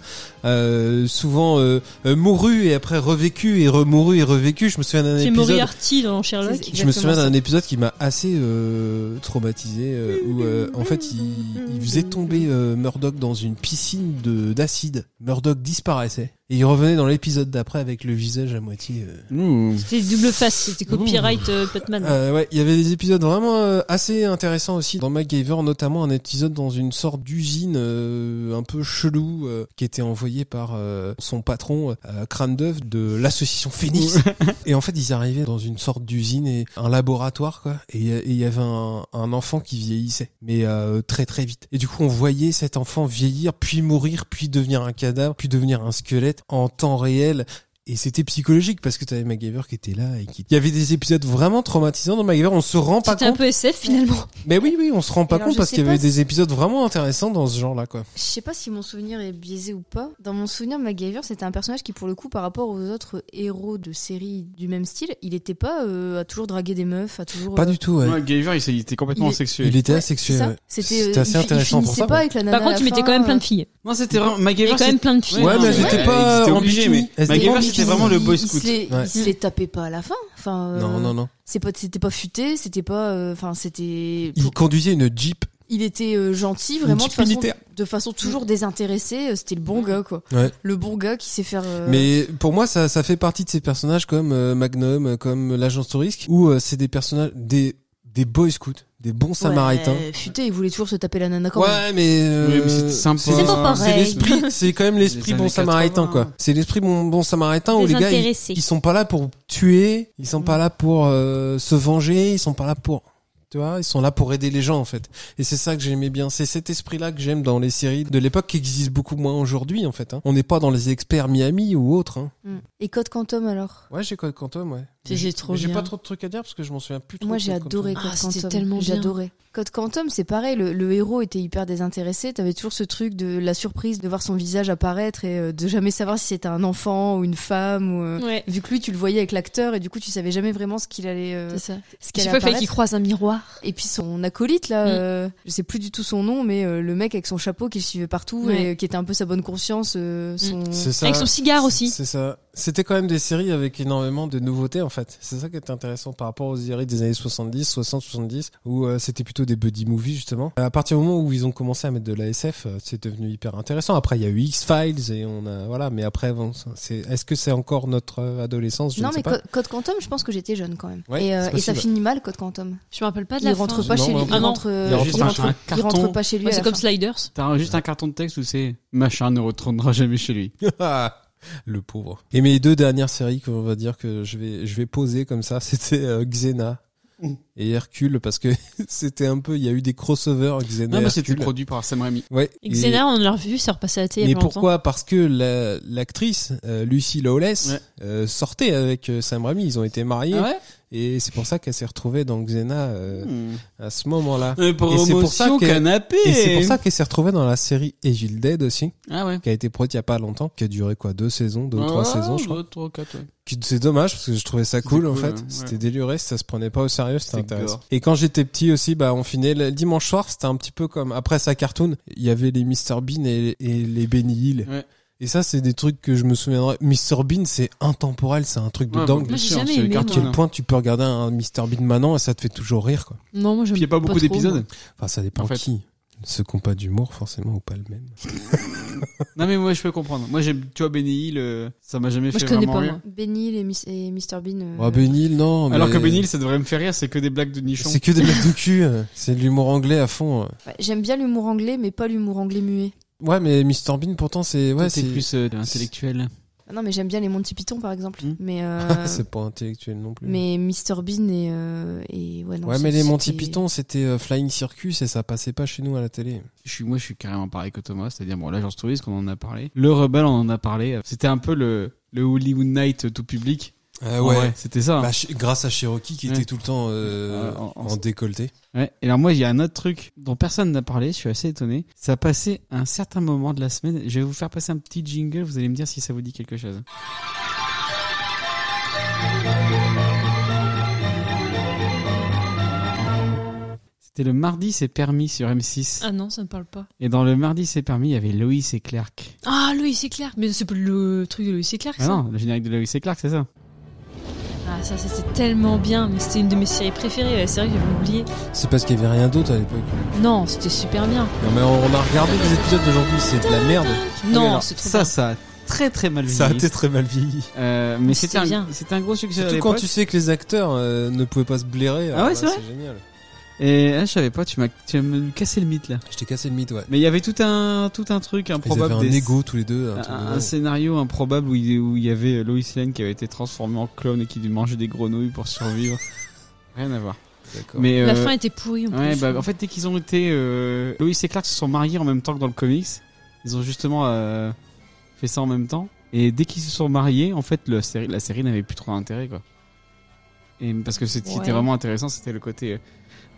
euh, souvent euh, euh, mouru et après revécu et remouru et revécu. Je me souviens d'un
C'est
épisode.
Moriarty dans Sherlock.
C'est-
Je me souviens
Exactement
d'un épisode qui m'a assez euh, traumatisé, euh, où euh, en fait il, il faisait tomber euh, Murdoch dans une piscine de d'acide. Murdoch disparaissait et il revenait dans l'épisode d'après avec le visage à moitié. euh,
C'est double face, c'était copyright euh, Batman.
Euh, ouais, il y avait des épisodes vraiment euh, assez intéressants aussi dans MacGyver, notamment un épisode dans une sorte d'usine euh, un peu chelou euh, qui était envoyé par euh, son patron euh, Crâne d'œuf de l'association Phoenix. et en fait, ils arrivaient dans une sorte d'usine et un laboratoire quoi. Et et il y avait un, un enfant qui vieillissait, mais euh, très très vite. Et du coup, on voyait cet enfant vieillir, puis mourir, puis devenir un cadavre, puis devenir un squelette en temps réel. Et c'était psychologique parce que t'avais MacGyver qui était là et qui. Il y avait des épisodes vraiment traumatisants dans MacGyver. On se rend pas
C'était un
compte.
peu SF finalement.
Mais oui, oui, on se rend pas
Et alors,
compte
je
parce
sais
qu'il y
pas
avait
si-
des épisodes vraiment intéressants dans ce genre-là, quoi.
Je sais pas si mon souvenir est biaisé ou pas. Dans mon souvenir, MacGyver, c'était un personnage qui, pour le coup, par rapport aux autres héros de séries du même style, il était pas euh, à toujours draguer des meufs, à toujours.
Pas
euh,
du tout. Ouais.
Ouais, Guyver, il s'est- il était complètement
Il est-
sexuel.
bah. Il était
ouais,
asexué.
c'est ça.
ouais.
C'était euh,
C'était assez
il- il
intéressant pour
finissait
ça.
pas
ouais.
avec la nana.
Par contre, il mettait quand même plein de filles.
Non, c'était vraiment. MacGyver,
Il y avait quand même
c'était-
plein de filles.
Ouais,
Ouais, mais
non,
elles
ouais,
étaient
ils
pas
étaient
en
obligés,
bikini.
mais-
Elles étaient
MacGyver,
pas en
c'était
bikini.
vraiment le boy scout.
euh, Il,
Ouais.
se les tapait pas à la fin. Enfin, euh,
Non, non, non.
C'est pas, c'était pas futé, c'était pas, euh, enfin, c'était.
Il conduisait une Jeep.
Il était euh, gentil, vraiment de
Jeep
façon,
militaire.
de façon toujours désintéressée. euh, C'était le bon gars, quoi.
Ouais.
Le bon gars qui sait faire. euh,
Mais pour moi, ça, ça fait partie de ces personnages comme euh, Magnum, euh, comme l'agence touriste, où euh, c'est des personnages, des, des boy scouts, des bons
ouais,
samaritains.
Futé, il voulait toujours se taper la nana quand même.
Ouais, mais, euh,
Oui, mais c'est sympa.
c'est-
C'est pas
C'est
pareil.
l'esprit, c'est quand même
Les
l'esprit
années
bon
80.
samaritain, quoi. C'est l'esprit bon, bon samaritain où les gars, ils,
intéressés.
ils sont pas là pour tuer, ils sont pas là pour euh, se venger, ils sont pas là pour, tu vois, ils sont là pour aider les gens, en fait. Et c'est ça que j'aimais bien. C'est cet esprit-là que j'aime dans les séries de l'époque qui existe beaucoup moins aujourd'hui, en fait. hein. On n'est pas dans les experts Miami ou autres, hein.
Mm. Et Code Quantum alors
Ouais, j'ai Code Quantum, ouais.
C'est-
J'ai-
c'est trop
J'ai
bien.
pas trop de trucs à dire parce que je m'en souviens plus trop.
Moi
de
j'ai
Code
adoré
Quantum.
Code
Ah, c'était
Quantum.
tellement bien.
J'adorais. Code Quantum, c'est pareil, le, le héros était hyper désintéressé. T'avais toujours ce truc de la surprise de voir son visage apparaître et euh, de jamais savoir si c'était un enfant ou une femme. Ou, euh,
Ouais.
Vu que lui, tu le voyais avec l'acteur et du coup, tu savais jamais vraiment ce qu'il allait. euh,
C'est ça.
ce
J'ai
qu'il
pas
allait
fait qu'il
apparaître.
croise un miroir.
Et puis son acolyte là,
Mm.
euh, je sais plus du tout son nom, mais euh, le mec avec son chapeau qui le suivait partout
Ouais. Mm.
et euh, qui était un peu sa bonne conscience. euh, son...
C'est ça.
Avec son cigare
C'est-
aussi.
C'est ça. C'était quand même des séries avec énormément de nouveautés en fait. C'est ça qui est intéressant par rapport aux séries des années 70, 60, 70, où euh, c'était plutôt des buddy movies justement. Euh, À partir du moment où ils ont commencé à mettre de la SF, euh, c'est devenu hyper intéressant. Après, il y a eu X Files et on a voilà, mais après, bon, ça, c'est est-ce que c'est encore notre euh, adolescence Je
non,
ne sais
mais
pas.
Co- Code Quantum, je pense que j'étais jeune quand même.
Ouais,
et, euh,
c'est
et ça
possible.
finit mal, Code Quantum.
Je me rappelle pas de
Il
la
rentre
fin.
pas
Non,
chez lui.
non,
Il
non.
rentre, euh,
Il rentre
il
pas.
rentre-
Un
il rentre
carton.
pas chez lui.
Ouais,
à
c'est
la
comme
fin.
Sliders.
T'as un- juste un carton de texte où c'est machin ne retournera jamais chez lui.
Ah, le pauvre. Et mes deux dernières séries qu'on va dire que je vais je vais poser comme ça, c'était euh, Xena et Hercule parce que c'était un peu il y a eu des crossovers Xena
Non,
et
mais c'était
Hercule.
produit par Sam Raimi.
Ouais.
Et
et-
Xena, on l'a revu, c'est repassé à la télé il y
Mais
a pas longtemps.
pourquoi Parce que la- l'actrice euh, Lucy Lawless
Ouais.
euh, sortait avec euh, Sam Raimi, ils ont été mariés
Ah ouais
et c'est pour ça qu'elle s'est retrouvée dans Xena euh, à ce moment-là.
Et
c'est pour ça
euh, promotion
que-
canapé
Et c'est pour ça qu'elle s'est retrouvée dans la série Evil Dead aussi,
Ah ouais.
qui a été produite il y a pas longtemps, qui a duré quoi deux saisons, deux ou trois saisons, je crois.
Deux, trois, quatre, ouais.
Qui- C'est dommage parce que je trouvais ça cool, en
cool, hein,
fait.
ouais.
C'était déluré, ça se prenait pas au sérieux, c'était
C'était
intéressant.
gore.
Et quand j'étais petit aussi, bah on finait le dimanche soir, c'était un petit peu comme après sa cartoon, il y avait les Mr Bean et, et les Benny Hill.
Ouais.
Et ça c'est des trucs que je me souviendrai. Mr Bean c'est intemporel, c'est un truc de
Ouais, bah,
dingue.
bien
Moi, j'ai
sûr,
jamais
c'est
aimé,
les
À
cartoons,
quel
hein.
point tu peux regarder un Mr Bean maintenant et ça te fait toujours rire quoi.
Non, moi, je
Puis il n'y a pas beaucoup d'épisodes.
Enfin ça dépend
En fait. Euh.
qui. Ceux qui n'ont pas d'humour forcément ou pas le même.
Non, mais moi, je peux comprendre. Moi, j'aime, tu vois, Benny Hill, euh, ça m'a jamais
Moi,
fait
je connais
vraiment
pas,
rire.
moi.
Benny Hill et, Miss- et Mr Bean. euh,
Ah Benny Hill non.
Alors
mais-
que Benny Hill, ça devrait me faire rire, c'est que des blagues de nichon.
c'est que des mecs de cul, euh. c'est de l'humour anglais à fond. euh.
ouais, J'aime bien l'humour anglais, mais pas l'humour anglais muet.
Ouais mais Mr Bean pourtant c'est ouais
Toi, t'es
c'est
plus euh, intellectuel.
Ah Non, mais j'aime bien les Monty Python par exemple.
Hmm.
Mais, euh,
c'est pas intellectuel non plus.
mais Mr Bean et, euh, et ouais, non,
ouais,
c'est-
mais les Monty
c'était-
Python, c'était euh, Flying Circus et ça passait pas chez nous à la télé.
Je suis, moi, je suis carrément pareil que Thomas. C'est-à-dire, bon, l'agence touriste, qu'on en a parlé. Le rebelle, on en a parlé. C'était un peu le, le Hollywood Night euh, tout public.
Ah
En vrai, C'était ça. hein.
Bah, grâce à Cherokee qui
Ouais.
était tout le temps euh,
Euh, en- en-
en, décolleté.
Ouais. Et alors moi, il y a un autre truc dont personne n'a parlé, je suis assez étonné. Ça a passé un certain moment de la semaine. Je vais vous faire passer un petit jingle, vous allez me dire si ça vous dit quelque chose. C'était le mardi c'est permis sur M6.
Ah non, ça me parle pas.
Et dans le mardi c'est permis, il y avait Loïs et Clark.
Ah, Loïs et Clark. Mais c'est pas le truc de Loïs et Clark,
Ah
ça.
non, le générique de Loïs et Clark, c'est ça
Ah, ça, ça, c'était tellement bien. Mais c'était une de mes séries préférées. La série que j'avais oubliée.
C'est parce qu'il y avait rien d'autre à l'époque.
Non, c'était super bien.
Non, mais on a regardé les épisodes d'aujourd'hui, c'est de la merde.
Oui,
Non,
alors,
c'est trop
Ça,
bien.
ça a très très mal vieilli.
Ça a été très mal vieilli.
Euh, mais c'était
C'était
un,
bien.
c'était un gros succès à
Surtout quand
l'époque.
tu sais que les acteurs euh, ne pouvaient pas se blairer. euh,
Ah ouais, c'est vrai
génial.
Et ah, je savais pas, tu m'as tu vas me casser le mythe là.
Je t'ai cassé le mythe, ouais.
Mais il y avait tout un, tout un truc
Ils
improbable.
avaient un
des-
ego tous les deux. un
un,
truc
un
de dingue.
scénario improbable où il, où il y avait Lois Lane qui avait été transformée en clone et qui devait manger des grenouilles pour survivre. Rien à voir.
D'accord.
Mais,
La
euh,
fin était pourrie en
ouais,
plus.
bah, en fait, dès qu'ils ont été. Euh, Lois et Clark se sont mariés en même temps que dans le comics. Ils ont justement euh, fait ça en même temps. Et dès qu'ils se sont mariés, en fait, la série, la série n'avait plus trop d'intérêt, quoi. Et parce que c'est- c'était
Ouais.
vraiment intéressant, c'était le côté. euh,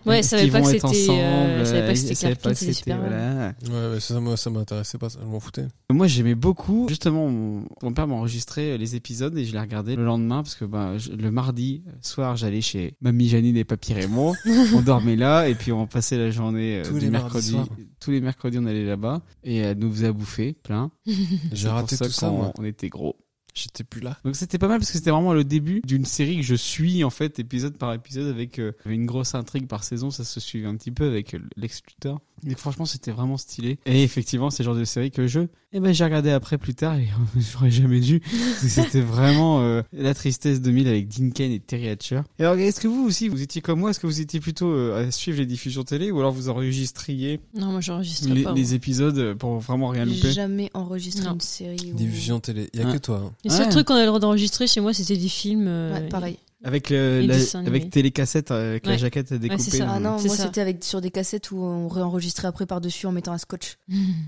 Ouais,
ils
ça savait pas
vont
que
être
c'était, euh,
ensemble,
ça savait pas que
ils
c'était
savaient
Clark
pas
Kent,
que
c'était
c'était-
Superman.
voilà.
Ouais, mais ça, moi, ça m'intéressait pas, ça, je m'en foutais.
Moi j'aimais beaucoup, justement mon, mon père m'enregistrait euh, les épisodes et je les regardais le lendemain parce que bah, je- le mardi soir j'allais chez Mamie Janine et Papy Raymond, on dormait là et puis on passait la journée euh,
Tous
du
les mardis
mercredi,
soirs.
tous les mercredis on allait là-bas et elle nous faisait bouffer plein. C'est
J'ai
pour
raté tout ça,
qu'on-
moi.
on était gros.
J'étais plus là.
Donc c'était pas mal parce que c'était vraiment le début d'une série que je suis en fait épisode par épisode avec euh, une grosse intrigue par saison, ça se suivait un petit peu avec euh, Lex Luthor. Et franchement c'était vraiment stylé. Et effectivement c'est le genre de série que je... Eh ben j'ai regardé après plus tard et j'aurais jamais dû. Parce que c'était vraiment euh, la tristesse 2000 avec Dean Kane et Terry Hatcher. Et alors est-ce que vous aussi vous étiez comme moi Est-ce que vous étiez plutôt euh, à suivre les diffusions télé ou alors vous enregistriez
Non, moi, j'enregistrais
les,
pas. moi.
les épisodes pour vraiment rien
J'ai
louper
jamais enregistré
Non.
une série. où-
Diffusion télé. Y a
Ouais.
que
Ah.
toi. hein.
Le seul
Ouais.
truc qu'on avait le droit d'enregistrer chez moi, c'était des films. euh,
Ouais, pareil.
Avec, euh,
Les
la-
dessins animés.
avec télécassette, euh, avec la
Ouais.
jaquette découpée. euh,
c'est ça.
dans
Ah
le-
non,
C'est
moi
ça.
c'était avec sur des cassettes où on réenregistrait après par-dessus en mettant un scotch.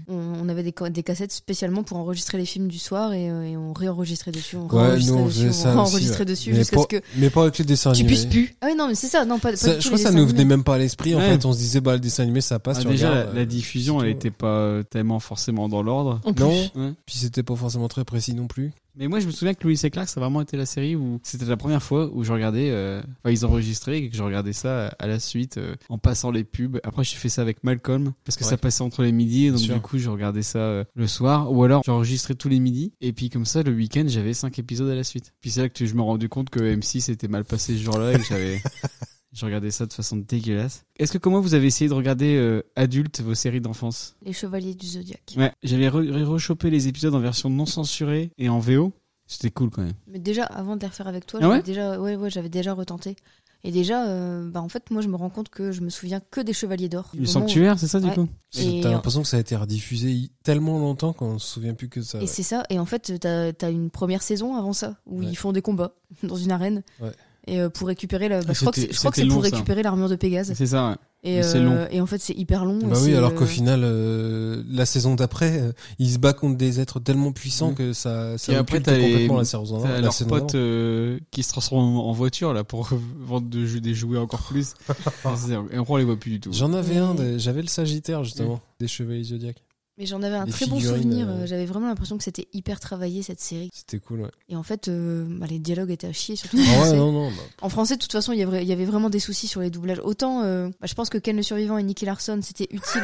on, on avait des, co- des cassettes spécialement pour enregistrer les films du soir et, euh, et on réenregistrait dessus, on
Ouais, nous
réenregistrait
on
dessus,
faisait ça.
on
aussi,
réenregistrait
ouais.
dessus
Mais
jusqu'à
pas-
ce que
Mais pas avec les dessins
Tu
animés.
puisses plus.
Ah oui, non, mais c'est ça, non pas. pas
Ça,
du
je
tout
crois que
les
ça
dessins
nous venait
animés.
même pas à l'esprit. En
Ouais.
fait, on se disait, bah, le dessin animé, ça passe.
Ah,
tu
déjà,
regardes,
la,
euh,
la diffusion,
c'est
elle
tout.
était pas euh, tellement forcément dans l'ordre.
En plus.
Non,
Ouais.
puis c'était pas forcément très précis non plus.
Mais moi, je me souviens que Louis et Clark, ça a vraiment été la série où c'était la première fois où je regardais, euh, enfin, ils enregistraient et que je regardais ça à la suite euh, en passant les pubs. Après, j'ai fait ça avec Malcolm parce que
Ouais.
ça passait entre les midis, et donc
Bien sûr.
du coup, je regardais ça euh, le soir ou alors j'enregistrais tous les midis et puis comme ça, le week-end, j'avais cinq épisodes à la suite. Puis c'est là que tu- je me rendu compte que M6 était mal passé ce jour-là et que j'avais. Je regardais ça de façon dégueulasse. Est-ce que comme moi vous avez essayé de regarder euh, adulte vos séries d'enfance
Les Chevaliers du Zodiac.
Ouais, j'avais re- re- rechopé les épisodes en version non censurée et en VO. C'était cool quand même.
Mais déjà, avant de les refaire avec toi,
Ah
j'avais
ouais
déjà, ouais, ouais, j'avais déjà retenté. Et déjà, euh, bah, en fait, moi, je me rends compte que je me souviens que des Chevaliers d'Or.
Le
Vraiment,
sanctuaire, c'est ça du
Ouais.
coup
Et-
T'as l'impression que ça a été rediffusé il- tellement longtemps qu'on se souvient plus que ça.
Et c'est ça. Et en fait, t'as as une première saison avant ça où
Ouais.
ils font des combats dans une arène.
Ouais. Ah,
Et euh, pour récupérer la, bah, je crois que c'est
c'était-
je crois que c'est
c'était
pour
long, ça.
récupérer l'armure de Pégase.
C'est ça, ouais.
Et, euh,
mais c'est long.
et en fait, c'est hyper long.
Bah
et
oui,
c'est,
alors qu'au
euh,
final, euh, la saison d'après, euh, ils se battent contre des êtres tellement puissants
Mmh.
que ça, ça
Et
occulte
après, t'as les-
complètement la saison
T'as
d'avant- la
leurs
saison
potes euh, qui se transforment en en voiture là pour vendre de jeux- des jouets encore plus. C'est- et on les voit plus du tout.
d'avant. J'en avais
Mais-
un, de- j'avais le Sagittaire justement,
Mm.
des Chevaliers Zodiac.
Mais j'en avais un
les
très bon
figurines,
souvenir.
euh,
euh, J'avais vraiment l'impression que c'était hyper travaillé cette série.
C'était cool, ouais.
Et en fait, euh, bah, les dialogues étaient à chier, surtout en
Ah ouais,
français.
non, non, bah,
En français, de toute façon, il y avait- il y avait vraiment des soucis sur les doublages. Autant, euh, bah, je pense que Ken le Survivant et Nicky Larson, c'était utile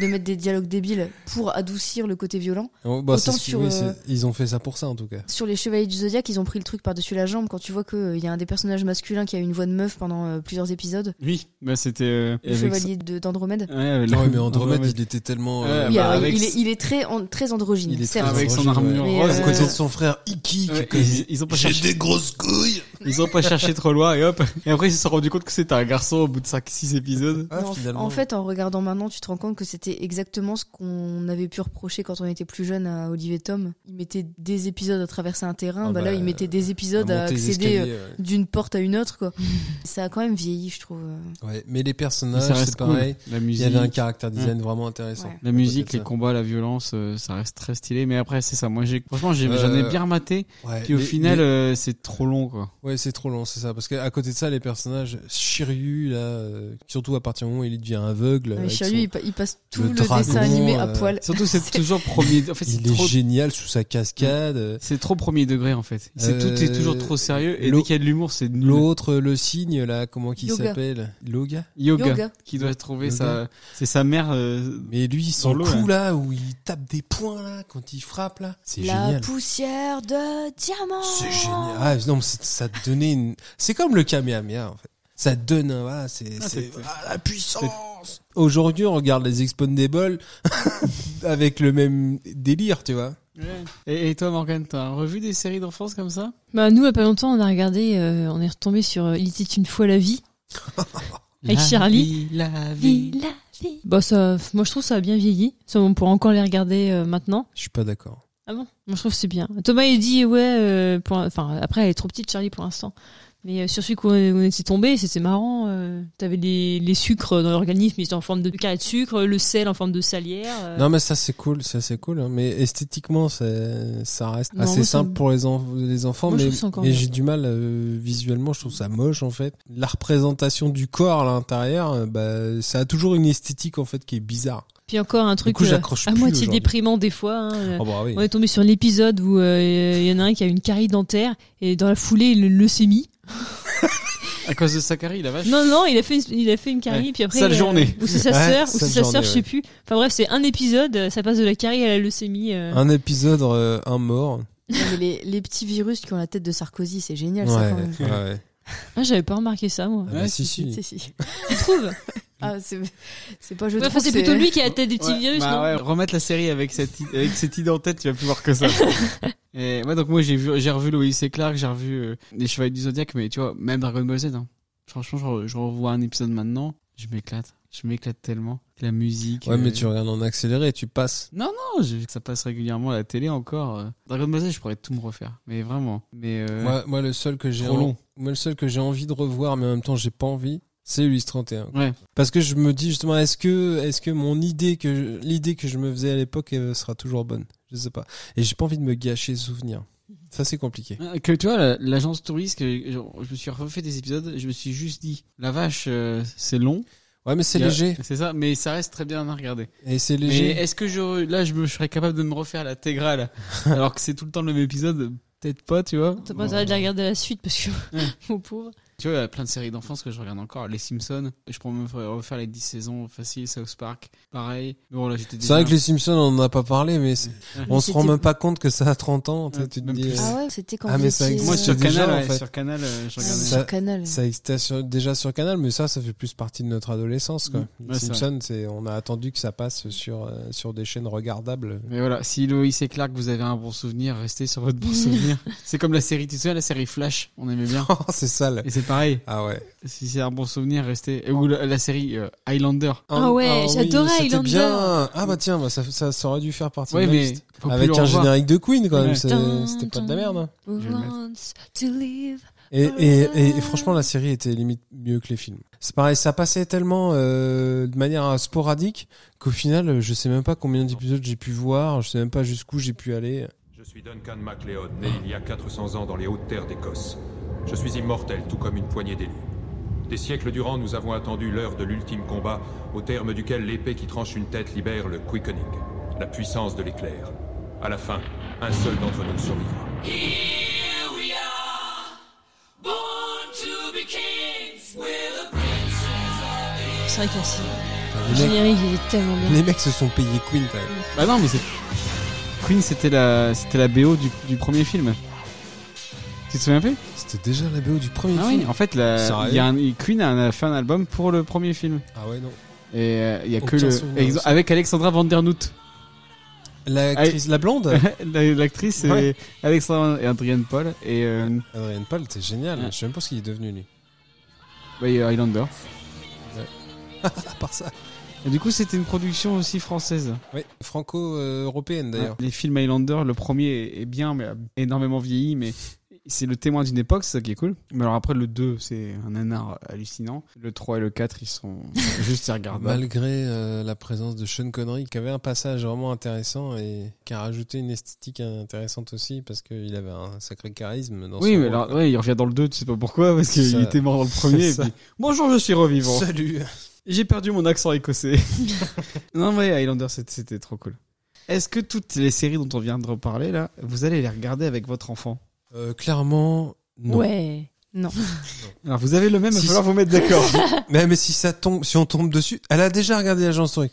de mettre des dialogues débiles pour adoucir le côté violent.
Oh, bah, c'est
Autant
ce qui-
sur,
oui,
euh,
c'est- Ils ont fait ça pour ça en tout cas.
Sur les Chevaliers du Zodiac, ils ont pris le truc par-dessus la jambe quand tu vois qu'il y a un des personnages masculins qui a une voix de meuf pendant euh, plusieurs épisodes.
Oui, bah c'était. euh,
Le
avec
Chevalier de- d'Andromède.
son- Ouais, euh,
Non,
le-
mais Andromède,
Andromède.
il était tellement. euh,
Ah,
Oui,
bah,
alors, il-
avec-
il, est, il est très, an- très androgyne,
il est
certes.
très
Avec son
Androgène,
armure
ouais.
rose.
Mais,
À
euh,
côté de son frère Iki, qui
Ouais,
connaît-
ils, ils ont pas cherché,
des grosses couilles
ils ont pas cherché trop loin et hop. Et après ils se sont rendu compte que c'était un garçon au bout de 5-6 épisodes.
Ah,
Mais en-
finalement.
en, fait, en regardant maintenant, tu te rends compte que c'était exactement ce qu'on avait pu reprocher quand on était plus jeune à Olivier Tom. Il mettait des épisodes à traverser un terrain,
Ah
bah, là,
bah,
il mettait des épisodes
monter
à,
les
accéder euh,
escaliers, ouais.
d'une porte à une autre, quoi. Ça a quand même vieilli, je trouve. euh.
Ouais, mais les
Mais ça
personnages,
reste
c'est pareil.
cool. Mm. La
Il
musique.
y avait un caractère design vraiment intéressant.
Ouais.
La musique,
Peut-être
les
ça.
combats, la violence, euh, ça reste très stylé. Mais après, c'est ça. Moi, j'ai franchement, j'ai-
Euh,
j'en ai bien rematé.
Ouais,
Puis au
mais-
final,
mais-
euh, c'est trop long, quoi.
ouais, c'est trop long, c'est ça. Parce qu'à côté de ça, les personnages, Shiryu, là, euh, surtout à partir du moment où il devient aveugle,
Mais
avec
chez
son-
lui, il, pa- il passe tout
le
le,
dragon,
dessin animé à
euh,
poil.
Surtout, c'est
C'est-
toujours premier. En fait, c'est
il est
trop.
génial sous sa cascade. euh,
C'est trop premier degré, en fait. C'est
Euh,
tout est toujours trop sérieux. Et
l'eau-
dès qu'il y a de l'humour, c'est nul.
L'autre, le cygne, là, comment qu'il
Yoga.
s'appelle Loga
Yoga,
Yoga.
qui doit trouver
Yoga.
sa, c'est sa mère. euh,
Mais lui, son
l'eau,
coup, là, où il tape des points, là, quand il frappe, là, hein. c'est
La
génial.
poussière de diamant.
C'est génial. Ah, non, mais c'est- ça te donnait une. C'est comme le Kamehameha, en fait. Ça te donne un. Ah, c'est c'est-
c'est-
ah, la puissance Aujourd'hui, on regarde les Expendables avec le même délire, tu vois.
Et, et toi, Morgan, t'as revu des séries d'enfance comme ça
Bah, nous, il y a pas longtemps, on a regardé, euh, on est retombé sur euh, Il était une fois la vie. Avec
La
Shirley.
vie, la vie.
la vie. Bah, ça, moi, je trouve ça a bien vieilli. Ça, on pourra encore les regarder euh, maintenant.
Je suis pas d'accord.
Ah bon Moi, je trouve que c'est bien. Thomas, il dit, ouais, euh, pour un- enfin, après, elle est trop petite, Charlie, pour l'instant. Mais euh, sur celui qu'on on était tombé, c'était marrant. euh, T'avais les, les sucres dans l'organisme, ils étaient en forme de carré de sucre, le sel en forme de salière. euh.
Non, mais ça, c'est cool. Ça, c'est cool. hein. Mais esthétiquement, ça, ça reste
Non,
assez
moi, ça
simple
me-
pour les, enf- les enfants.
Moi, je
mais
trouve ça encore
mais
bien.
j'ai du mal euh, visuellement. Je trouve ça moche, en fait. La représentation du corps à l'intérieur, euh, bah, ça a toujours une esthétique, en fait, qui est bizarre.
Puis encore un
Du
truc
coup,
euh,
j'accroche
à
plus
moitié
aujourd'hui.
déprimant des fois. hein, euh.
Oh, bah oui.
On est tombé sur l'épisode où euh, il y en a un qui a une carie dentaire et dans la foulée, le leucémie.
À cause de Sakari, la vache.
Non, non, il a fait, il a fait une carie,
Ouais.
puis après.
Sale
euh,
journée.
Ou c'est sa
Ouais,
sœur, ou
sale
c'est sa sœur,
journée,
je
ouais.
sais plus. Enfin bref, c'est un épisode, euh, ça passe de la carie à la leucémie. euh.
Un épisode, euh, un mort.
Non, mais les, les petits virus qui ont la tête de Sarkozy, c'est génial ça
Ouais,
quand même.
ouais, ouais.
Ah, j'avais pas remarqué ça, moi.
Ah bah,
Ouais,
si, si.
Si, si.
Tu trouves
Ah, c'est c'est pas je
Ouais,
trouve,
Bah, enfin, c'est plutôt lui qui a la tête des petits
Ouais,
virus,
bah
non
ouais, remettre la série avec cette, i- avec cette idée en tête, tu vas plus voir que ça. et ouais, donc moi j'ai vu, j'ai revu Loïs et Clark, j'ai revu euh, les Chevaliers du Zodiac, mais tu vois, même Dragon Ball Z. hein. Franchement, je, re- je revois un épisode maintenant, je m'éclate, je m'éclate tellement. La musique.
Ouais, mais
euh, oh,
tu regardes en accéléré, tu passes.
Non, je- ça passe régulièrement à la télé encore. euh. Dragon Ball Z, je pourrais tout me refaire, mais vraiment. Mais euh,
Moi, moi, le seul que j'ai
trop
en-
long.
moi, le seul que j'ai envie de revoir, mais en même temps, j'ai pas envie, c'est Ulysse 31.
Ouais.
Parce que je me dis justement, est-ce que, est-ce que mon idée que, je- l'idée que je me faisais à l'époque euh, sera toujours bonne Je sais pas. Et j'ai pas envie de me gâcher ce souvenir. Ça, c'est compliqué.
Ah, Que tu vois, la- l'agence touriste, que, genre, je me suis refait des épisodes, je me suis juste dit, la vache, euh, c'est long.
Ouais, mais c'est
Il y a-
léger.
C'est ça, mais ça reste très bien à regarder.
Et c'est
Mais
léger.
est-ce que je, là, je, me, je serais capable de me refaire l'intégrale alors que c'est tout le temps le même épisode
Peut-être pas, tu vois.
T'as pas intérêt de regarder la suite parce que mon pauvre.
Tu vois, il y a plein de séries d'enfance que je regarde encore. Les Simpsons, je pourrais me faire- refaire les 10 saisons facile. South Park, pareil. Bon, là, j'étais
C'est
déjà...
vrai que les Simpsons, on n'en a pas parlé, Ah, mais c'est- on se rend
c'était-
même pas compte que ça a 30 ans. tu sais,
Ouais,
tu te
même
dis,
plus.
euh,
Ah ouais, c'était quand
Ah,
vous
mais ça
étiez,
existe
Moi,
euh,
sur
déjà,
Canal,
en
ouais,
fait.
sur Canal, euh, je
ah,
regardais.
sur
Ça-
Canal.
Ça existait sur- déjà sur Canal, mais ça, ça fait plus partie de notre adolescence. Quoi.
Mm.
Les
Ouais, c'est
Simpsons, c'est, on a attendu que ça passe sur, euh, sur des chaînes regardables.
Mais voilà, si Loïs et Clark, vous avez un bon souvenir, restez sur votre bon souvenir. c'est comme la série, tu te souviens, la série Flash, on aimait bien.
Oh, c'est sale.
Et c'est pareil,
Ah ouais.
si c'est un bon souvenir, restez. Ou la, la série euh, Highlander.
Ah ouais, j'adorais
Oh, c'était
Highlander.
bien. Ah bah tiens, bah, ça, ça, ça aurait dû faire partie
Ouais,
de ma
mais
liste.
faut plus
Avec
le
un
revoir.
générique de Queen, quand même.
Ouais.
c'est-
Dun,
C'était pas de la
dun.
merde. hein.
Who
Je vais le mettre.
wants to live
Et, et, et- et franchement, la série était limite mieux que les films. C'est pareil, ça passait tellement euh, de manière euh, sporadique qu'au final, euh, je sais même pas combien d'épisodes j'ai pu voir, je sais même pas jusqu'où j'ai pu aller.
Je suis Duncan MacLeod, né il y a 400 ans dans les hautes terres d'Écosse. Je suis immortel, tout comme une poignée d'élus. Des siècles durant, nous avons attendu l'heure de l'ultime combat, au terme duquel l'épée qui tranche une tête libère le quickening, la puissance de l'éclair. À la fin, un seul d'entre nous survivra.
C'est vrai qu'il y a ça. Le
Les mecs,
générique, il est tellement bien.
les mecs se sont payés Queen quand même.
Bah non, mais c'est. Queen, c'était la, c'était la BO du, du premier film. Tu te souviens plus
C'était déjà la BO du premier
Ah
film.
oui, en fait, la,
Sérieux
il y a un- Queen a un- fait un album pour le premier film.
Ah ouais, non.
Et euh, il y a que
Aucun
le.
souvenir
ex-
aussi.
Avec Alexandra Vandernoot.
L'actrice, la blonde
La- L'actrice,
Ouais.
et Alexandra et Adrienne Paul. Et euh,
Adrien Paul, c'est génial.
Ouais.
Je sais même pas ce qu'il est devenu lui.
bah, il y a Highlander.
À part ça.
Et du coup, c'était une production aussi française.
Oui, franco-européenne d'ailleurs.
Ouais, Les films Highlander, le premier est est bien, mais a énormément vieilli, mais c'est le témoin d'une époque, c'est ça qui est cool. Mais alors après, le 2, c'est un nanar hallucinant. Le 3 et le 4, ils sont juste irregardables.
Malgré euh, la présence de Sean Connery, qui avait un passage vraiment intéressant et qui a rajouté une esthétique intéressante aussi, parce qu'il avait un sacré charisme dans
Oui,
son
mais
rôle.
alors, ouais, il revient dans le 2, tu sais pas pourquoi, parce qu'il
Ça.
était mort dans le premier. et
Ça.
puis, Bonjour, je suis revivant.
Salut
J'ai perdu mon accent écossais. non, mais Highlander, c'était- c'était trop cool. Est-ce que toutes les séries dont on vient de reparler, là, vous allez les regarder avec votre enfant
Euh, Clairement, non.
Ouais. Non.
Alors, vous avez le même, il va
Si,
falloir vous mettre d'accord.
Mais, mais si ça tombe, si on tombe dessus, elle a déjà regardé l'agence truc.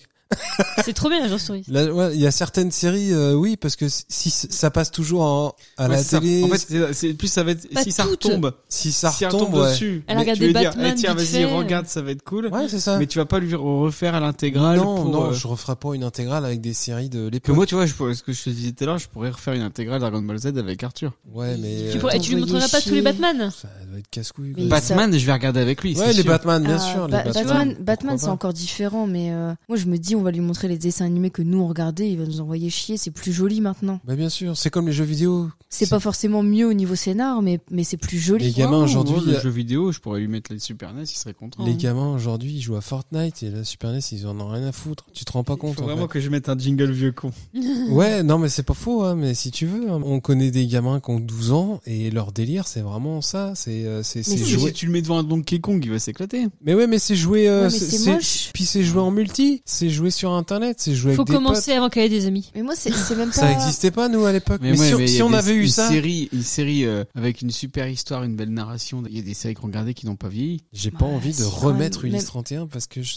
C'est trop bien, l'agence souris.
Là, ouais, il y a certaines séries, euh, oui, parce que si, si ça passe toujours en- à
Ouais,
la
c'est ça.
télé,
En fait, c'est- c'est- plus ça va être,
Pas
si ça
toutes.
retombe,
si ça
si elle
retombe,
tombe
ouais.
dessus,
Elle
mais
regarde
tu veux
des
dire,
Batman
eh, tiens,
vite
vas-y,
fait.
regarde, ça va être cool.
Ouais, c'est ça.
Mais tu vas pas lui refaire à l'intégrale.
non,
pour,
non,
euh,
je referai pas une intégrale avec des séries de
Que
l'époque.
moi, tu vois, je, pourrais- ce que je te disais tout à l'heure, je pourrais refaire une intégrale Dragon Ball Z avec Arthur.
Ouais, mais
Tu
euh,
pourrais- et tu lui
t'envoyer
montreras pas tous les
chier.
Batman
ça doit être casse-couille.
Mais
quoi.
Bat-
Batman, je vais regarder avec lui. c'est
Ouais, les
sûr.
Batman, bien
Ah,
sûr. les
Ba-
Batman,
Batman,
pourquoi
Batman, c'est
pas.
encore différent, mais euh, moi je me dis, on va lui montrer les dessins animés que nous on regardait, il va nous envoyer chier, c'est plus joli maintenant.
Bah bien sûr, c'est comme les jeux vidéo.
C'est
C'est-
pas forcément mieux au niveau scénar, mais, mais c'est plus joli.
Les gamins aujourd'hui, euh,
Aujourd'hui, le jeu vidéo, je pourrais lui mettre les Super NES, il serait content.
les gamins aujourd'hui, ils jouent à Fortnite et la Super NES, ils en ont rien à foutre. Tu te rends pas compte.
Faut
en
vraiment que je mette un jingle vieux con.
fait. Ouais, non mais c'est pas faux. hein, mais si tu veux, hein. on connaît des gamins qui ont 12 ans et leur délire, c'est vraiment ça. C'est euh, c'est c'est
si,
jouer.
Si tu le mets devant un Donkey Kong, il va s'éclater.
Mais ouais, mais c'est jouer. euh,
Ouais, mais
c'est-
c'est
c'est-
moche.
Puis c'est jouer en multi. C'est jouer sur internet. C'est jouer
Faut
avec des potes.
commencer avant qu'elle ait des amis.
Mais moi, c'est c'est même pas.
Ça existait pas nous à l'époque. Mais, si, si on avait eu ça,
Une série, une série euh, avec une super histoire, une belle narration. Il y a des séries qu'on regardait qui n'ont pas vieilli.
j'ai pas
Ouais,
envie de
c'est
remettre
vrai,
Ulysse
mais-
31 parce que je...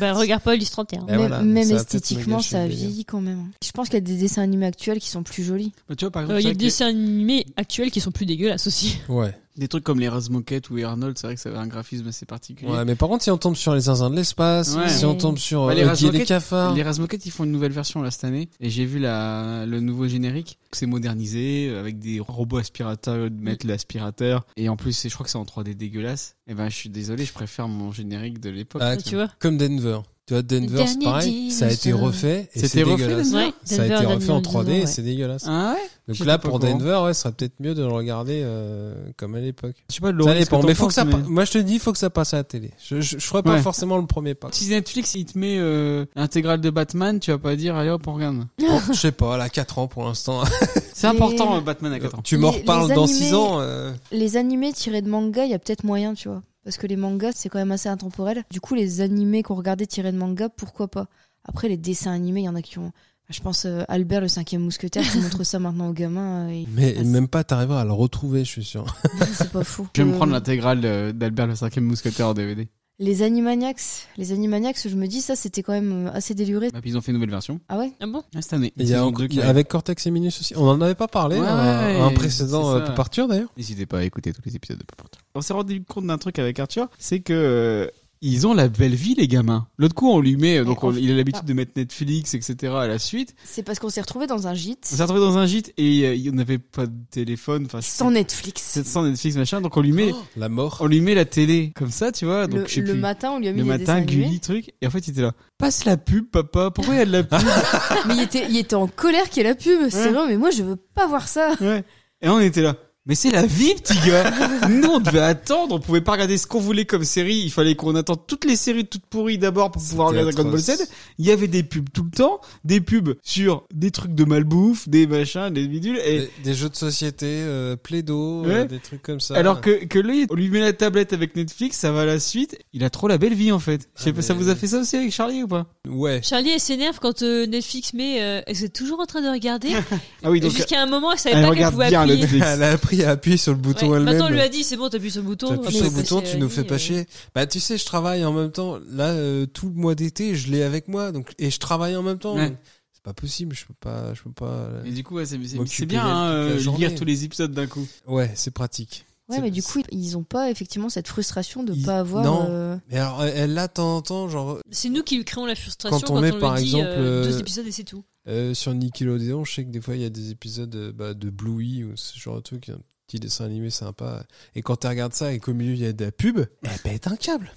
Bah, regarde pas Ulysse 31.
Hein.
Eh
Même,
voilà,
même
ça a peut-être me
esthétiquement,
gâché
ça
le délire.
vieillit quand même. hein. Je pense qu'il y a des dessins animés actuels qui sont plus jolis.
Bah, tu vois, par
Euh,
exemple,
Il y
c'est
a
vrai
des
que
dessins animés actuels qui sont plus dégueulasses aussi.
ouais.
les- des trucs comme les Rose Moquette ou les Arnold, c'est vrai que ça avait un graphisme assez particulier.
Ouais, mais par contre, si on tombe sur les zinzins de l'espace,
Ouais.
si on tombe sur
Bah, les
euh,
Razz
Guy les
Rocket,
cafards,
Les Rose Moquette, ils font une nouvelle version là cette année et j'ai vu la, le nouveau générique. C'est modernisé euh, avec des robots aspirateurs, de mettre l'aspirateur et en plus, c'est- je crois que c'est en 3D dégueulasse. Et ben, je suis désolé, je préfère mon générique de l'époque.
Ah,
tu vois
comme Denver. Tu vois, Denver, c'est
Dernier
pareil, ça a été
dinosaure.
refait et c'est
C'était refait,
dégueulasse.
Denver
Ouais,
Ça a été
Denver,
refait en
Daniel,
3D et
ouais.
c'est dégueulasse.
Ah ouais
Donc
j'étais
là,
pas
pour
au courant.
Denver, ouais, ce serait peut-être mieux de le regarder euh, comme à l'époque.
Je sais pas,
Ça
Laurent,
dépend, mais faut que ça. pa-
passe.
Moi, je te dis, faut que ça passe à la télé. Je, je, je ferai pas
Ouais.
forcément le premier pas.
Si Netflix, il te met euh, l'intégrale de Batman, tu vas pas dire, allez hop, on regarde.
Bon, Oh, je sais pas, là, 4 ans pour l'instant.
C'est
Mais-
important, euh, Batman à 4 ans.
tu m'en
Les- les
reparles dans 6
animés-
ans. euh,
Les animés tirés de manga, il y a peut-être moyen, tu vois. Parce que les mangas, c'est quand même assez intemporel. Du coup, les animés qu'on regardait tirés de manga, pourquoi pas Après, les dessins animés, il y en a qui ont Je pense euh, Albert le cinquième mousquetaire qui montre ça maintenant aux gamins. euh, et-
Mais
Ah,
même pas, t'arriveras à le retrouver, je suis sûr.
c'est- C'est pas fou.
Je vais me
Euh,
prendre l'intégrale de- d'Albert le cinquième mousquetaire en DVD.
Les Animaniacs. Les Animaniacs, je me dis, ça, c'était quand même euh, assez déluré.
Bah, puis ils ont fait une nouvelle version.
Ah ouais
Ah bon
Ah, cette année.
Il y a
Saison
un-
deux qui
il y a-
arrive.
avec Cortex et Minus aussi. On en avait pas parlé
Ouais,
à un précédent
c'est
euh,
ça.
Pop Arthur d'ailleurs.
N'hésitez pas à écouter tous les épisodes de Pop Culture. On s'est rendu compte d'un truc avec Arthur, c'est que euh, ils ont la belle vie les gamins. L'autre coup on lui met, euh, donc
Ouais,
on-
on-
il a l'habitude de mettre Netflix, etc. à la suite.
C'est parce qu'on s'est retrouvés dans un
On
gîte
s'est retrouvé dans un gîte et euh, on n'avait pas de téléphone, enfin
sans Netflix. Oh.
c'est- sans Netflix machin, donc on lui met,
Oh, La mort.
on lui met la télé comme ça, tu vois. Donc
Le,
je sais
le
plus.
matin, on lui a mis
le
des dessins
matin,
animés.
Gulli, truc, et en fait il était là. Passe la pub, papa. Pourquoi il y a de la pub
Mais il était, il était en colère qu'il y ait la pub. C'est
Ouais.
vrai, mais moi, je veux pas voir ça.
Ouais. Et on était là. Mais c'est la vie, petit gars. Nous, on devait attendre. On pouvait pas regarder ce qu'on voulait comme série. Il fallait qu'on attende toutes les séries toutes pourries d'abord pour pouvoir
C'était
regarder Dragon Ball
atroce.
Z. Il y avait des pubs tout le temps, des pubs sur des trucs de malbouffe, des machins, des bidules. Et
Des, des jeux de société, euh, plaido,
Ouais.
euh, des trucs comme ça.
alors que que lui, on lui met la tablette avec Netflix, ça va à la suite. Il a trop la belle vie en fait. Je sais
Ah,
pas, ça
mais-
vous a fait ça aussi avec Charlie ou pas
Ouais.
Charlie, elle s'énerve quand euh, Netflix met. euh, elle est toujours en train de regarder.
Ah oui, donc
Jusqu'à un moment, elle savait
elle
pas qu'elle
regarde
pouvait
bien
appuyer.
Netflix.
Elle a appris à appuyer sur le bouton
Ouais. Maintenant, on lui
elle-même.
a dit c'est bon, t'appuies sur le bouton.
T'appuies
après,
sur le
on va
bouton,
passer
tu
à la
nous fais
nuit,
pas
euh.
chier. Bah tu sais, je travaille en même temps. Là, euh, tout le mois d'été, je l'ai avec moi, donc et je travaille en même temps.
Ouais.
donc C'est pas possible. Je peux pas. euh, Je peux pas.
Mais du coup, ouais, c'est c'est-
M'occuper
c'est bien
d'elle
hein,
toute la
euh, lire
journée.
tous les épisodes d'un coup.
Ouais, c'est pratique.
Ouais,
C'est-
mais du coup, ils ont pas effectivement cette frustration de
Ils-
pas avoir.
non.
euh,
Mais alors, elle elle l'a de temps en temps, genre
C'est nous qui créons la frustration
Quand
quand
on
on,
met,
lui
par
dit
exemple, euh,
euh, deux épisodes et c'est tout.
euh, sur Nickelodeon, je sais que des fois il y a des épisodes euh, bah, de Bluey ou ce genre de truc, un petit dessin animé sympa. Et quand tu regardes ça et qu'au milieu il y a de la pub, elle pète un câble.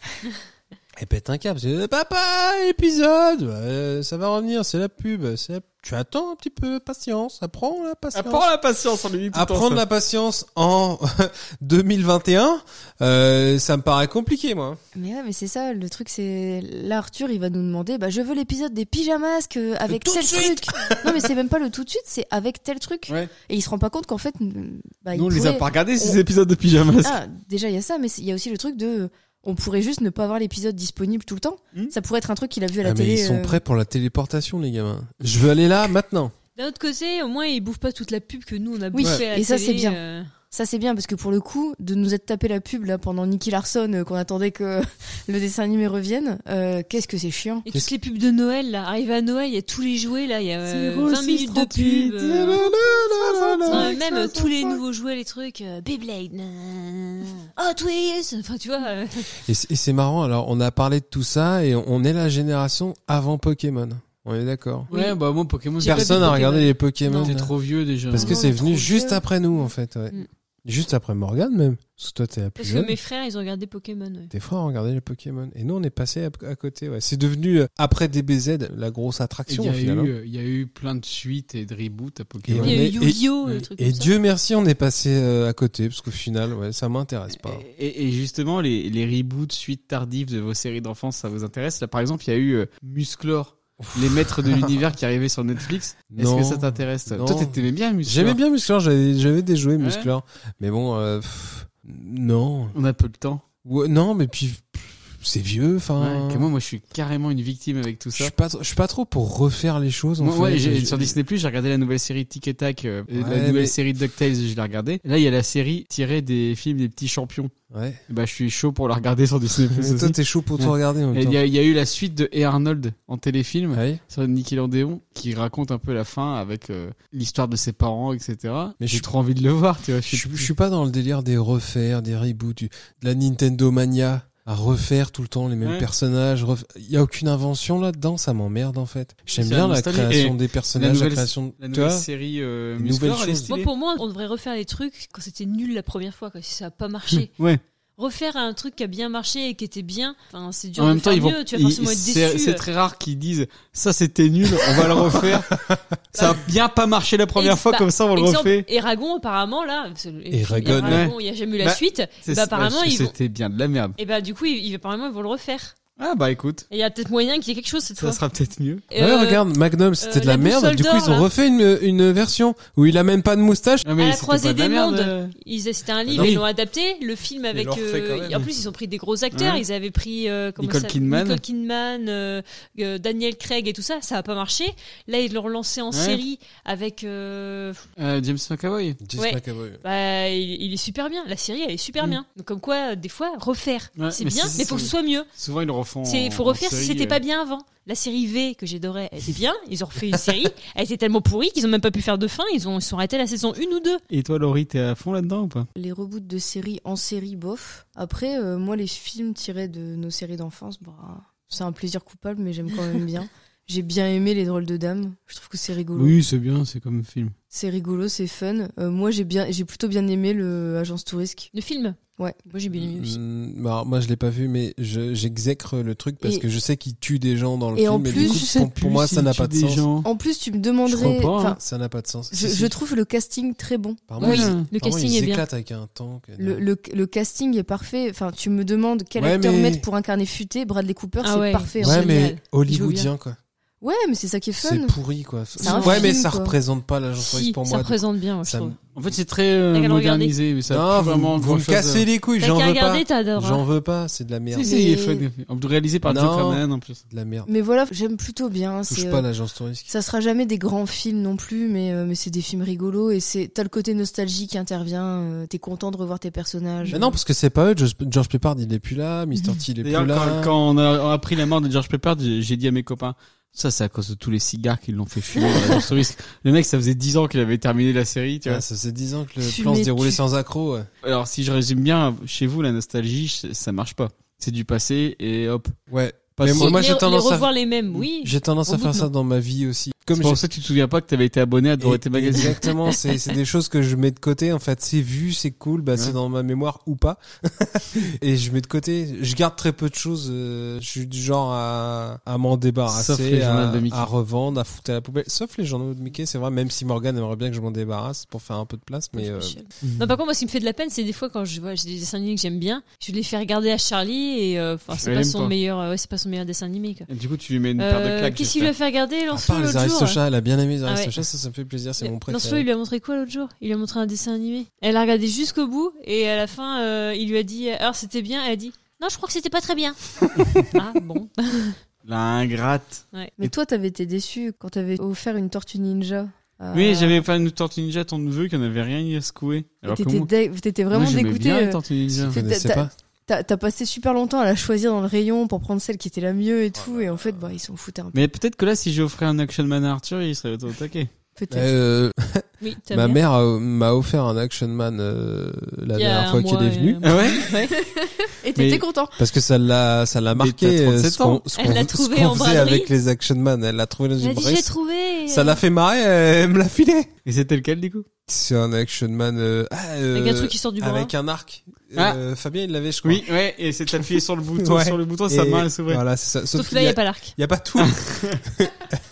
elle pète un câble. C'est euh, papa épisode, euh, ça va revenir, c'est la pub. C'est la- Tu attends un petit peu, patience, apprends la patience.
Apprends Ah, la patience, on lui dit tout le temps
Apprendre
ça.
la patience en 2021, euh, ça me paraît compliqué, moi.
Mais ouais, mais c'est ça, le truc, c'est. Là, Arthur, il va nous demander bah, je veux l'épisode des pyjamasques euh, avec
Tout de
tel
suite.
truc. non, mais c'est même pas le tout de suite, c'est avec tel truc.
Ouais.
Et il se rend pas compte qu'en fait. euh, Bah, il
Nous, on les a
pourrait-
pas regardés ces
on-
épisodes de pyjamas.
Ah, déjà, il y a ça, mais c'est- il y a aussi le truc de. On pourrait juste ne pas avoir l'épisode disponible tout le temps.
Hmm.
Ça pourrait être un truc qu'il a vu à la
Ah, mais
télé.
ils sont
euh,
prêts pour la téléportation, les gamins. Je veux aller là maintenant.
D'un autre côté, au moins, ils bouffent pas toute la pub que nous on a
Oui,
bouffée à la
et ça,
télé,
c'est bien.
euh.
Ça c'est bien parce que pour le coup, de nous être tapé la pub là pendant Nicky Larson, euh, qu'on attendait que le dessin animé revienne, euh, qu'est-ce que c'est chiant.
Et
Qu'est-ce-
toutes les pubs de Noël, là. Arrive à Noël, il y a tous les jouets, là. Il y a euh, 20 minutes de pub. euh, euh, même euh, tous les nouveaux jouets, les trucs. euh, Beyblade. nan, Hot Wheels. Enfin, tu vois. euh,
Et c'est et c'est marrant, alors on a parlé de tout ça et on est la génération avant Pokémon. On est d'accord.
Ouais, bah moi Pokémon,
J'ai pas
Personne
vu
n'a
Pokémon.
regardé les Pokémon.
T'es
là.
trop vieux déjà.
Parce que
Non,
c'est
on est
venu
trop
juste
vieux.
après nous, en fait. ouais.
Mm.
Juste après Morgane, même. Parce que toi, t'es la plus
parce que
jeune.
mes frères, ils ont regardé Pokémon. ouais.
Tes frères ont regardé les Pokémon. Et nous, on est passé à, à côté. Ouais. C'est devenu, euh, après DBZ, la grosse
Il
attraction,
y,
au
a
final. hein.
eu, il y a eu plein de suites et de reboots à
Et
Pokémon.
on
Il y a
est-
eu Yu-Gi-Oh!
Et,
le truc
et
euh, comme ça.
Dieu merci, on est passé euh, à côté. Parce qu'au final, ouais, ça m'intéresse pas.
Et, et- et justement, les, les reboots, suites tardives de vos séries d'enfance, ça vous intéresse Là, par exemple, il y a eu euh, Musclor, les maîtres de l'univers qui arrivaient sur Netflix. Est-ce
Non.
que ça t'intéresse
Non.
Toi, t'aimais bien Musclor
J'aimais bien Musclor, j'avais j'avais des jouets
Ouais.
Musclor. Mais bon, euh, pff, non.
On a peu de temps.
Ouais, non, mais puis pff, c'est vieux. Enfin,
Ouais, que moi, moi, je suis carrément une victime avec tout
je
ça.
suis pas, trop- je suis pas trop pour refaire les choses. en
Moi,
fait.
ouais, j'ai-
Je-
sur Disney Plus, j'ai regardé la nouvelle série Tic et Tac, euh, et la
Ouais,
nouvelle
mais-
série DuckTales, je l'ai regardée. Là, il y a la série tirée des films des petits champions.
Ouais.
Et bah, je suis chaud pour la regarder sur Disney Plus.
Mais toi, t'es chaud pour
Ouais.
tout regarder en
Et
même
Il y,
temps.
a- il y a eu la suite de Et Arnold en téléfilm
Ouais.
sur Nickelodeon qui raconte un peu la fin avec euh, l'histoire de ses parents, etc.
Mais
Mais
je
j'ai
suis-
trop envie de le voir, tu vois.
Je, suis- je suis pas dans le délire des refaires, des reboots, du- de la Nintendo Mania à refaire tout le temps les mêmes
Ouais.
personnages. ref- Il y a aucune invention là-dedans, ça m'emmerde en fait. J'aime
C'est
bien la
nostalgique.
création
Et
des personnages, la,
nouvelle-
création.
La
tu
nouvelle
vois
série euh,
les
Musclor,
nouvelles
elle est
choses.
stylée.
Moi, pour moi, on devrait refaire les trucs quand c'était nul la première fois, quoi, si ça a pas marché.
Ouais.
Refaire un truc qui a bien marché et qui était bien, enfin, c'est dur
En
de
même temps,
faire
ils vont.
mieux, tu vas
ils-
forcément être
C'est
déçu.
c'est très rare qu'ils disent ça c'était nul, on va le refaire. ça a bien pas marché la première
Ex-
fois,
bah,
comme ça on le
Exemple,
refait.
Eragon, apparemment, là, parce que le-
Et Eragon,
Eragon,
ouais.
il n'y a jamais eu la
Bah,
suite.
C'est-
bah, apparemment,
parce que
ils vont-
c'était bien de la merde.
Et bah, du coup, ils, ils- apparemment, ils vont le refaire.
Ah bah écoute,
Et Il y a peut-être moyen qu'il y ait quelque chose cette
ça
fois.
sera peut-être mieux.
Ouais,
Euh,
regarde, Magnum, c'était
euh,
de la
la
merde.
boussole
Du coup, ils ont
d'or, là.
refait une, une version où il a même pas de moustache.
Ah,
à la
c'était
croisée
pas de la
des
merde,
mondes.
euh.
Ils- C'était un
Ah
livre,
non.
ils l'ont adapté. Le film avec. euh,
l'ont refait quand même.
en plus, ils ont pris des gros acteurs.
Ouais.
Ils avaient pris euh, comment
Hein Nicole
ça-
Kidman.
Nicole Kidman, euh, euh, Daniel Craig et tout ça. Ça a pas marché. Là, ils l'ont relancé en
Ouais.
série avec. euh,
Euh, James McAvoy.
James
Ouais.
McAvoy.
bah, il, il est super bien. La série, elle est super bien. Donc, comme quoi, euh, des fois, refaire,
Ouais,
c'est
mais
bien,
c'est-
mais faut que
c'est-
ce soit mieux.
Souvent ils le refont.
C'est, faut
en
refaire si
série,
c'était
euh.
pas bien avant. La série V que j'adorais, elle était bien. Ils ont refait une série. Elle était tellement pourrie qu'ils ont même pas pu faire de fin. Ils ont, ils sont arrêtés à la saison 1 ou 2.
Et toi Laurie, t'es à fond là-dedans ou pas
Les reboots de séries en série, bof. Après, euh, moi, les films tirés de nos séries d'enfance, bah, c'est un plaisir coupable, mais j'aime quand même bien. J'ai bien aimé Les Drôles de Dames. Je trouve que c'est rigolo.
Oui, c'est bien, c'est comme film.
C'est rigolo, c'est fun. Euh, moi, j'ai bien, j'ai plutôt bien aimé le Agence Touristique.
Le film.
Ouais.
Moi, j'ai bien
Euh,
aimé aussi.
Mm, bah, alors, moi je l'ai pas vu mais je- j'exècre le truc parce
Et-
que je sais qu'il tue des gens dans le
et
film
en
mais
plus,
du coup,
je
pour, pour moi ça n'a pas de sens. Oh,
En plus, tu me
Je crois
demanderais.
pas, hein.
enfin,
Ça n'a pas de sens.
je,
Si, si.
je trouve le casting très bon.
Par
Oui,
moment,
le
ils- par moment,
casting
ils
est bien.
éclatent avec un tank. euh,
Le, le, le casting est parfait. Enfin, tu me demandes quel
Ouais,
acteur
mais-
mettre pour incarner Futé. Bradley Cooper,
Ah
c'est
ouais.
parfait. en
ouais
fait.
mais
génial.
hollywoodien quoi.
ouais, mais c'est ça qui est
C'est
fun.
pourri quoi.
C'est un
ouais mais
film,
ça
quoi.
représente pas l'agence
Si,
touriste pour
ça
moi. donc
représente bien, je
ça me-
trouve.
En fait, c'est très euh,
T'as qu'à le regarder.
modernisé, mais ça a
Non,
plus vraiment
vous, vous me
grand-chose à-
cassez les couilles,
T'as
j'en
qu'à
veux pas.
regarder, hein. t'adoreras.
J'en veux pas, c'est de la merde.
Si,
C'est
si, il est
Mais-
fun. Réalisé par Joe
Non.
Fernand en plus.
de la merde.
Mais voilà, j'aime plutôt bien.
Touche
c'est,
pas
euh,
l'agence touristique.
Ça sera jamais des grands films non plus, mais, euh, mais c'est des films rigolos et c'est t'as le côté nostalgie qui intervient. euh, T'es content de revoir tes personnages.
Mais non parce que c'est pas eux, George George Peppard il est plus là, Mr T il est plus
D'ailleurs,
là.
quand, quand on, a, on a appris la mort de George Peppard, j'ai j'ai dit à mes copains, ça c'est à cause de tous les cigares qui l'ont fait fumer dans l'agence touriste. Le mec, ça faisait 10 ans qu'il avait terminé la série, tu vois.
Ouais, Ah, ça faisait 10 ans que le
Fumer
plan se déroulait
du-
sans accro. ouais.
Alors, si je résume bien, chez vous, la nostalgie, c- ça marche pas. C'est du passé et hop.
Ouais.
Pas
Mais
de-
moi, moi
les,
j'ai
les
tendance à
revoir les mêmes, oui.
J'ai tendance à
Au bout
faire
de
ça dans ma vie aussi. Comme
C'est
j'ai-
pour ça que tu te souviens pas que t'avais été abonné à Dorothée
Et-
Magazine.
Exactement, c'est c'est des choses que je mets de côté. En fait, c'est vu, c'est cool, bah, c'est
Ouais.
dans ma mémoire ou pas. et je mets de côté. Je garde très peu de choses. euh, je suis du genre à, à m'en
Sauf
débarrasser,
les
à,
journaux de Mickey.
à revendre, à foutre à la poubelle. Sauf les journaux de Mickey, c'est vrai. Même si Morgan aimerait bien que je m'en débarrasse pour faire un peu de place, mais euh,
Non, par contre, moi, ce qui me fait de la peine, c'est des fois quand je vois j'ai des dessins animés que j'aime bien, je les fais regarder à Charlie et euh, enfin, c'est
Elle
pas
aime
son
pas.
meilleur, euh, ouais, c'est pas son meilleur dessin animé. Quoi.
Et du coup, tu lui mets une paire de
Euh,
claques.
Qu'est-ce qu'il lui a fait regarder
à part
Lancelot
les
l'autre jour
Aristochats, elle a bien aimé les
Ah ouais.
Aristochats. Ça, ça me fait plaisir. C'est mon
Lancelot,
préféré.
il lui a montré quoi l'autre jour Il lui a montré un dessin animé. Elle a regardé jusqu'au bout et à la fin, euh, il lui a dit alors c'était bien. Elle a dit non, je crois que c'était pas très bien. ah bon.
L'ingrate.
Mais toi, t'avais été déçu quand t'avais offert une tortue ninja. à-
Oui, j'avais fait une tortue ninja à ton neveu qui n'avait rien à secouer.
Et
Alors que
T'étais
moi-
dé- t'étais
moi,
vraiment
j'aimais
dégoûté.
bien les
euh,
tortues ninja.
Vous connaissez
T'as-
pas
T'as t'as passé super longtemps à la choisir dans le rayon pour prendre celle qui était la mieux et tout, et en fait, bah, ils s'en foutaient un peu.
Mais peut-être que là, si j'offrais un Action Man à Arthur, il serait au taquet.
Peut-être.
Euh,
Oui, t'as
ma
bien.
mère a- m'a offert un Action Man euh, la
Il y a
dernière
un
fois qu'elle
mois,
est venue.
euh,
Ah ouais
et t'étais
mais-
content.
Parce que ça l'a, ça l'a
Mais
marqué
t'as
euh,
37
ce qu'on,
ans.
ce
Elle
qu'on-
l'a
ce
trouvé
qu'on
en
faisait
braderie.
avec les Action Man. Elle l'a trouvé dans
Elle
une
a dit j'ai
braise.
trouvé. euh,
Ça l'a fait marrer, elle me l'a filé.
Et c'était lequel du coup
C'est un Action Man euh, ah, euh,
Avec un truc qui sort du hein. bras.
avec un arc.
Ah.
Euh, Fabien, il l'avait, je crois.
Oui, Oh, ouais, et c'est appuyé sur le bouton,
Ouais.
sur le bouton, sa
Et
main elle s'ouvrait.
Voilà, c'est ça. Sauf,
Sauf que
qu'il
là,
y
il
a,
a pas l'arc.
il y a pas tout.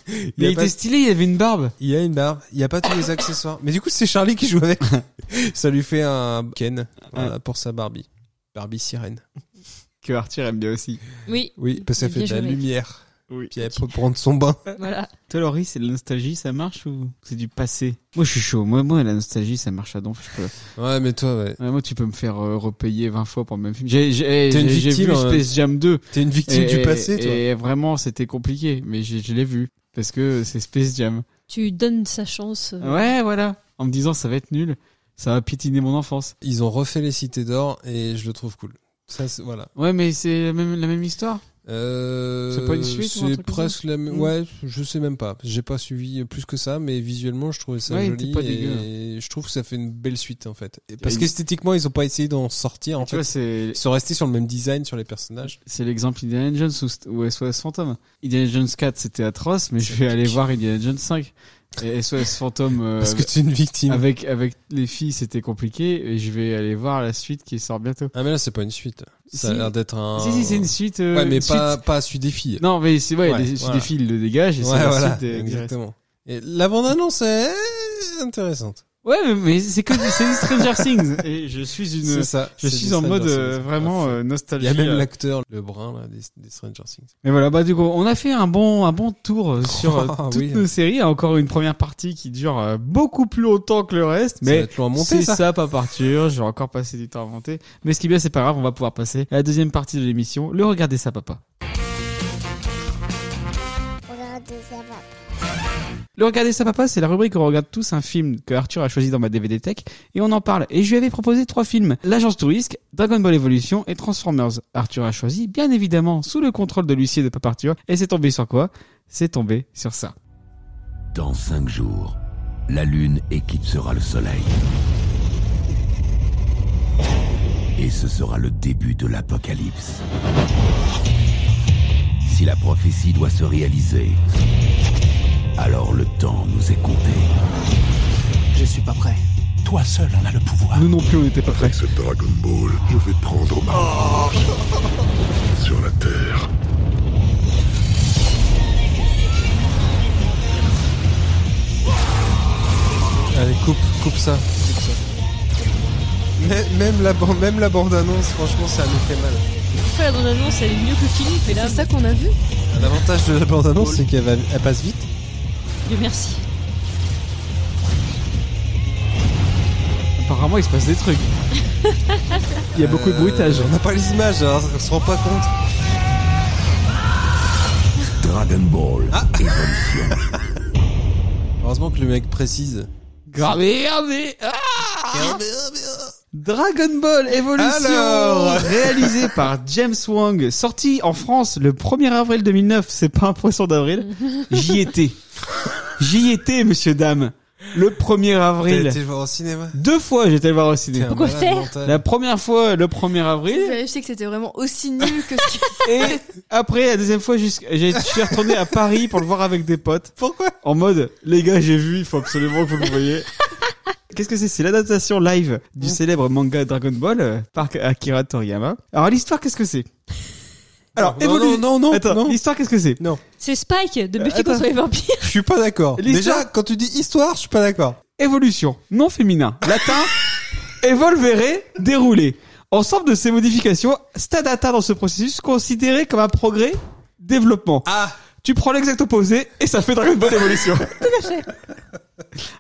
il, y
Mais
a
il
pas,
était stylé, il avait une barbe.
il y a une barbe. Il y a pas tous les accessoires. Mais du coup, c'est Charlie qui joue avec. ça lui fait un Ken voilà, pour sa Barbie. Barbie sirène.
Que Arthur aime bien aussi.
Oui,
Oui, parce
Il
qu'elle
est
fait
bien
de la
joué.
lumière.
Oui.
Puis elle peut prendre son bain.
voilà.
Toi, Laurie, c'est de la nostalgie, ça marche ou c'est du passé Moi, je suis chaud. Moi, moi, la nostalgie, ça marche à donf. Je peux...
Ouais, mais toi, ouais.
Ouais, moi, tu peux me faire euh, repayer 20 fois pour le même film. J'ai, j'ai,
T'es une
j'ai- j'ai
victime,
vu
hein.
Space Jam 2.
T'es une victime du passé, toi.
Et vraiment, c'était compliqué, mais j'ai- je l'ai vu parce que c'est Space Jam.
Tu donnes sa chance. euh,
Ouais, voilà. En me disant, ça va être nul, ça va piétiner mon enfance.
Ils ont refait les cités d'or et je le trouve cool. Ça, c'est- voilà.
Ouais, mais c'est la même, la même histoire.
Euh,
C'est pas une suite ou un
C'est
truc comme
presque la même.
Mm.
Ouais, je sais même pas. J'ai pas suivi plus que ça, mais visuellement, je trouvais ça
Ouais, il était
joli
pas
et
dégueu. hein.
je trouve que ça fait une belle suite en fait. Et parce
Et-
qu'esthétiquement, ils ont pas essayé d'en sortir. En
tu vois,
fait,
c'est
ils sont restés sur le même design sur les personnages.
c'est l'exemple Indiana Jones ou, ou SOS Fantôme. Indiana Jones 4, c'était atroce, mais je
Ça
vais aller
pique.
voir Indiana Jones 5. Et SOS Fantôme euh,
Parce que t'es une victime.
avec, avec les filles, c'était compliqué, et je vais aller voir la suite qui sort bientôt.
Ah mais là, c'est pas une suite. Ça a
Si.
l'air d'être un.
Si, si, c'est une suite. euh,
Ouais, mais
une
pas
suite.
pas celui des filles.
Non, mais c'est ouais,
Ouais,
les,
voilà.
les filles le dégagent, et
ouais,
c'est la
voilà.
suite. euh, qui reste.
Exactement. Et la bande annonce est intéressante.
Ouais, mais- mais c'est que c'est du Stranger Things. Et je suis une,
C'est ça.
je
c'est
suis
des
en mode
Stranger
euh,
Things.
vraiment euh,
Il
nostalgie.
y a même
euh.
l'acteur, le brun là, des, des Stranger Things.
Mais voilà, bah du coup, on a fait un bon, un bon tour euh, sur euh,
Ah,
toutes
oui.
nos séries. Encore une première partie qui dure euh, beaucoup plus longtemps que le reste,
ça va
mais
être loin à monter,
c'est
ça.
ça. pas partir. Je vais encore passer du temps à monter. Mais ce qui est bien, c'est pas grave. On va pouvoir passer à la deuxième partie de l'émission. Le regardez ça, papa.
Regardez ça, papa.
Le Regardez ça papa, c'est la rubrique où on regarde tous un film que Arthur a choisi dans ma DVD Tech et on en parle. Et je lui avais proposé trois films, L'Agence Touriste, Dragon Ball Evolution et Transformers. Arthur a choisi, bien évidemment, sous le contrôle de l'huissier de Papa Arthur. Et c'est tombé sur quoi C'est tombé sur ça.
Dans cinq jours, la Lune éclipsera le Soleil. Et ce sera le début de l'apocalypse. Si la prophétie doit se réaliser, alors le temps nous est compté. Je suis pas prêt. Toi seul en as le pouvoir.
Nous non plus, on n'était pas prêts.
Cette Dragon Ball, je vais prendre ma sur la Terre.
Allez, coupe, coupe ça. coupe ça. Mais- Même la, ban- même la bande-annonce, franchement, ça nous fait mal.
Après, la bande-annonce, elle est mieux que le film, mais là,
C'est ça qu'on a vu
L'avantage de la bande-annonce, c'est qu'elle va- elle passe vite.
Dieu merci.
Apparemment, il se passe des trucs. il y a beaucoup de
Euh,
bruitage.
On n'a pas les images, alors on se rend pas compte.
Dragon Ball Evolution.
Ah. Heureusement que le mec précise.
Gravez, gravez, ah
ah,
Dragon Ball Evolution
Alors
réalisé par James Wang, sorti en France le 1er avril 2009, c'est pas un poisson d'avril. J'y étais. J'y étais monsieur dame. Le 1er
T'as
avril.
été voir au cinéma
Deux fois j'étais le voir au
T'es
cinéma.
un
Pourquoi
malade
faire
mental.
La première fois le 1er
Je
avril
vérifier que c'était vraiment aussi nul que ce que...
et après la deuxième fois jusqu'- j'ai je suis retourné à Paris pour le voir avec des potes. Pourquoi En mode les gars, j'ai vu, il faut absolument que vous le voyez. Qu'est-ce que c'est C'est l'adaptation live du célèbre manga Dragon Ball euh, par Akira Toriyama. Alors l'histoire, qu'est-ce que c'est Alors,
non,
évolu-
non, non, non,
Attends,
non.
l'histoire, qu'est-ce que c'est
C'est Spike de Buffy
attends.
contre les vampires.
Je suis pas d'accord.
L'histoire-
Déjà, quand tu dis histoire, je suis pas d'accord.
Évolution, non féminin, latin, evolvere, déroulé. Ensemble de ces modifications, stade atteint dans ce processus considéré comme un progrès, développement.
Ah
Tu prends l'exact opposé et ça fait Dragon Ball Evolution.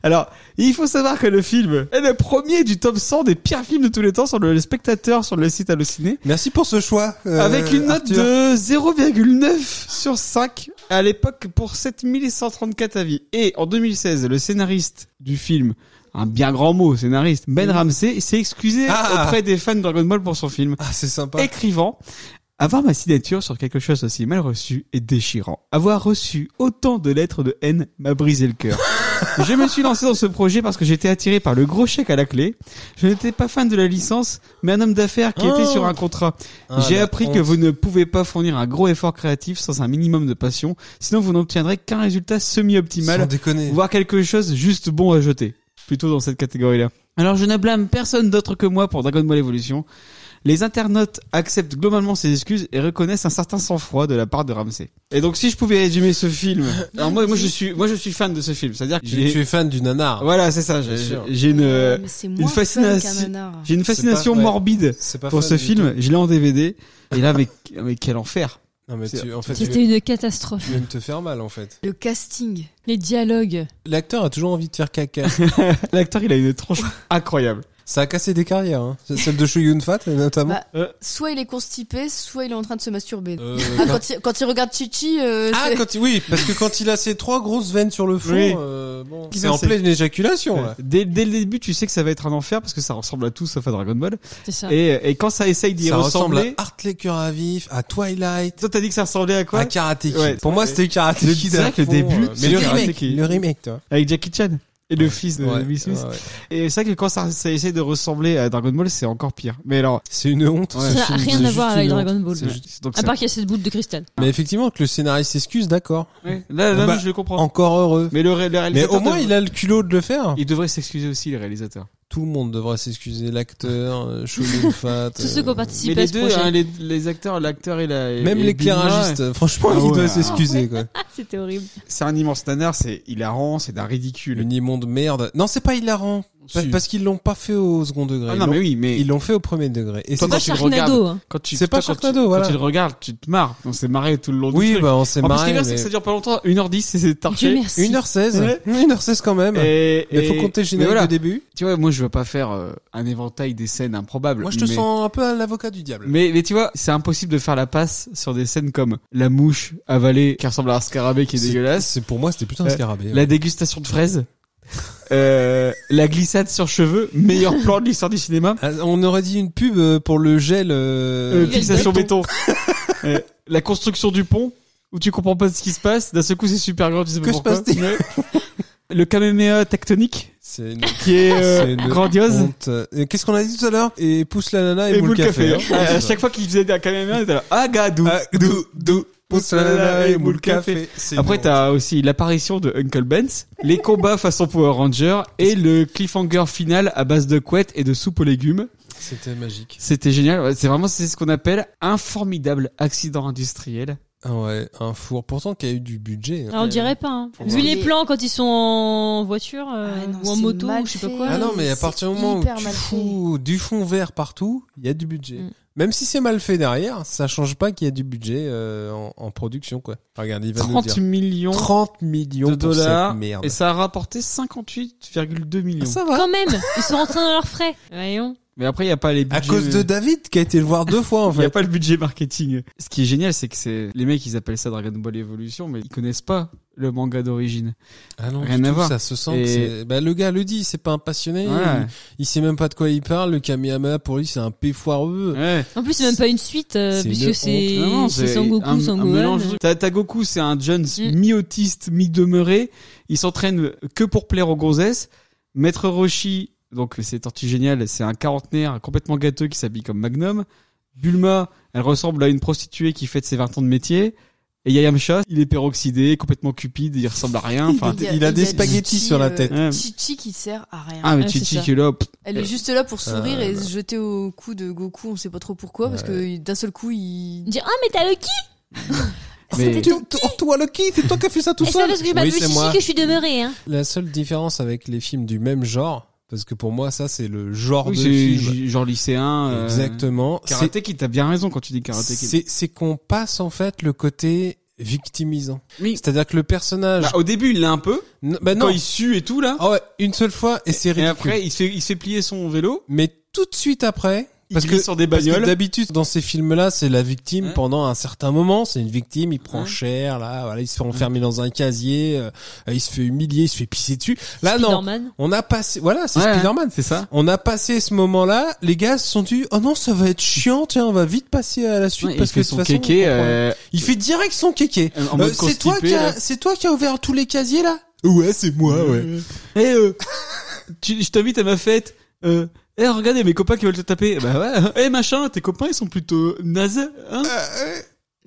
Alors, il faut savoir que le film est le premier du top 100 des pires films de tous les temps sur le spectateur sur le site Allociné.
Merci pour ce choix. euh,
avec une note
Arthur.
de 0,9 sur 5 à l'époque pour 7134 avis. Et en 2016, le scénariste du film, un bien grand mot, scénariste, Ben Ramsey, s'est excusé
Ah.
auprès des fans de Dragon Ball pour son film,
Ah, c'est sympa.
écrivant avoir ma signature sur quelque chose aussi mal reçu est déchirant. Avoir reçu autant de lettres de haine m'a brisé le cœur. je me suis lancé dans ce projet parce que j'étais attiré par le gros chèque à la clé. Je n'étais pas fan de la licence, mais un homme d'affaires qui était
Oh.
sur un contrat.
Ah,
J'ai
la
appris
honte.
que vous ne pouvez pas fournir un gros effort créatif sans un minimum de passion, sinon vous n'obtiendrez qu'un résultat
Sans
semi-optimal,
déconner.
voire quelque chose juste bon à jeter. Plutôt dans cette catégorie-là. Alors je ne blâme personne d'autre que moi pour Dragon Ball Evolution. Les internautes acceptent globalement ces excuses et reconnaissent un certain sang-froid de la part de Ramsey. Et donc si je pouvais résumer ce film, alors moi, moi je suis, moi je suis fan de ce film, c'est-à-dire que
Tu tu
j'ai,
es fan du nanar.
voilà c'est ça, j'ai
Bien sûr.
j'ai une, euh,
Mais c'est
une
moins fun
fascination-
qu'un nanar.
j'ai une
C'est pas-
fascination
ouais.
morbide
C'est pas
pour
fan
ce
du
film. Je l'ai en DVD et là mais, mais quel enfer.
tout. Non, mais
C'est-
tu, en fait, tu,
C'était une catastrophe.
tu viens de te faire mal, en fait.
Le casting.
Les dialogues.
L'acteur a toujours envie de faire caca.
L'acteur, il a une tronche incroyable.
Ça a cassé des carrières, hein. C'est Celle de Shoyun Fat, notamment.
Bah, soit il est constipé, soit il est en train de se masturber.
Bah,
Euh,
Quand il, quand il regarde Chichi, euh,
Ah,
c'est-
quand il- oui, parce que quand il a ses trois grosses veines sur le front,
Oui.
euh, bon,
Qui
c'est
ça,
en
c'est-
pleine éjaculation. là.
Dès, dès le début, tu sais que ça va être un enfer parce que ça ressemble à tout sauf à Dragon Ball.
C'est ça.
Et, et quand ça essaye d'y
Ça ressemble à
ressembler,
Art Cœurs à vif, à Twilight,
toi t'as dit que ça ressemblait à quoi
à Karate Kid.
Ouais.
Pour moi,
Ouais.
c'était Karate
Le-
Kid.
c'est vrai
à
que le
fond,
début,
euh,
c'est
mais le
Karate
remake,
Kid.
le remake, toi.
Avec Jackie Chan et le fils de
Ouais,
Will Smith.
ouais, ouais.
Et c'est vrai que quand ça, ça essaye de ressembler à Dragon Ball, c'est encore pire. Mais alors,
C'est une honte.
Ouais.
ce film,
ça n'a
c'est
rien à
juste
voir
une
avec
honte.
Dragon Ball.
c'est juste- donc
À
ça-
part qu'il y a cette boule de cristal.
Mais effectivement, que le scénariste s'excuse, d'accord.
Ouais. là, là,
Bah,
je le comprends.
Encore heureux.
Mais le, ré- le
Mais
réalisateur
au moins,
devrait-
il a le culot de le faire.
il devrait s'excuser aussi, le réalisateur.
Tout le monde devra s'excuser. L'acteur, euh, Shogun Fat.
Tous ceux qui ont
Mais
euh,
participé à
les
ce
deux,
projet.
hein, les, les acteurs, l'acteur et la... et-
Même
et
l'éclairagiste, franchement,
Ah
il
ouais.
doit s'excuser, quoi.
Ah, C'était horrible.
Bulma, C'est un immense nanar, c'est hilarant, c'est d'un ridicule.
Une immonde merde. Non, c'est pas hilarant. Parce,
Si.
parce qu'ils l'ont pas fait au second degré.
Ah
Ils
non,
l'ont-
mais oui, mais
Ils l'ont fait au premier degré. Et
Toi,
c'est-
pas
quand tu le regardes-
Sharknado, hein.
quand tu
C'est pas
putain, quand
Sharknado,
tu-
voilà.
Quand tu le regardes, tu te marres. On s'est marré tout le long du
Oui,
truc.
bah on s'est
en plus, ce qui est
marré.
bien, c'est
mais-
que ça dure pas longtemps. 1h10 et c'est
Dieu
tarché.
merci.
1h16.
Ouais.
1h16 quand même.
Et,
Il faut
et-
compter le
mais
générique
voilà.
de début.
Tu vois, moi, je veux pas faire euh, un éventail des scènes improbables.
Moi, je te
mais-
sens un peu à l'avocat du diable.
Mais, mais tu vois, c'est impossible de faire la passe sur des scènes comme la mouche avalée qui ressemble à un scarabée qui est
C'est-
dégueulasse,
C'est pour moi, c'était plutôt un
Euh,
scarabée.
la dégustation de fraises, euh, la glissade sur cheveux, meilleur plan de l'histoire du cinéma,
Ah, On aurait dit une pub euh, pour le gel. euh,
euh, fixation béton, Euh, la construction du pont où tu comprends pas ce qui se passe, d'un seul coup c'est super grand, tu sais pas
Que se
pourquoi.
passe-t-il
Le Kamehameha tectonique
C'est une
qui est, euh,
C'est une
grandiose.
honte. Euh, Qu'est-ce qu'on a dit tout à l'heure Et pousse la nana et,
Et
boule
boule café.
café. hein.
À chaque fois qu'il faisait un Kamehameha, t'es là, ah gadou.
Ah, dou, dou, pousse la nana et boule café. C'est
Après,
bon.
t'as aussi l'apparition de Uncle Ben's, les combats façon Power Ranger et le cliffhanger final à base de couettes et de soupe aux légumes.
C'était magique.
C'était génial. Ouais, C'est vraiment c'est ce qu'on appelle un formidable accident industriel.
Ah ouais, un four. Pourtant, qui a eu du budget. hein.
Ah, on dirait pas. hein.
Pour
Vu
moi.
les plans quand ils sont en voiture euh,
Ah non,
ou en
c'est
moto
mal
ou je sais pas
fait.
quoi.
Ah
Ouais,
non, mais à
c'est
partir du moment où
hyper
tu
mal
fous du fond vert partout, il y a du budget.
Mm.
Même si c'est mal fait derrière, ça change pas qu'il y a du budget euh, en, en production, quoi. Regarde, il va nous
30
dire
millions
30 millions
de
pour cette
dollars
merde.
et ça a rapporté 58,2 millions.
ça va.
Quand même, ils sont rentrés dans leurs frais. Voyons.
Mais après, il y a pas les budgets.
À cause de David qui a été le voir deux fois, en
Il n'y a
fait.
pas le budget marketing. Ce qui est génial, c'est que c'est les mecs, ils appellent ça Dragon Ball Evolution, mais ils connaissent pas le manga d'origine.
Ah non,
Rien
du
à
tout,
voir.
Ça se sent. que
Et-
c'est- bah, le gars le dit, c'est pas un passionné.
Ouais.
Il, il sait même pas de quoi il parle. Le Kamehameha pour lui, c'est un p foireux.
Ouais.
En plus, c'est même pas une suite euh,
C'est une
puisque c'est
Non, non,
c'est Son Goku,
un-
Son
un
Gohan.
mélange de- T'as t'as Goku, c'est un Jones
Mm.
mi-autiste, mi-demeuré. Il s'entraîne que pour plaire aux gonzesses. Maître Roshi, donc c'est tortue génial, c'est un quarantenaire complètement gâteux qui s'habille comme Magnum. Bulma, elle ressemble à une prostituée qui fête ses 20 ans de métier. Et Yayamcha, il est peroxydé, complètement cupide, il ressemble à rien. Enfin,
il a des spaghettis
Chichi,
sur la
euh,
tête.
Ouais.
Chichi qui sert à rien.
ah mais
Ouais,
tu
c'est
dis
ça.
que là, pff,
Elle est juste là pour
Ah,
sourire et se jeter au cou de Goku, on sait pas trop pourquoi, parce que d'un seul coup, il.
Dire ah mais t'as le qui
mais-
Tu- tu- oh, toi, le qui C'est toi qui as fait ça tout
C'est
seul
Eh, parce que je
Oui,
m'appelle
c'est
Chichi
moi.
que je suis demeuré. Hein.
La seule différence avec les films du même genre, parce que pour moi, ça, c'est le genre
oui,
de
c'est
film.
g- genre lycéen. euh,
Exactement. C'est-
Karate Kid, t'as bien raison quand tu dis Karate Kid.
C'est c'est qu'on passe en fait le côté victimisant.
Oui.
C'est-à-dire que le personnage.
Bah, au début, il l'a un peu.
N- bah
Quand
non.
il sue et tout là.
Ah ouais, une seule fois et c'est
et
ridicule.
après, il se fait, il se fait plier son vélo.
Mais tout de suite après. Parce
il
que
glisse sur des
Parce que
bagnoles.
d'habitude, dans ces films-là, c'est la victime
Hein
pendant un certain moment. C'est une victime, il prend
Hein
cher, là, voilà, il se fait enfermer dans un casier, euh, il se fait humilier, il se fait pisser dessus. Là, Ah, non.
Spider-Man.
On a passé, voilà, c'est
Ouais,
Spider-Man.
C'est ça.
On a passé ce moment-là, les gars se sont dit, oh non, ça va être chiant, tiens, on va vite passer à la suite
Ouais,
parce
il
que
fait
de
son
toute façon,
kéké,
on comprend rien.
euh,
il fait direct son kéké.
en mode
Euh, c'est toi
constipé,
qui a,
là.
c'est toi qui a ouvert tous les casiers là? Ouais, c'est moi, ouais.
Eh, euh, tu- je t'invite à ma fête. Euh, eh, regardez mes copains qui veulent te taper. Bah ouais. Eh, machin, tes copains ils sont plutôt nazes, hein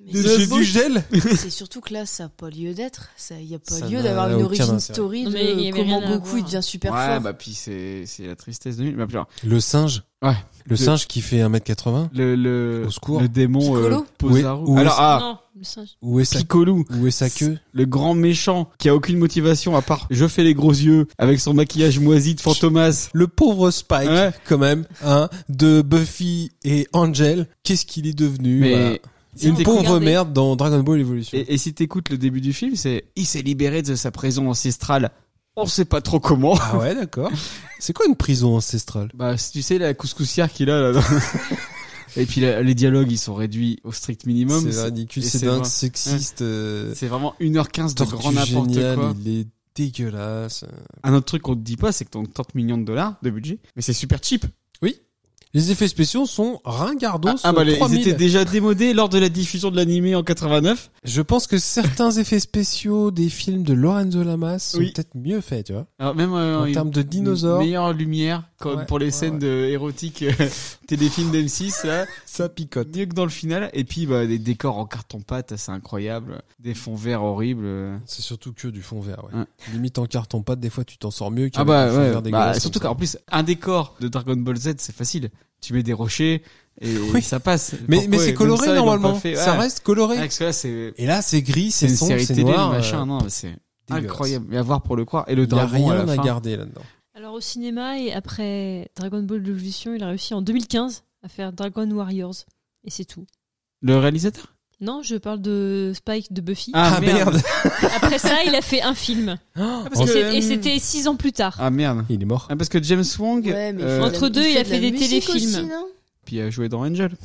Mais
Des
c'est-
J'ai du gel.
C'est surtout que là, ça n'a pas lieu d'être. Il n'y a pas
Ça
lieu
n'a
d'avoir une
aucun
origin
intérêt.
story
Non,
de
mais il y avait
comment
rien à
Goku il
voir.
devient super
Ouais,
fort.
bah puis c'est c'est la tristesse de nuit. Bah, puis, alors,
Le singe.
Ouais.
Le singe qui fait 1m80.
le le
Au secours.
le démon euh,
Piccolo
Pozaru.
Oui, oui.
Alors ah,
Non, le singe.
Où est sa,
Piccolo,
où est sa queue?
le grand méchant qui a aucune motivation à part je fais les gros yeux avec son maquillage moisi de fantomas.
Le pauvre Spike,
Ouais.
quand même, hein, de Buffy et Angel, qu'est-ce qu'il est devenu voilà.
Mais
Sinon,
Une
on
pauvre
regardait.
merde dans Dragon Ball Evolution.
Et, et si t'écoutes le début du film, c'est il s'est libéré de sa prison ancestrale. On sait pas trop comment.
Ah ouais, d'accord. C'est quoi une prison ancestrale
Bah, tu sais la couscoussière qu'il a là. dans- et puis la- les dialogues, ils sont réduits au strict minimum.
C'est ridicule,
et
c'est
c'est
dingue,
vrai.
sexiste, euh,
C'est vraiment 1h15 de grand
tortue
n'importe
génial,
quoi.
il est dégueulasse. euh.
Un autre truc qu'on te dit pas, c'est que t'as 30 millions de dollars de budget, mais c'est super cheap.
Les effets spéciaux sont ringardos.
ah bah, les- ils
3000.
étaient déjà démodés lors de la diffusion de l'animé en 89.
Je pense que certains effets spéciaux des films de Lorenzo Lamas sont
Oui.
peut-être mieux faits, tu vois.
Alors même euh,
En
une
termes de dinosaures,
meilleure lumière comme
Ouais,
pour les
ouais,
scènes
ouais.
de érotiques euh, téléfilms d'M6 là.
ça picote.
Mieux que dans le final. Et puis, bah, des décors en carton-pâte assez incroyables. Des fonds verts horribles.
C'est surtout que du fond vert, ouais.
Ouais.
Limite en carton pâte, des fois tu t'en sors mieux qu'avec
Ah bah,
du fond
ouais.
vert dégueulasse
Bah,
comme
surtout
ça.
qu'en plus, un décor de Dragon Ball Z, c'est facile. Tu mets des rochers et
Oui.
ça passe.
Mais,
Pourquoi
mais
ils-
c'est
même
coloré
ça, ils l'ont
normalement.
pas fait.
Ça
Ouais.
reste coloré.
Ouais, parce que là, c'est
Et là, c'est gris,
c'est
c'est
une
sombre,
série
c'est
télé, le
noir.
machin.
euh,
Non, mais c'est
dégueulasse.
incroyable. Mais à voir pour le croire. Et le
Il y a
dragon à
rien
la
à
fin.
garder là-dedans.
Alors au cinéma, et après Dragon Ball Evolution, il a réussi en 2015 à faire Dragon Warriors. Et c'est tout.
Le réalisateur
Non, je parle de Spike de Buffy.
Ah, merde.
Après ça, il a fait un film.
Ah, parce
Et
que-
euh,
c'est- et c'était six ans plus tard.
Ah merde.
Oh. Il est mort.
Ah, parce que James Wong
Ouais, mais
euh,
Entre deux, il a
de
fait
la
des
musique
téléfilms.
aussi, non
puis a joué dans Angel.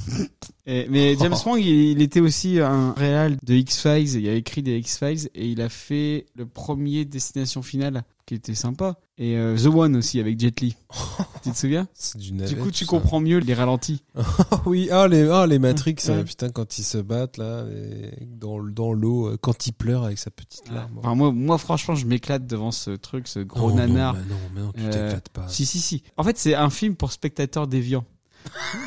Et- mais James Wong, il, il était aussi un réal de X-Files. Il a écrit des X-Files et il a fait le premier Destination Finale qui était sympa. Et euh, The One aussi avec Jet Li. tu te souviens
C'est du navet,
Du coup, tu
tout ça.
comprends mieux les ralentis.
Ah oui, ah les, ah, les Matrix,
Ouais.
hein, putain, quand ils se battent là, les- dans, le- dans l'eau, euh, quand il pleure avec sa petite larme.
Enfin, moi, moi, franchement, je m'éclate devant ce truc, ce gros
Non,
nanar.
Non, bah non, mais non, tu
Euh,
t'éclates pas.
Si, si, si. En fait, c'est un film pour spectateurs déviants.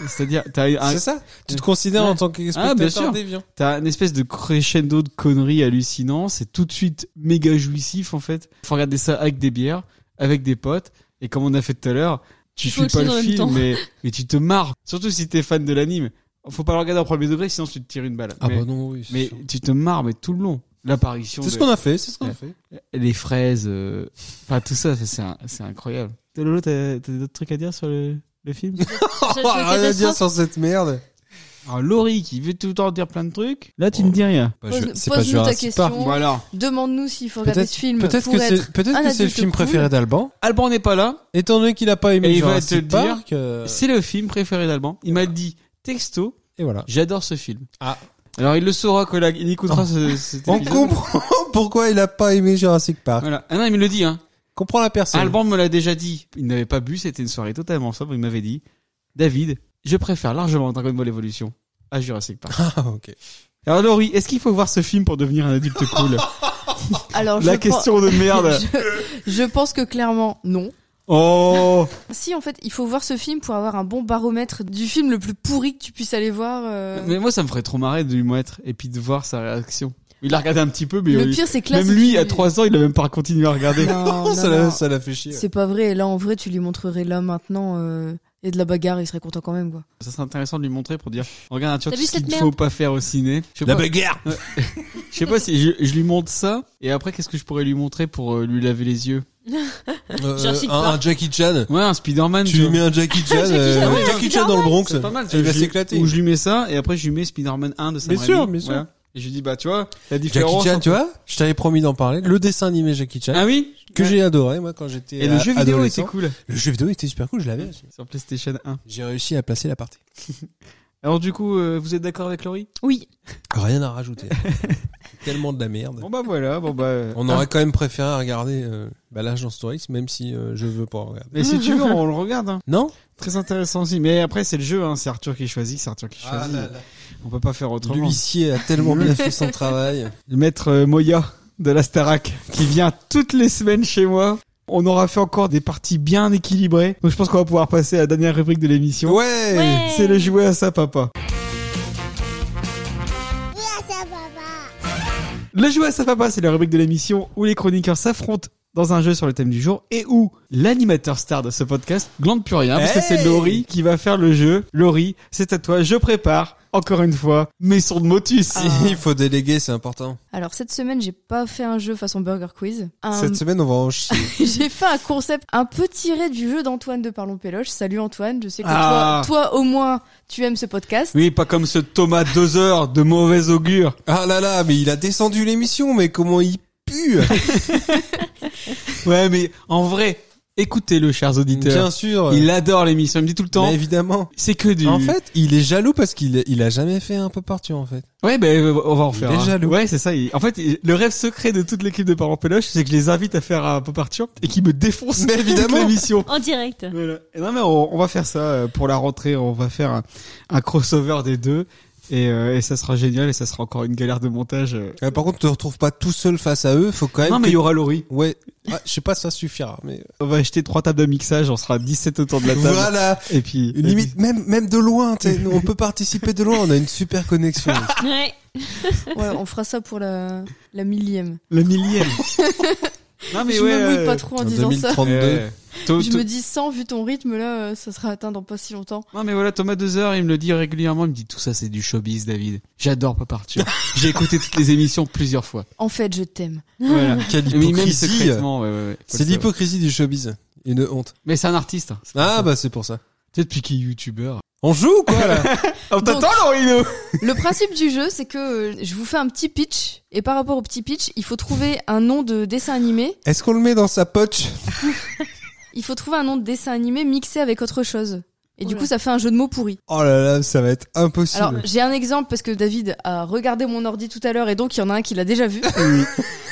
C'est-à-dire, t'as un,
C'est ça Tu te considères
Ouais.
en tant que
Ah, bien
spectateur
sûr.
déviant
T'as une espèce de crescendo de conneries hallucinant, c'est tout de suite méga jouissif en fait. Faut regarder ça avec des bières, avec des potes, et comme on a fait tout à l'heure, tu
Il faut
suis pas
le
le
film en même temps.
film, mais, mais tu te marres. Surtout si t'es fan de l'anime. Faut pas le regarder en premier degré, sinon tu te tires une balle.
Ah
mais
bah non, oui. c'est
mais
sûr.
tu te marres, mais tout le long. L'apparition,
C'est
de...
ce qu'on a fait, c'est ce qu'on a
Ouais.
fait.
les fraises, euh, enfin tout ça, c'est un- c'est incroyable. Lolo, t'as t'as d'autres trucs à dire sur le, le film
J'ai
Oh,
joué
rien à dire
catastrophe.
sur cette merde.
Alors Ah, Laurie qui veut tout le temps dire plein de trucs, là tu ne dis rien.
Bah,
Pose-
je- c'est pas
pose-nous ta
Jurassic
question.
Park.
Bon,
Voilà.
Demande-nous s'il faut regarder
Peut-être
ce film
peut-être
pour
que
être
c'est peut-être
un
que c'est le
adulte
film
cool.
préféré d'Alban.
Alban n'est pas là,
Étant donné qu'il a pas aimé
Et il va te
Jurassic
le
Park, euh,
C'est le film préféré d'Alban. Il m'a dit texto,
et voilà.
j'adore ce film.
Ah.
Alors il le saura quand il a- il écoutera ce, cet
On
épisode.
comprend pourquoi il a pas aimé Jurassic Park.
Voilà. Ah non, il me le dit. Hein.
Comprends la personne.
Alban me l'a déjà dit. Il n'avait pas bu, c'était une soirée totalement sobre. Il m'avait dit, David, je préfère largement Dragon Ball Evolution à Jurassic Park.
Ah, ok.
Alors Laurie, est-ce qu'il faut voir ce film pour devenir un adulte cool
Alors,
La
je pense-
question de merde.
je, je pense que clairement, non.
Oh
Si, en fait, il faut voir ce film pour avoir un bon baromètre du film le plus pourri que tu puisses aller voir. euh.
Mais moi, ça me ferait trop marrer de lui mettre et puis de voir sa réaction. Il a regardé un petit peu, mais
le
euh,
pire, c'est que là,
même
si
lui,
tu-
à 3 ans, il a même pas continué à regarder.
Oh, Non,
ça,
non,
l'a-
non.
ça l'a fait chier.
C'est pas vrai. Là, en vrai, tu lui montrerais là maintenant euh, et de la bagarre, il serait content quand même, quoi.
Ça serait intéressant de lui montrer pour dire regarde tu vois
T'as
tout
vu
ce qu'il
cette
ne
merde
faut pas faire au ciné. Je sais, pas,
bagarre
je sais pas si je, je lui montre ça et après qu'est-ce que je pourrais lui montrer pour euh, lui laver les yeux
Jurassic
Euh, un, un
Park.
Jackie Chan.
Ouais un Spider-Man.
Tu lui mets un Jackie Chan. euh,
Chan, ouais,
Jackie
Jackie
Chan dans le Bronx.
c'est pas mal. tu
Il
vois,
va
je-
s'éclater.
Ou je lui mets ça et après je lui mets Spider-Man 1 de Sam
Bien
Raimi,
sûr, bien sûr.
voilà. Et je lui dis bah tu vois la
Jackie
différence.
Chan,
entre-
tu vois, je t'avais promis d'en parler. Le dessin animé Jackie Chan,
Ah oui.
que
Ouais.
j'ai adoré moi quand j'étais
Et le
euh,
jeu vidéo était
adolescent.
cool
Le jeu vidéo était super cool, je l'avais.
sur PlayStation 1.
J'ai réussi à placer la partie.
Alors du coup euh, vous êtes d'accord avec Laurie
Oui.
Rien à rajouter. Tellement de la merde.
Bon bah voilà bon bah. euh,
On aurait quand même préféré regarder euh, bah, l'agence touriste, même si euh, je veux pas en regarder.
Mais si tu veux on le regarde. hein.
Non
Très intéressant aussi mais après c'est le jeu hein c'est Arthur qui choisit c'est Arthur qui
Ah,
choisit. On peut pas faire autrement.
L'huissier a tellement bien fait son travail.
Maître euh, Moya de la Starac qui vient toutes les semaines chez moi. On aura fait encore des parties bien équilibrées. Donc je pense qu'on va pouvoir passer à la dernière rubrique de l'émission.
Ouais,
Ouais.
C'est le jouet à sa papa.
à sa papa.
Le jouet à sa papa, c'est la rubrique de l'émission où les chroniqueurs s'affrontent dans un jeu sur le thème du jour et où l'animateur star de ce podcast glande plus rien parce que c'est
Hey
Laurie qui va faire le jeu. Laurie, c'est à toi. Je prépare, encore une fois, mes sons de motus.
Il faut déléguer, c'est important.
Alors cette semaine, j'ai pas fait un jeu façon Burger Quiz. Un-
Cette semaine, on va en chier.
j'ai fait un concept un peu tiré du jeu d'Antoine de Parlons Péloche. Salut Antoine, je sais que
Ah.
toi, toi au moins, tu aimes ce podcast.
Oui, pas comme ce Thomas deux heures de mauvais augure.
Ah là là, mais il a descendu l'émission, mais comment il pue
Ouais, mais en vrai, écoutez-le, chers auditeurs.
Bien sûr.
Il adore l'émission, il me dit tout le temps.
Mais évidemment.
C'est que du.
En fait, il est jaloux parce qu'il il a jamais fait un peu partout en fait.
ouais, ben euh, on va en
Il
faire.
est
un.
jaloux.
Ouais, c'est ça. il- En fait, il- le rêve secret de toute l'équipe de Parents Péloche, c'est que je les invite à faire un peu partir et qu'ils me défoncent.
Mais évidemment.
toute l'émission.
En direct.
Voilà. Et Non mais on, on va faire ça euh, pour la rentrée. On va faire un, un crossover des deux et, euh, et ça sera génial et ça sera encore une galère de montage. euh.
Euh, par contre, tu te retrouves pas tout seul face à eux, faut quand même.
Non mais
que-
il y aura Laurie.
Ouais, Ah, je sais pas, ça suffira. Mais
On va acheter trois tables de mixage. On sera 17 autour de la table.
voilà,
Et puis
Une
et
limite même même de loin, tu sais, nous, on peut participer de loin. On a une super connexion.
Ouais.
Ouais, on fera ça pour la, la millième.
puis, le millième. non mais
je
ouais.
me mouille
euh,
pas trop en,
en
disant ça.
2032.
euh, tôt-
Je
tôt-
me dis 100, vu ton rythme, là, euh, ça sera atteint dans pas si longtemps.
Non mais voilà Thomas deux heures il me le dit régulièrement il me dit tout ça c'est du showbiz David j'adore pas partir j'ai écouté toutes les émissions plusieurs fois
En fait, je t'aime.
voilà
Quelle
mais même
hypocrisie
secrètement ouais, ouais, ouais. Faut
C'est
le savoir.
l'hypocrisie du showbiz. Une honte.
Mais c'est un artiste.
Ah bah c'est pour ça.
Tu sais, depuis qu'il est youtubeur.
On joue ou quoi là
On t'attend, Lorino
Le principe du jeu, c'est que euh, je vous fais un petit pitch, et par rapport au petit pitch, il faut trouver un nom de dessin animé.
Est-ce qu'on le met dans sa poche
Il faut trouver un nom de dessin animé mixé avec autre chose. Et du
Oula.
coup, ça fait un jeu de mots pourri.
Oh là là, ça va être impossible.
Alors, j'ai un exemple parce que David a regardé mon ordi tout à l'heure et donc il y en a un qui l'a déjà vu.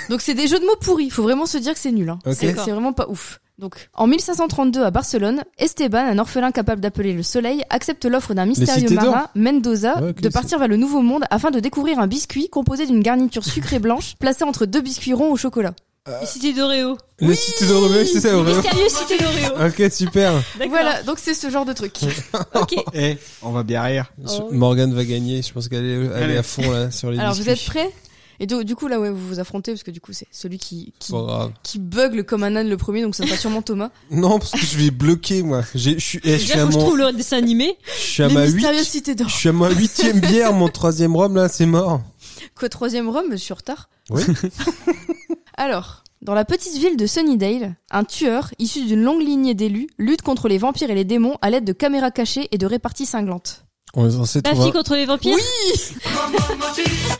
donc, c'est des jeux de mots pourris. Faut vraiment se dire que c'est nul. Hein.
Ok.
C'est c'est vraiment pas ouf. Donc, en 1532 à Barcelone, Esteban, un orphelin capable d'appeler le soleil, accepte l'offre d'un mystérieux
cités d'or.
marin, Mendoza,
Ouais, ok,
de
c'est-
partir vers le Nouveau Monde afin de découvrir un biscuit composé d'une garniture sucrée blanche placée entre deux biscuits ronds au chocolat.
Les cités d'Oreo.
Le cité de Romeo, c'est ça, Romeo
Mystérieux cité d'Oreo.
Ok, super.
D'accord.
Voilà, donc c'est ce genre de truc.
Ok.
Eh, on va bien rire.
Oh.
Morgane va gagner, je pense qu'elle est, elle est à fond là sur les
Alors, vous êtes
biscuits.
prêts Et du, du coup, là, ouais, vous vous affrontez parce que du coup, c'est celui qui, qui,
Pas grave.
qui bugle comme un âne le premier, donc ça sera sûrement Thomas.
Non, parce que je vais bloquer moi. J'ai- Je suis eh, je suis
Déjà,
à
faut que je
mon-
trouve le dessin animé.
je suis à
Les
ma huit-
mystérieuses cités d'or.
je suis à ma huitième bière, mon troisième rhum là, c'est mort.
Quoi, troisième Rome, je suis en retard.
Oui.
Alors, dans la petite ville de Sunnydale, un tueur, issu d'une longue lignée d'élus, lutte contre les vampires et les démons à l'aide de caméras cachées et de réparties cinglantes.
On est censé
La
trouver.
fille contre les vampires.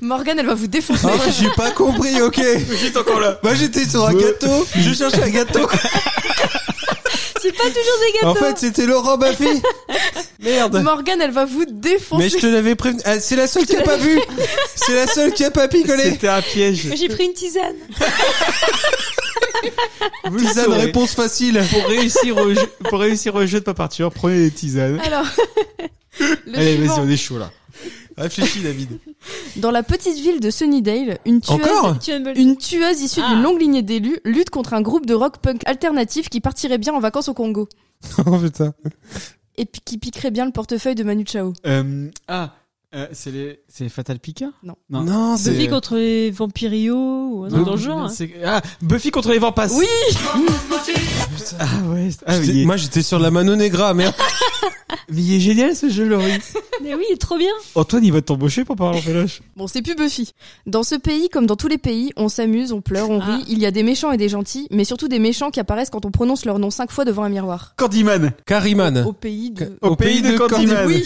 Morgane, elle va vous défoncer.
Ah, j'ai pas compris, ok. J'étais encore là. Moi, j'étais sur
Bah.
un gâteau. Je cherchais un gâteau.
C'est pas toujours des gâteaux.
En fait, c'était Laurent Baffy. Merde.
Morgane, elle va vous défoncer.
Mais je te l'avais prévenu. Ah, c'est la seule qui a pas vu. C'est la seule qui a pas picolé.
C'était un piège.
J'ai pris une tisane.
Vous le
Tisane,
saurez.
réponse facile.
Pour réussir, au jeu, pour réussir au jeu de pas partir, prenez des tisanes.
Alors, le
Allez,
suivant.
vas-y, on est chaud là.
Réfléchis, David.
Dans la petite ville de Sunnydale, une tueuse...
Encore?
Tu vas me le-
Une tueuse issue
Ah.
d'une longue lignée d'élus lutte contre un groupe de rock punk alternatif qui partirait bien en vacances au Congo
Oh putain.
et pi- qui piquerait bien le portefeuille de Manu Chao.
Euh, ah, euh, c'est les, c'est Fatal Pika
Non.
Non.
Buffy
c'est.
contre les vampirios ou un truc dans le genre. hein.
c'est- Ah, Buffy contre les vampires.
Oui.
Ah ouais. c'est- ah, mais,
J'étais-
il est,
Moi, j'étais sur la Mano Negra, merde.
mais il est génial ce jeu, Laurie.
Mais oui, il est trop bien.
Antoine, il va t'embaucher pour parler en péloche.
Bon, c'est plus Buffy. Dans ce pays, comme dans tous les pays, on s'amuse, on pleure, on
Ah.
rit. Il y a des méchants et des gentils, mais surtout des méchants qui apparaissent quand on prononce leur nom cinq fois devant un miroir.
Candyman.
Cariman.
Au pays de...
Au, pays, de, Candyman.
Oui.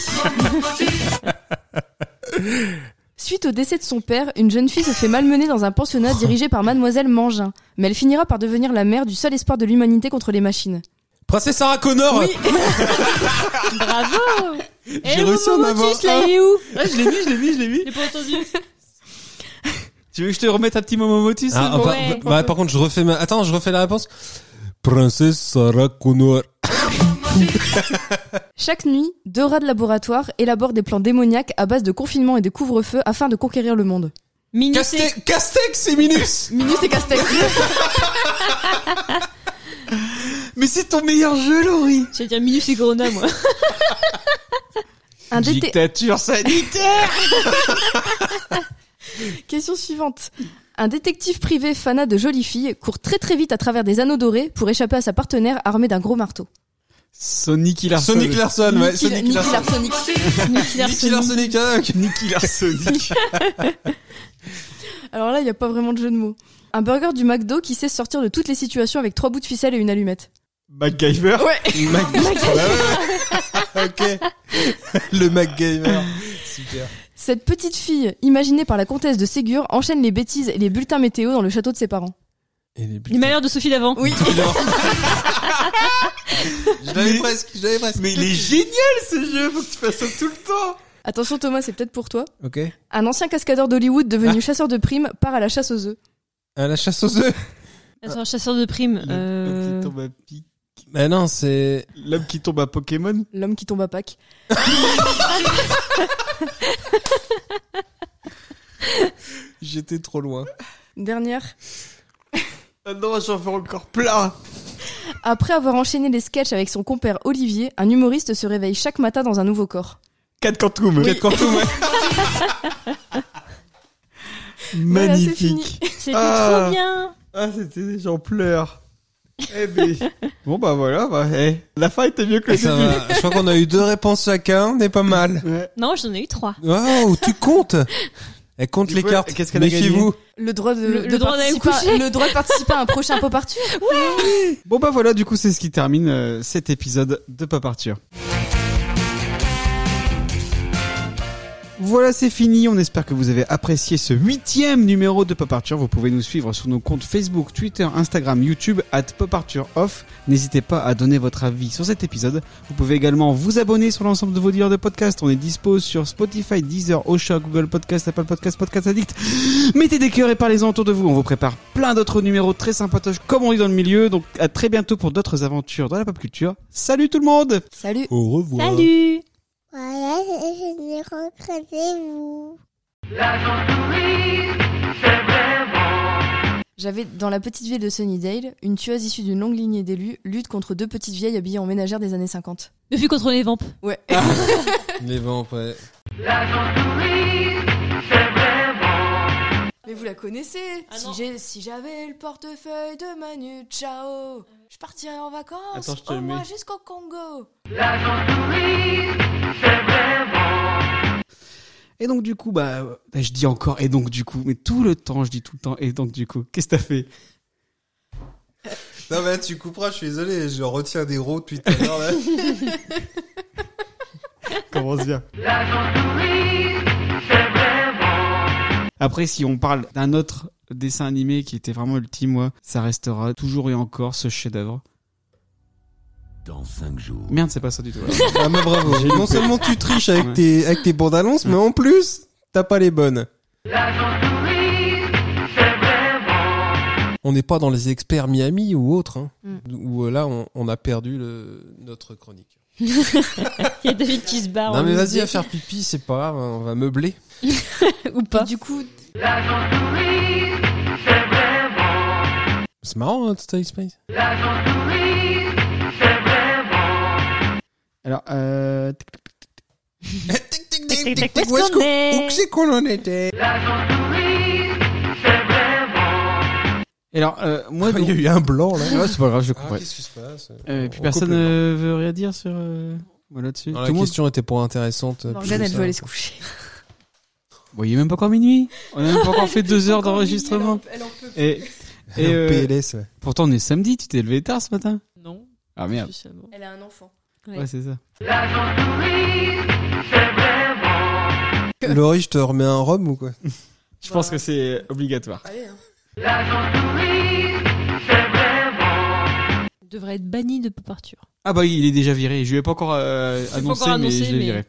Suite au décès de son père, une jeune fille se fait malmener dans un pensionnat dirigé par Mademoiselle Mangin. Mais elle finira par devenir la mère du seul espoir de l'humanité contre les machines.
Princesse Sarah Connor.
Bravo.
J'ai réussi à en avoir
Eh, là,
un.
il est où
Ah, je l'ai mis, je l'ai mis, je l'ai mis.
J'ai pas entendu.
Tu veux que je te remette un petit moment motus
Ah,
là,
bah,
ouais.
bah, bah, par contre, je refais ma. Attends, je refais la réponse. Princesse Sarah Connor.
Chaque nuit, deux rats de laboratoire élaborent des plans démoniaques à base de confinement et de couvre-feu afin de conquérir le monde.
Minus et-
Castex, Castex et Minus.
Minus et Castex.
Ah. Mais c'est ton meilleur jeu, Laurie.
J'allais dire Minus et Corona, moi.
Un détective.
Dictature sanitaire.
Question suivante. Un détective privé fanat de jolies filles court très très vite à travers des anneaux dorés pour échapper à sa partenaire armée d'un gros marteau.
Sonic Larson.
Sonic Larson, Ah, ouais.
Nicky-
Sonic
Nicky
Larson.
Larsonic.
Nicky
Nicky
Larson.
Larson et Kanak.
Nicky Larsonic.
Alors là, il n'y a pas vraiment de jeu de mots. Un burger du McDo qui sait sortir de toutes les situations avec trois bouts de ficelle et une allumette.
MacGyver.
Ouais.
Bah ouais. ok. Le MacGyver. Super.
Cette petite fille, imaginée par la comtesse de Ségur, enchaîne les bêtises et les bulletins météo dans le château de ses parents.
Et les buts.
Les malheurs de Sophie d'avant.
Oui.
Je l'avais presque, je l'avais presque.
Mais il est génial ce jeu, faut que tu fasses ça tout le temps.
Attention Thomas, c'est peut-être pour toi.
Ok.
Un ancien cascadeur d'Hollywood devenu chasseur de primes part à la chasse aux œufs.
Ah, la chasse aux œufs.
Attends, chasseur de primes.
L'homme
Euh...
qui tombe à Pi-
Mais non, c'est.
L'homme qui tombe à Pokémon.
L'homme qui tombe à Pâques.
J'étais trop loin.
Dernière.
Ah non, j'en fais encore plein.
Après avoir enchaîné les sketchs avec son compère Olivier, un humoriste se réveille chaque matin dans un nouveau corps.
4 Quantum.
Quatre Quantum, ouais.
Voilà, c'est
Magnifique.
C'était
Ah.
trop bien.
ah, c'était, j'en pleure. Eh ben. bon bah voilà, bah, eh. la fin était mieux que le
Ah, Ça
début.
va. Je crois qu'on a eu deux réponses chacun. On est pas mal.
Ouais.
Non, j'en ai eu trois.
Waouh, tu Oh, comptes Elle compte
Du
les
coup,
cartes.
qu'est-ce qu'elle a gagné
Méfiez-vous.
Le droit de,
Le-
de
le droit d'aller
participer à-
coucher.
le droit de participer à un prochain pop Arthur.
Bon bah voilà, du coup c'est ce qui termine euh, cet épisode de Pas Partir. Voilà, c'est fini. On espère que vous avez apprécié ce huitième numéro de Pop Arthur. Vous pouvez nous suivre sur nos comptes Facebook, Twitter, Instagram, YouTube, at Pop Arthur Off. N'hésitez pas à donner votre avis sur cet épisode. Vous pouvez également vous abonner sur l'ensemble de vos dealers de podcasts. On est dispo sur Spotify, Deezer, Osha, Google Podcast, Apple Podcast, Podcast Addict. Mettez des cœurs et parlez-en autour de vous. On vous prépare plein d'autres numéros très sympatoches comme on dit dans le milieu. Donc à très bientôt pour d'autres aventures dans la pop culture. Salut tout le monde
Salut.
Au revoir.
Salut
Voilà, je l'ai rencontré, vous.
J'avais dans la petite ville de Sunnydale, une tueuse issue d'une longue lignée d'élus lutte contre deux petites vieilles habillées en ménagère des années 50.
Le fut contre les vampes.
Ouais.
Les vents, ouais.
Mais vous la connaissez
Ah non.
Si j'ai- Si j'avais le portefeuille de Manu Chao, je partirais en vacances
Attends, je te
au
le
moins
mets.
jusqu'au Congo.
Et donc du coup, bah, euh, je dis encore et donc du coup, mais tout le temps, je dis tout le temps et donc du coup, qu'est-ce que t'as fait
Non, mais là, tu couperas, je suis désolé, je retiens des rots depuis tout à l'heure, là.
Commence bien. Après, si on parle d'un autre dessin animé qui était vraiment ultime, moi, ça restera toujours et encore ce chef-d'œuvre.
Dans 5 jours.
Merde, c'est pas ça du tout.
Ah, mais bravo. Non seulement tu triches avec
Ouais.
tes, avec tes bandes annonces, mais en plus, t'as pas les bonnes. On n'est pas dans les experts Miami ou autres, hein,
Mm.
où euh, là, on, on a perdu le, notre chronique.
Il y a David qui se barre.
non,
en
mais
Ah, nous
vas-y,
deux.
à faire pipi, c'est pas grave, hein, on va meubler.
Ou pas.
Et du coup,
C'est marrant, hein, Total Space.
Alors, euh...
Eh, Tic, tic, tic, où est-ce qu'on est
et alors, euh, moi,
Oh, Il y a
donc-
eu un blanc, là.
Ouais, Ah, c'est pas grave, je
Ah,
comprends.
Ah, qu'est-ce qui se passe
Euh, puis personne ne veut rien dire sur... euh, Voilà, dessus.
Non,
Tout
la
le monde...
question était pour intéressante. euh,
Morgane,
plus
elle
ça.
veut aller se coucher.
Bon, il est même pas encore minuit. On a même pas encore fait deux heures d'enregistrement.
Elle en peut.
Et, et
Elle est en E.
euh,
PLS, ouais.
pourtant, on est samedi, tu t'es levé tard ce matin.
Non,
Ah
plus
merde.
seulement.
Elle a un enfant.
Ouais.
Ouais, c'est ça.
Laurie, je te remets un rhum ou quoi
Je pense que c'est obligatoire.
Allez, hein.
Il devrait être banni de Pop Arthur.
Ah bah oui, il est déjà viré. Je lui ai pas encore euh,
pas
annoncé,
encore
mais
annoncé,
je l'ai
mais-
viré.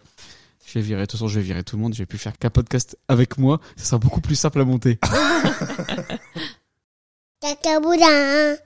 Je l'ai viré. De toute façon, je vais virer tout le monde. Je vais plus faire qu'un podcast avec moi. Ça sera beaucoup plus simple à monter.
Cacaboudin.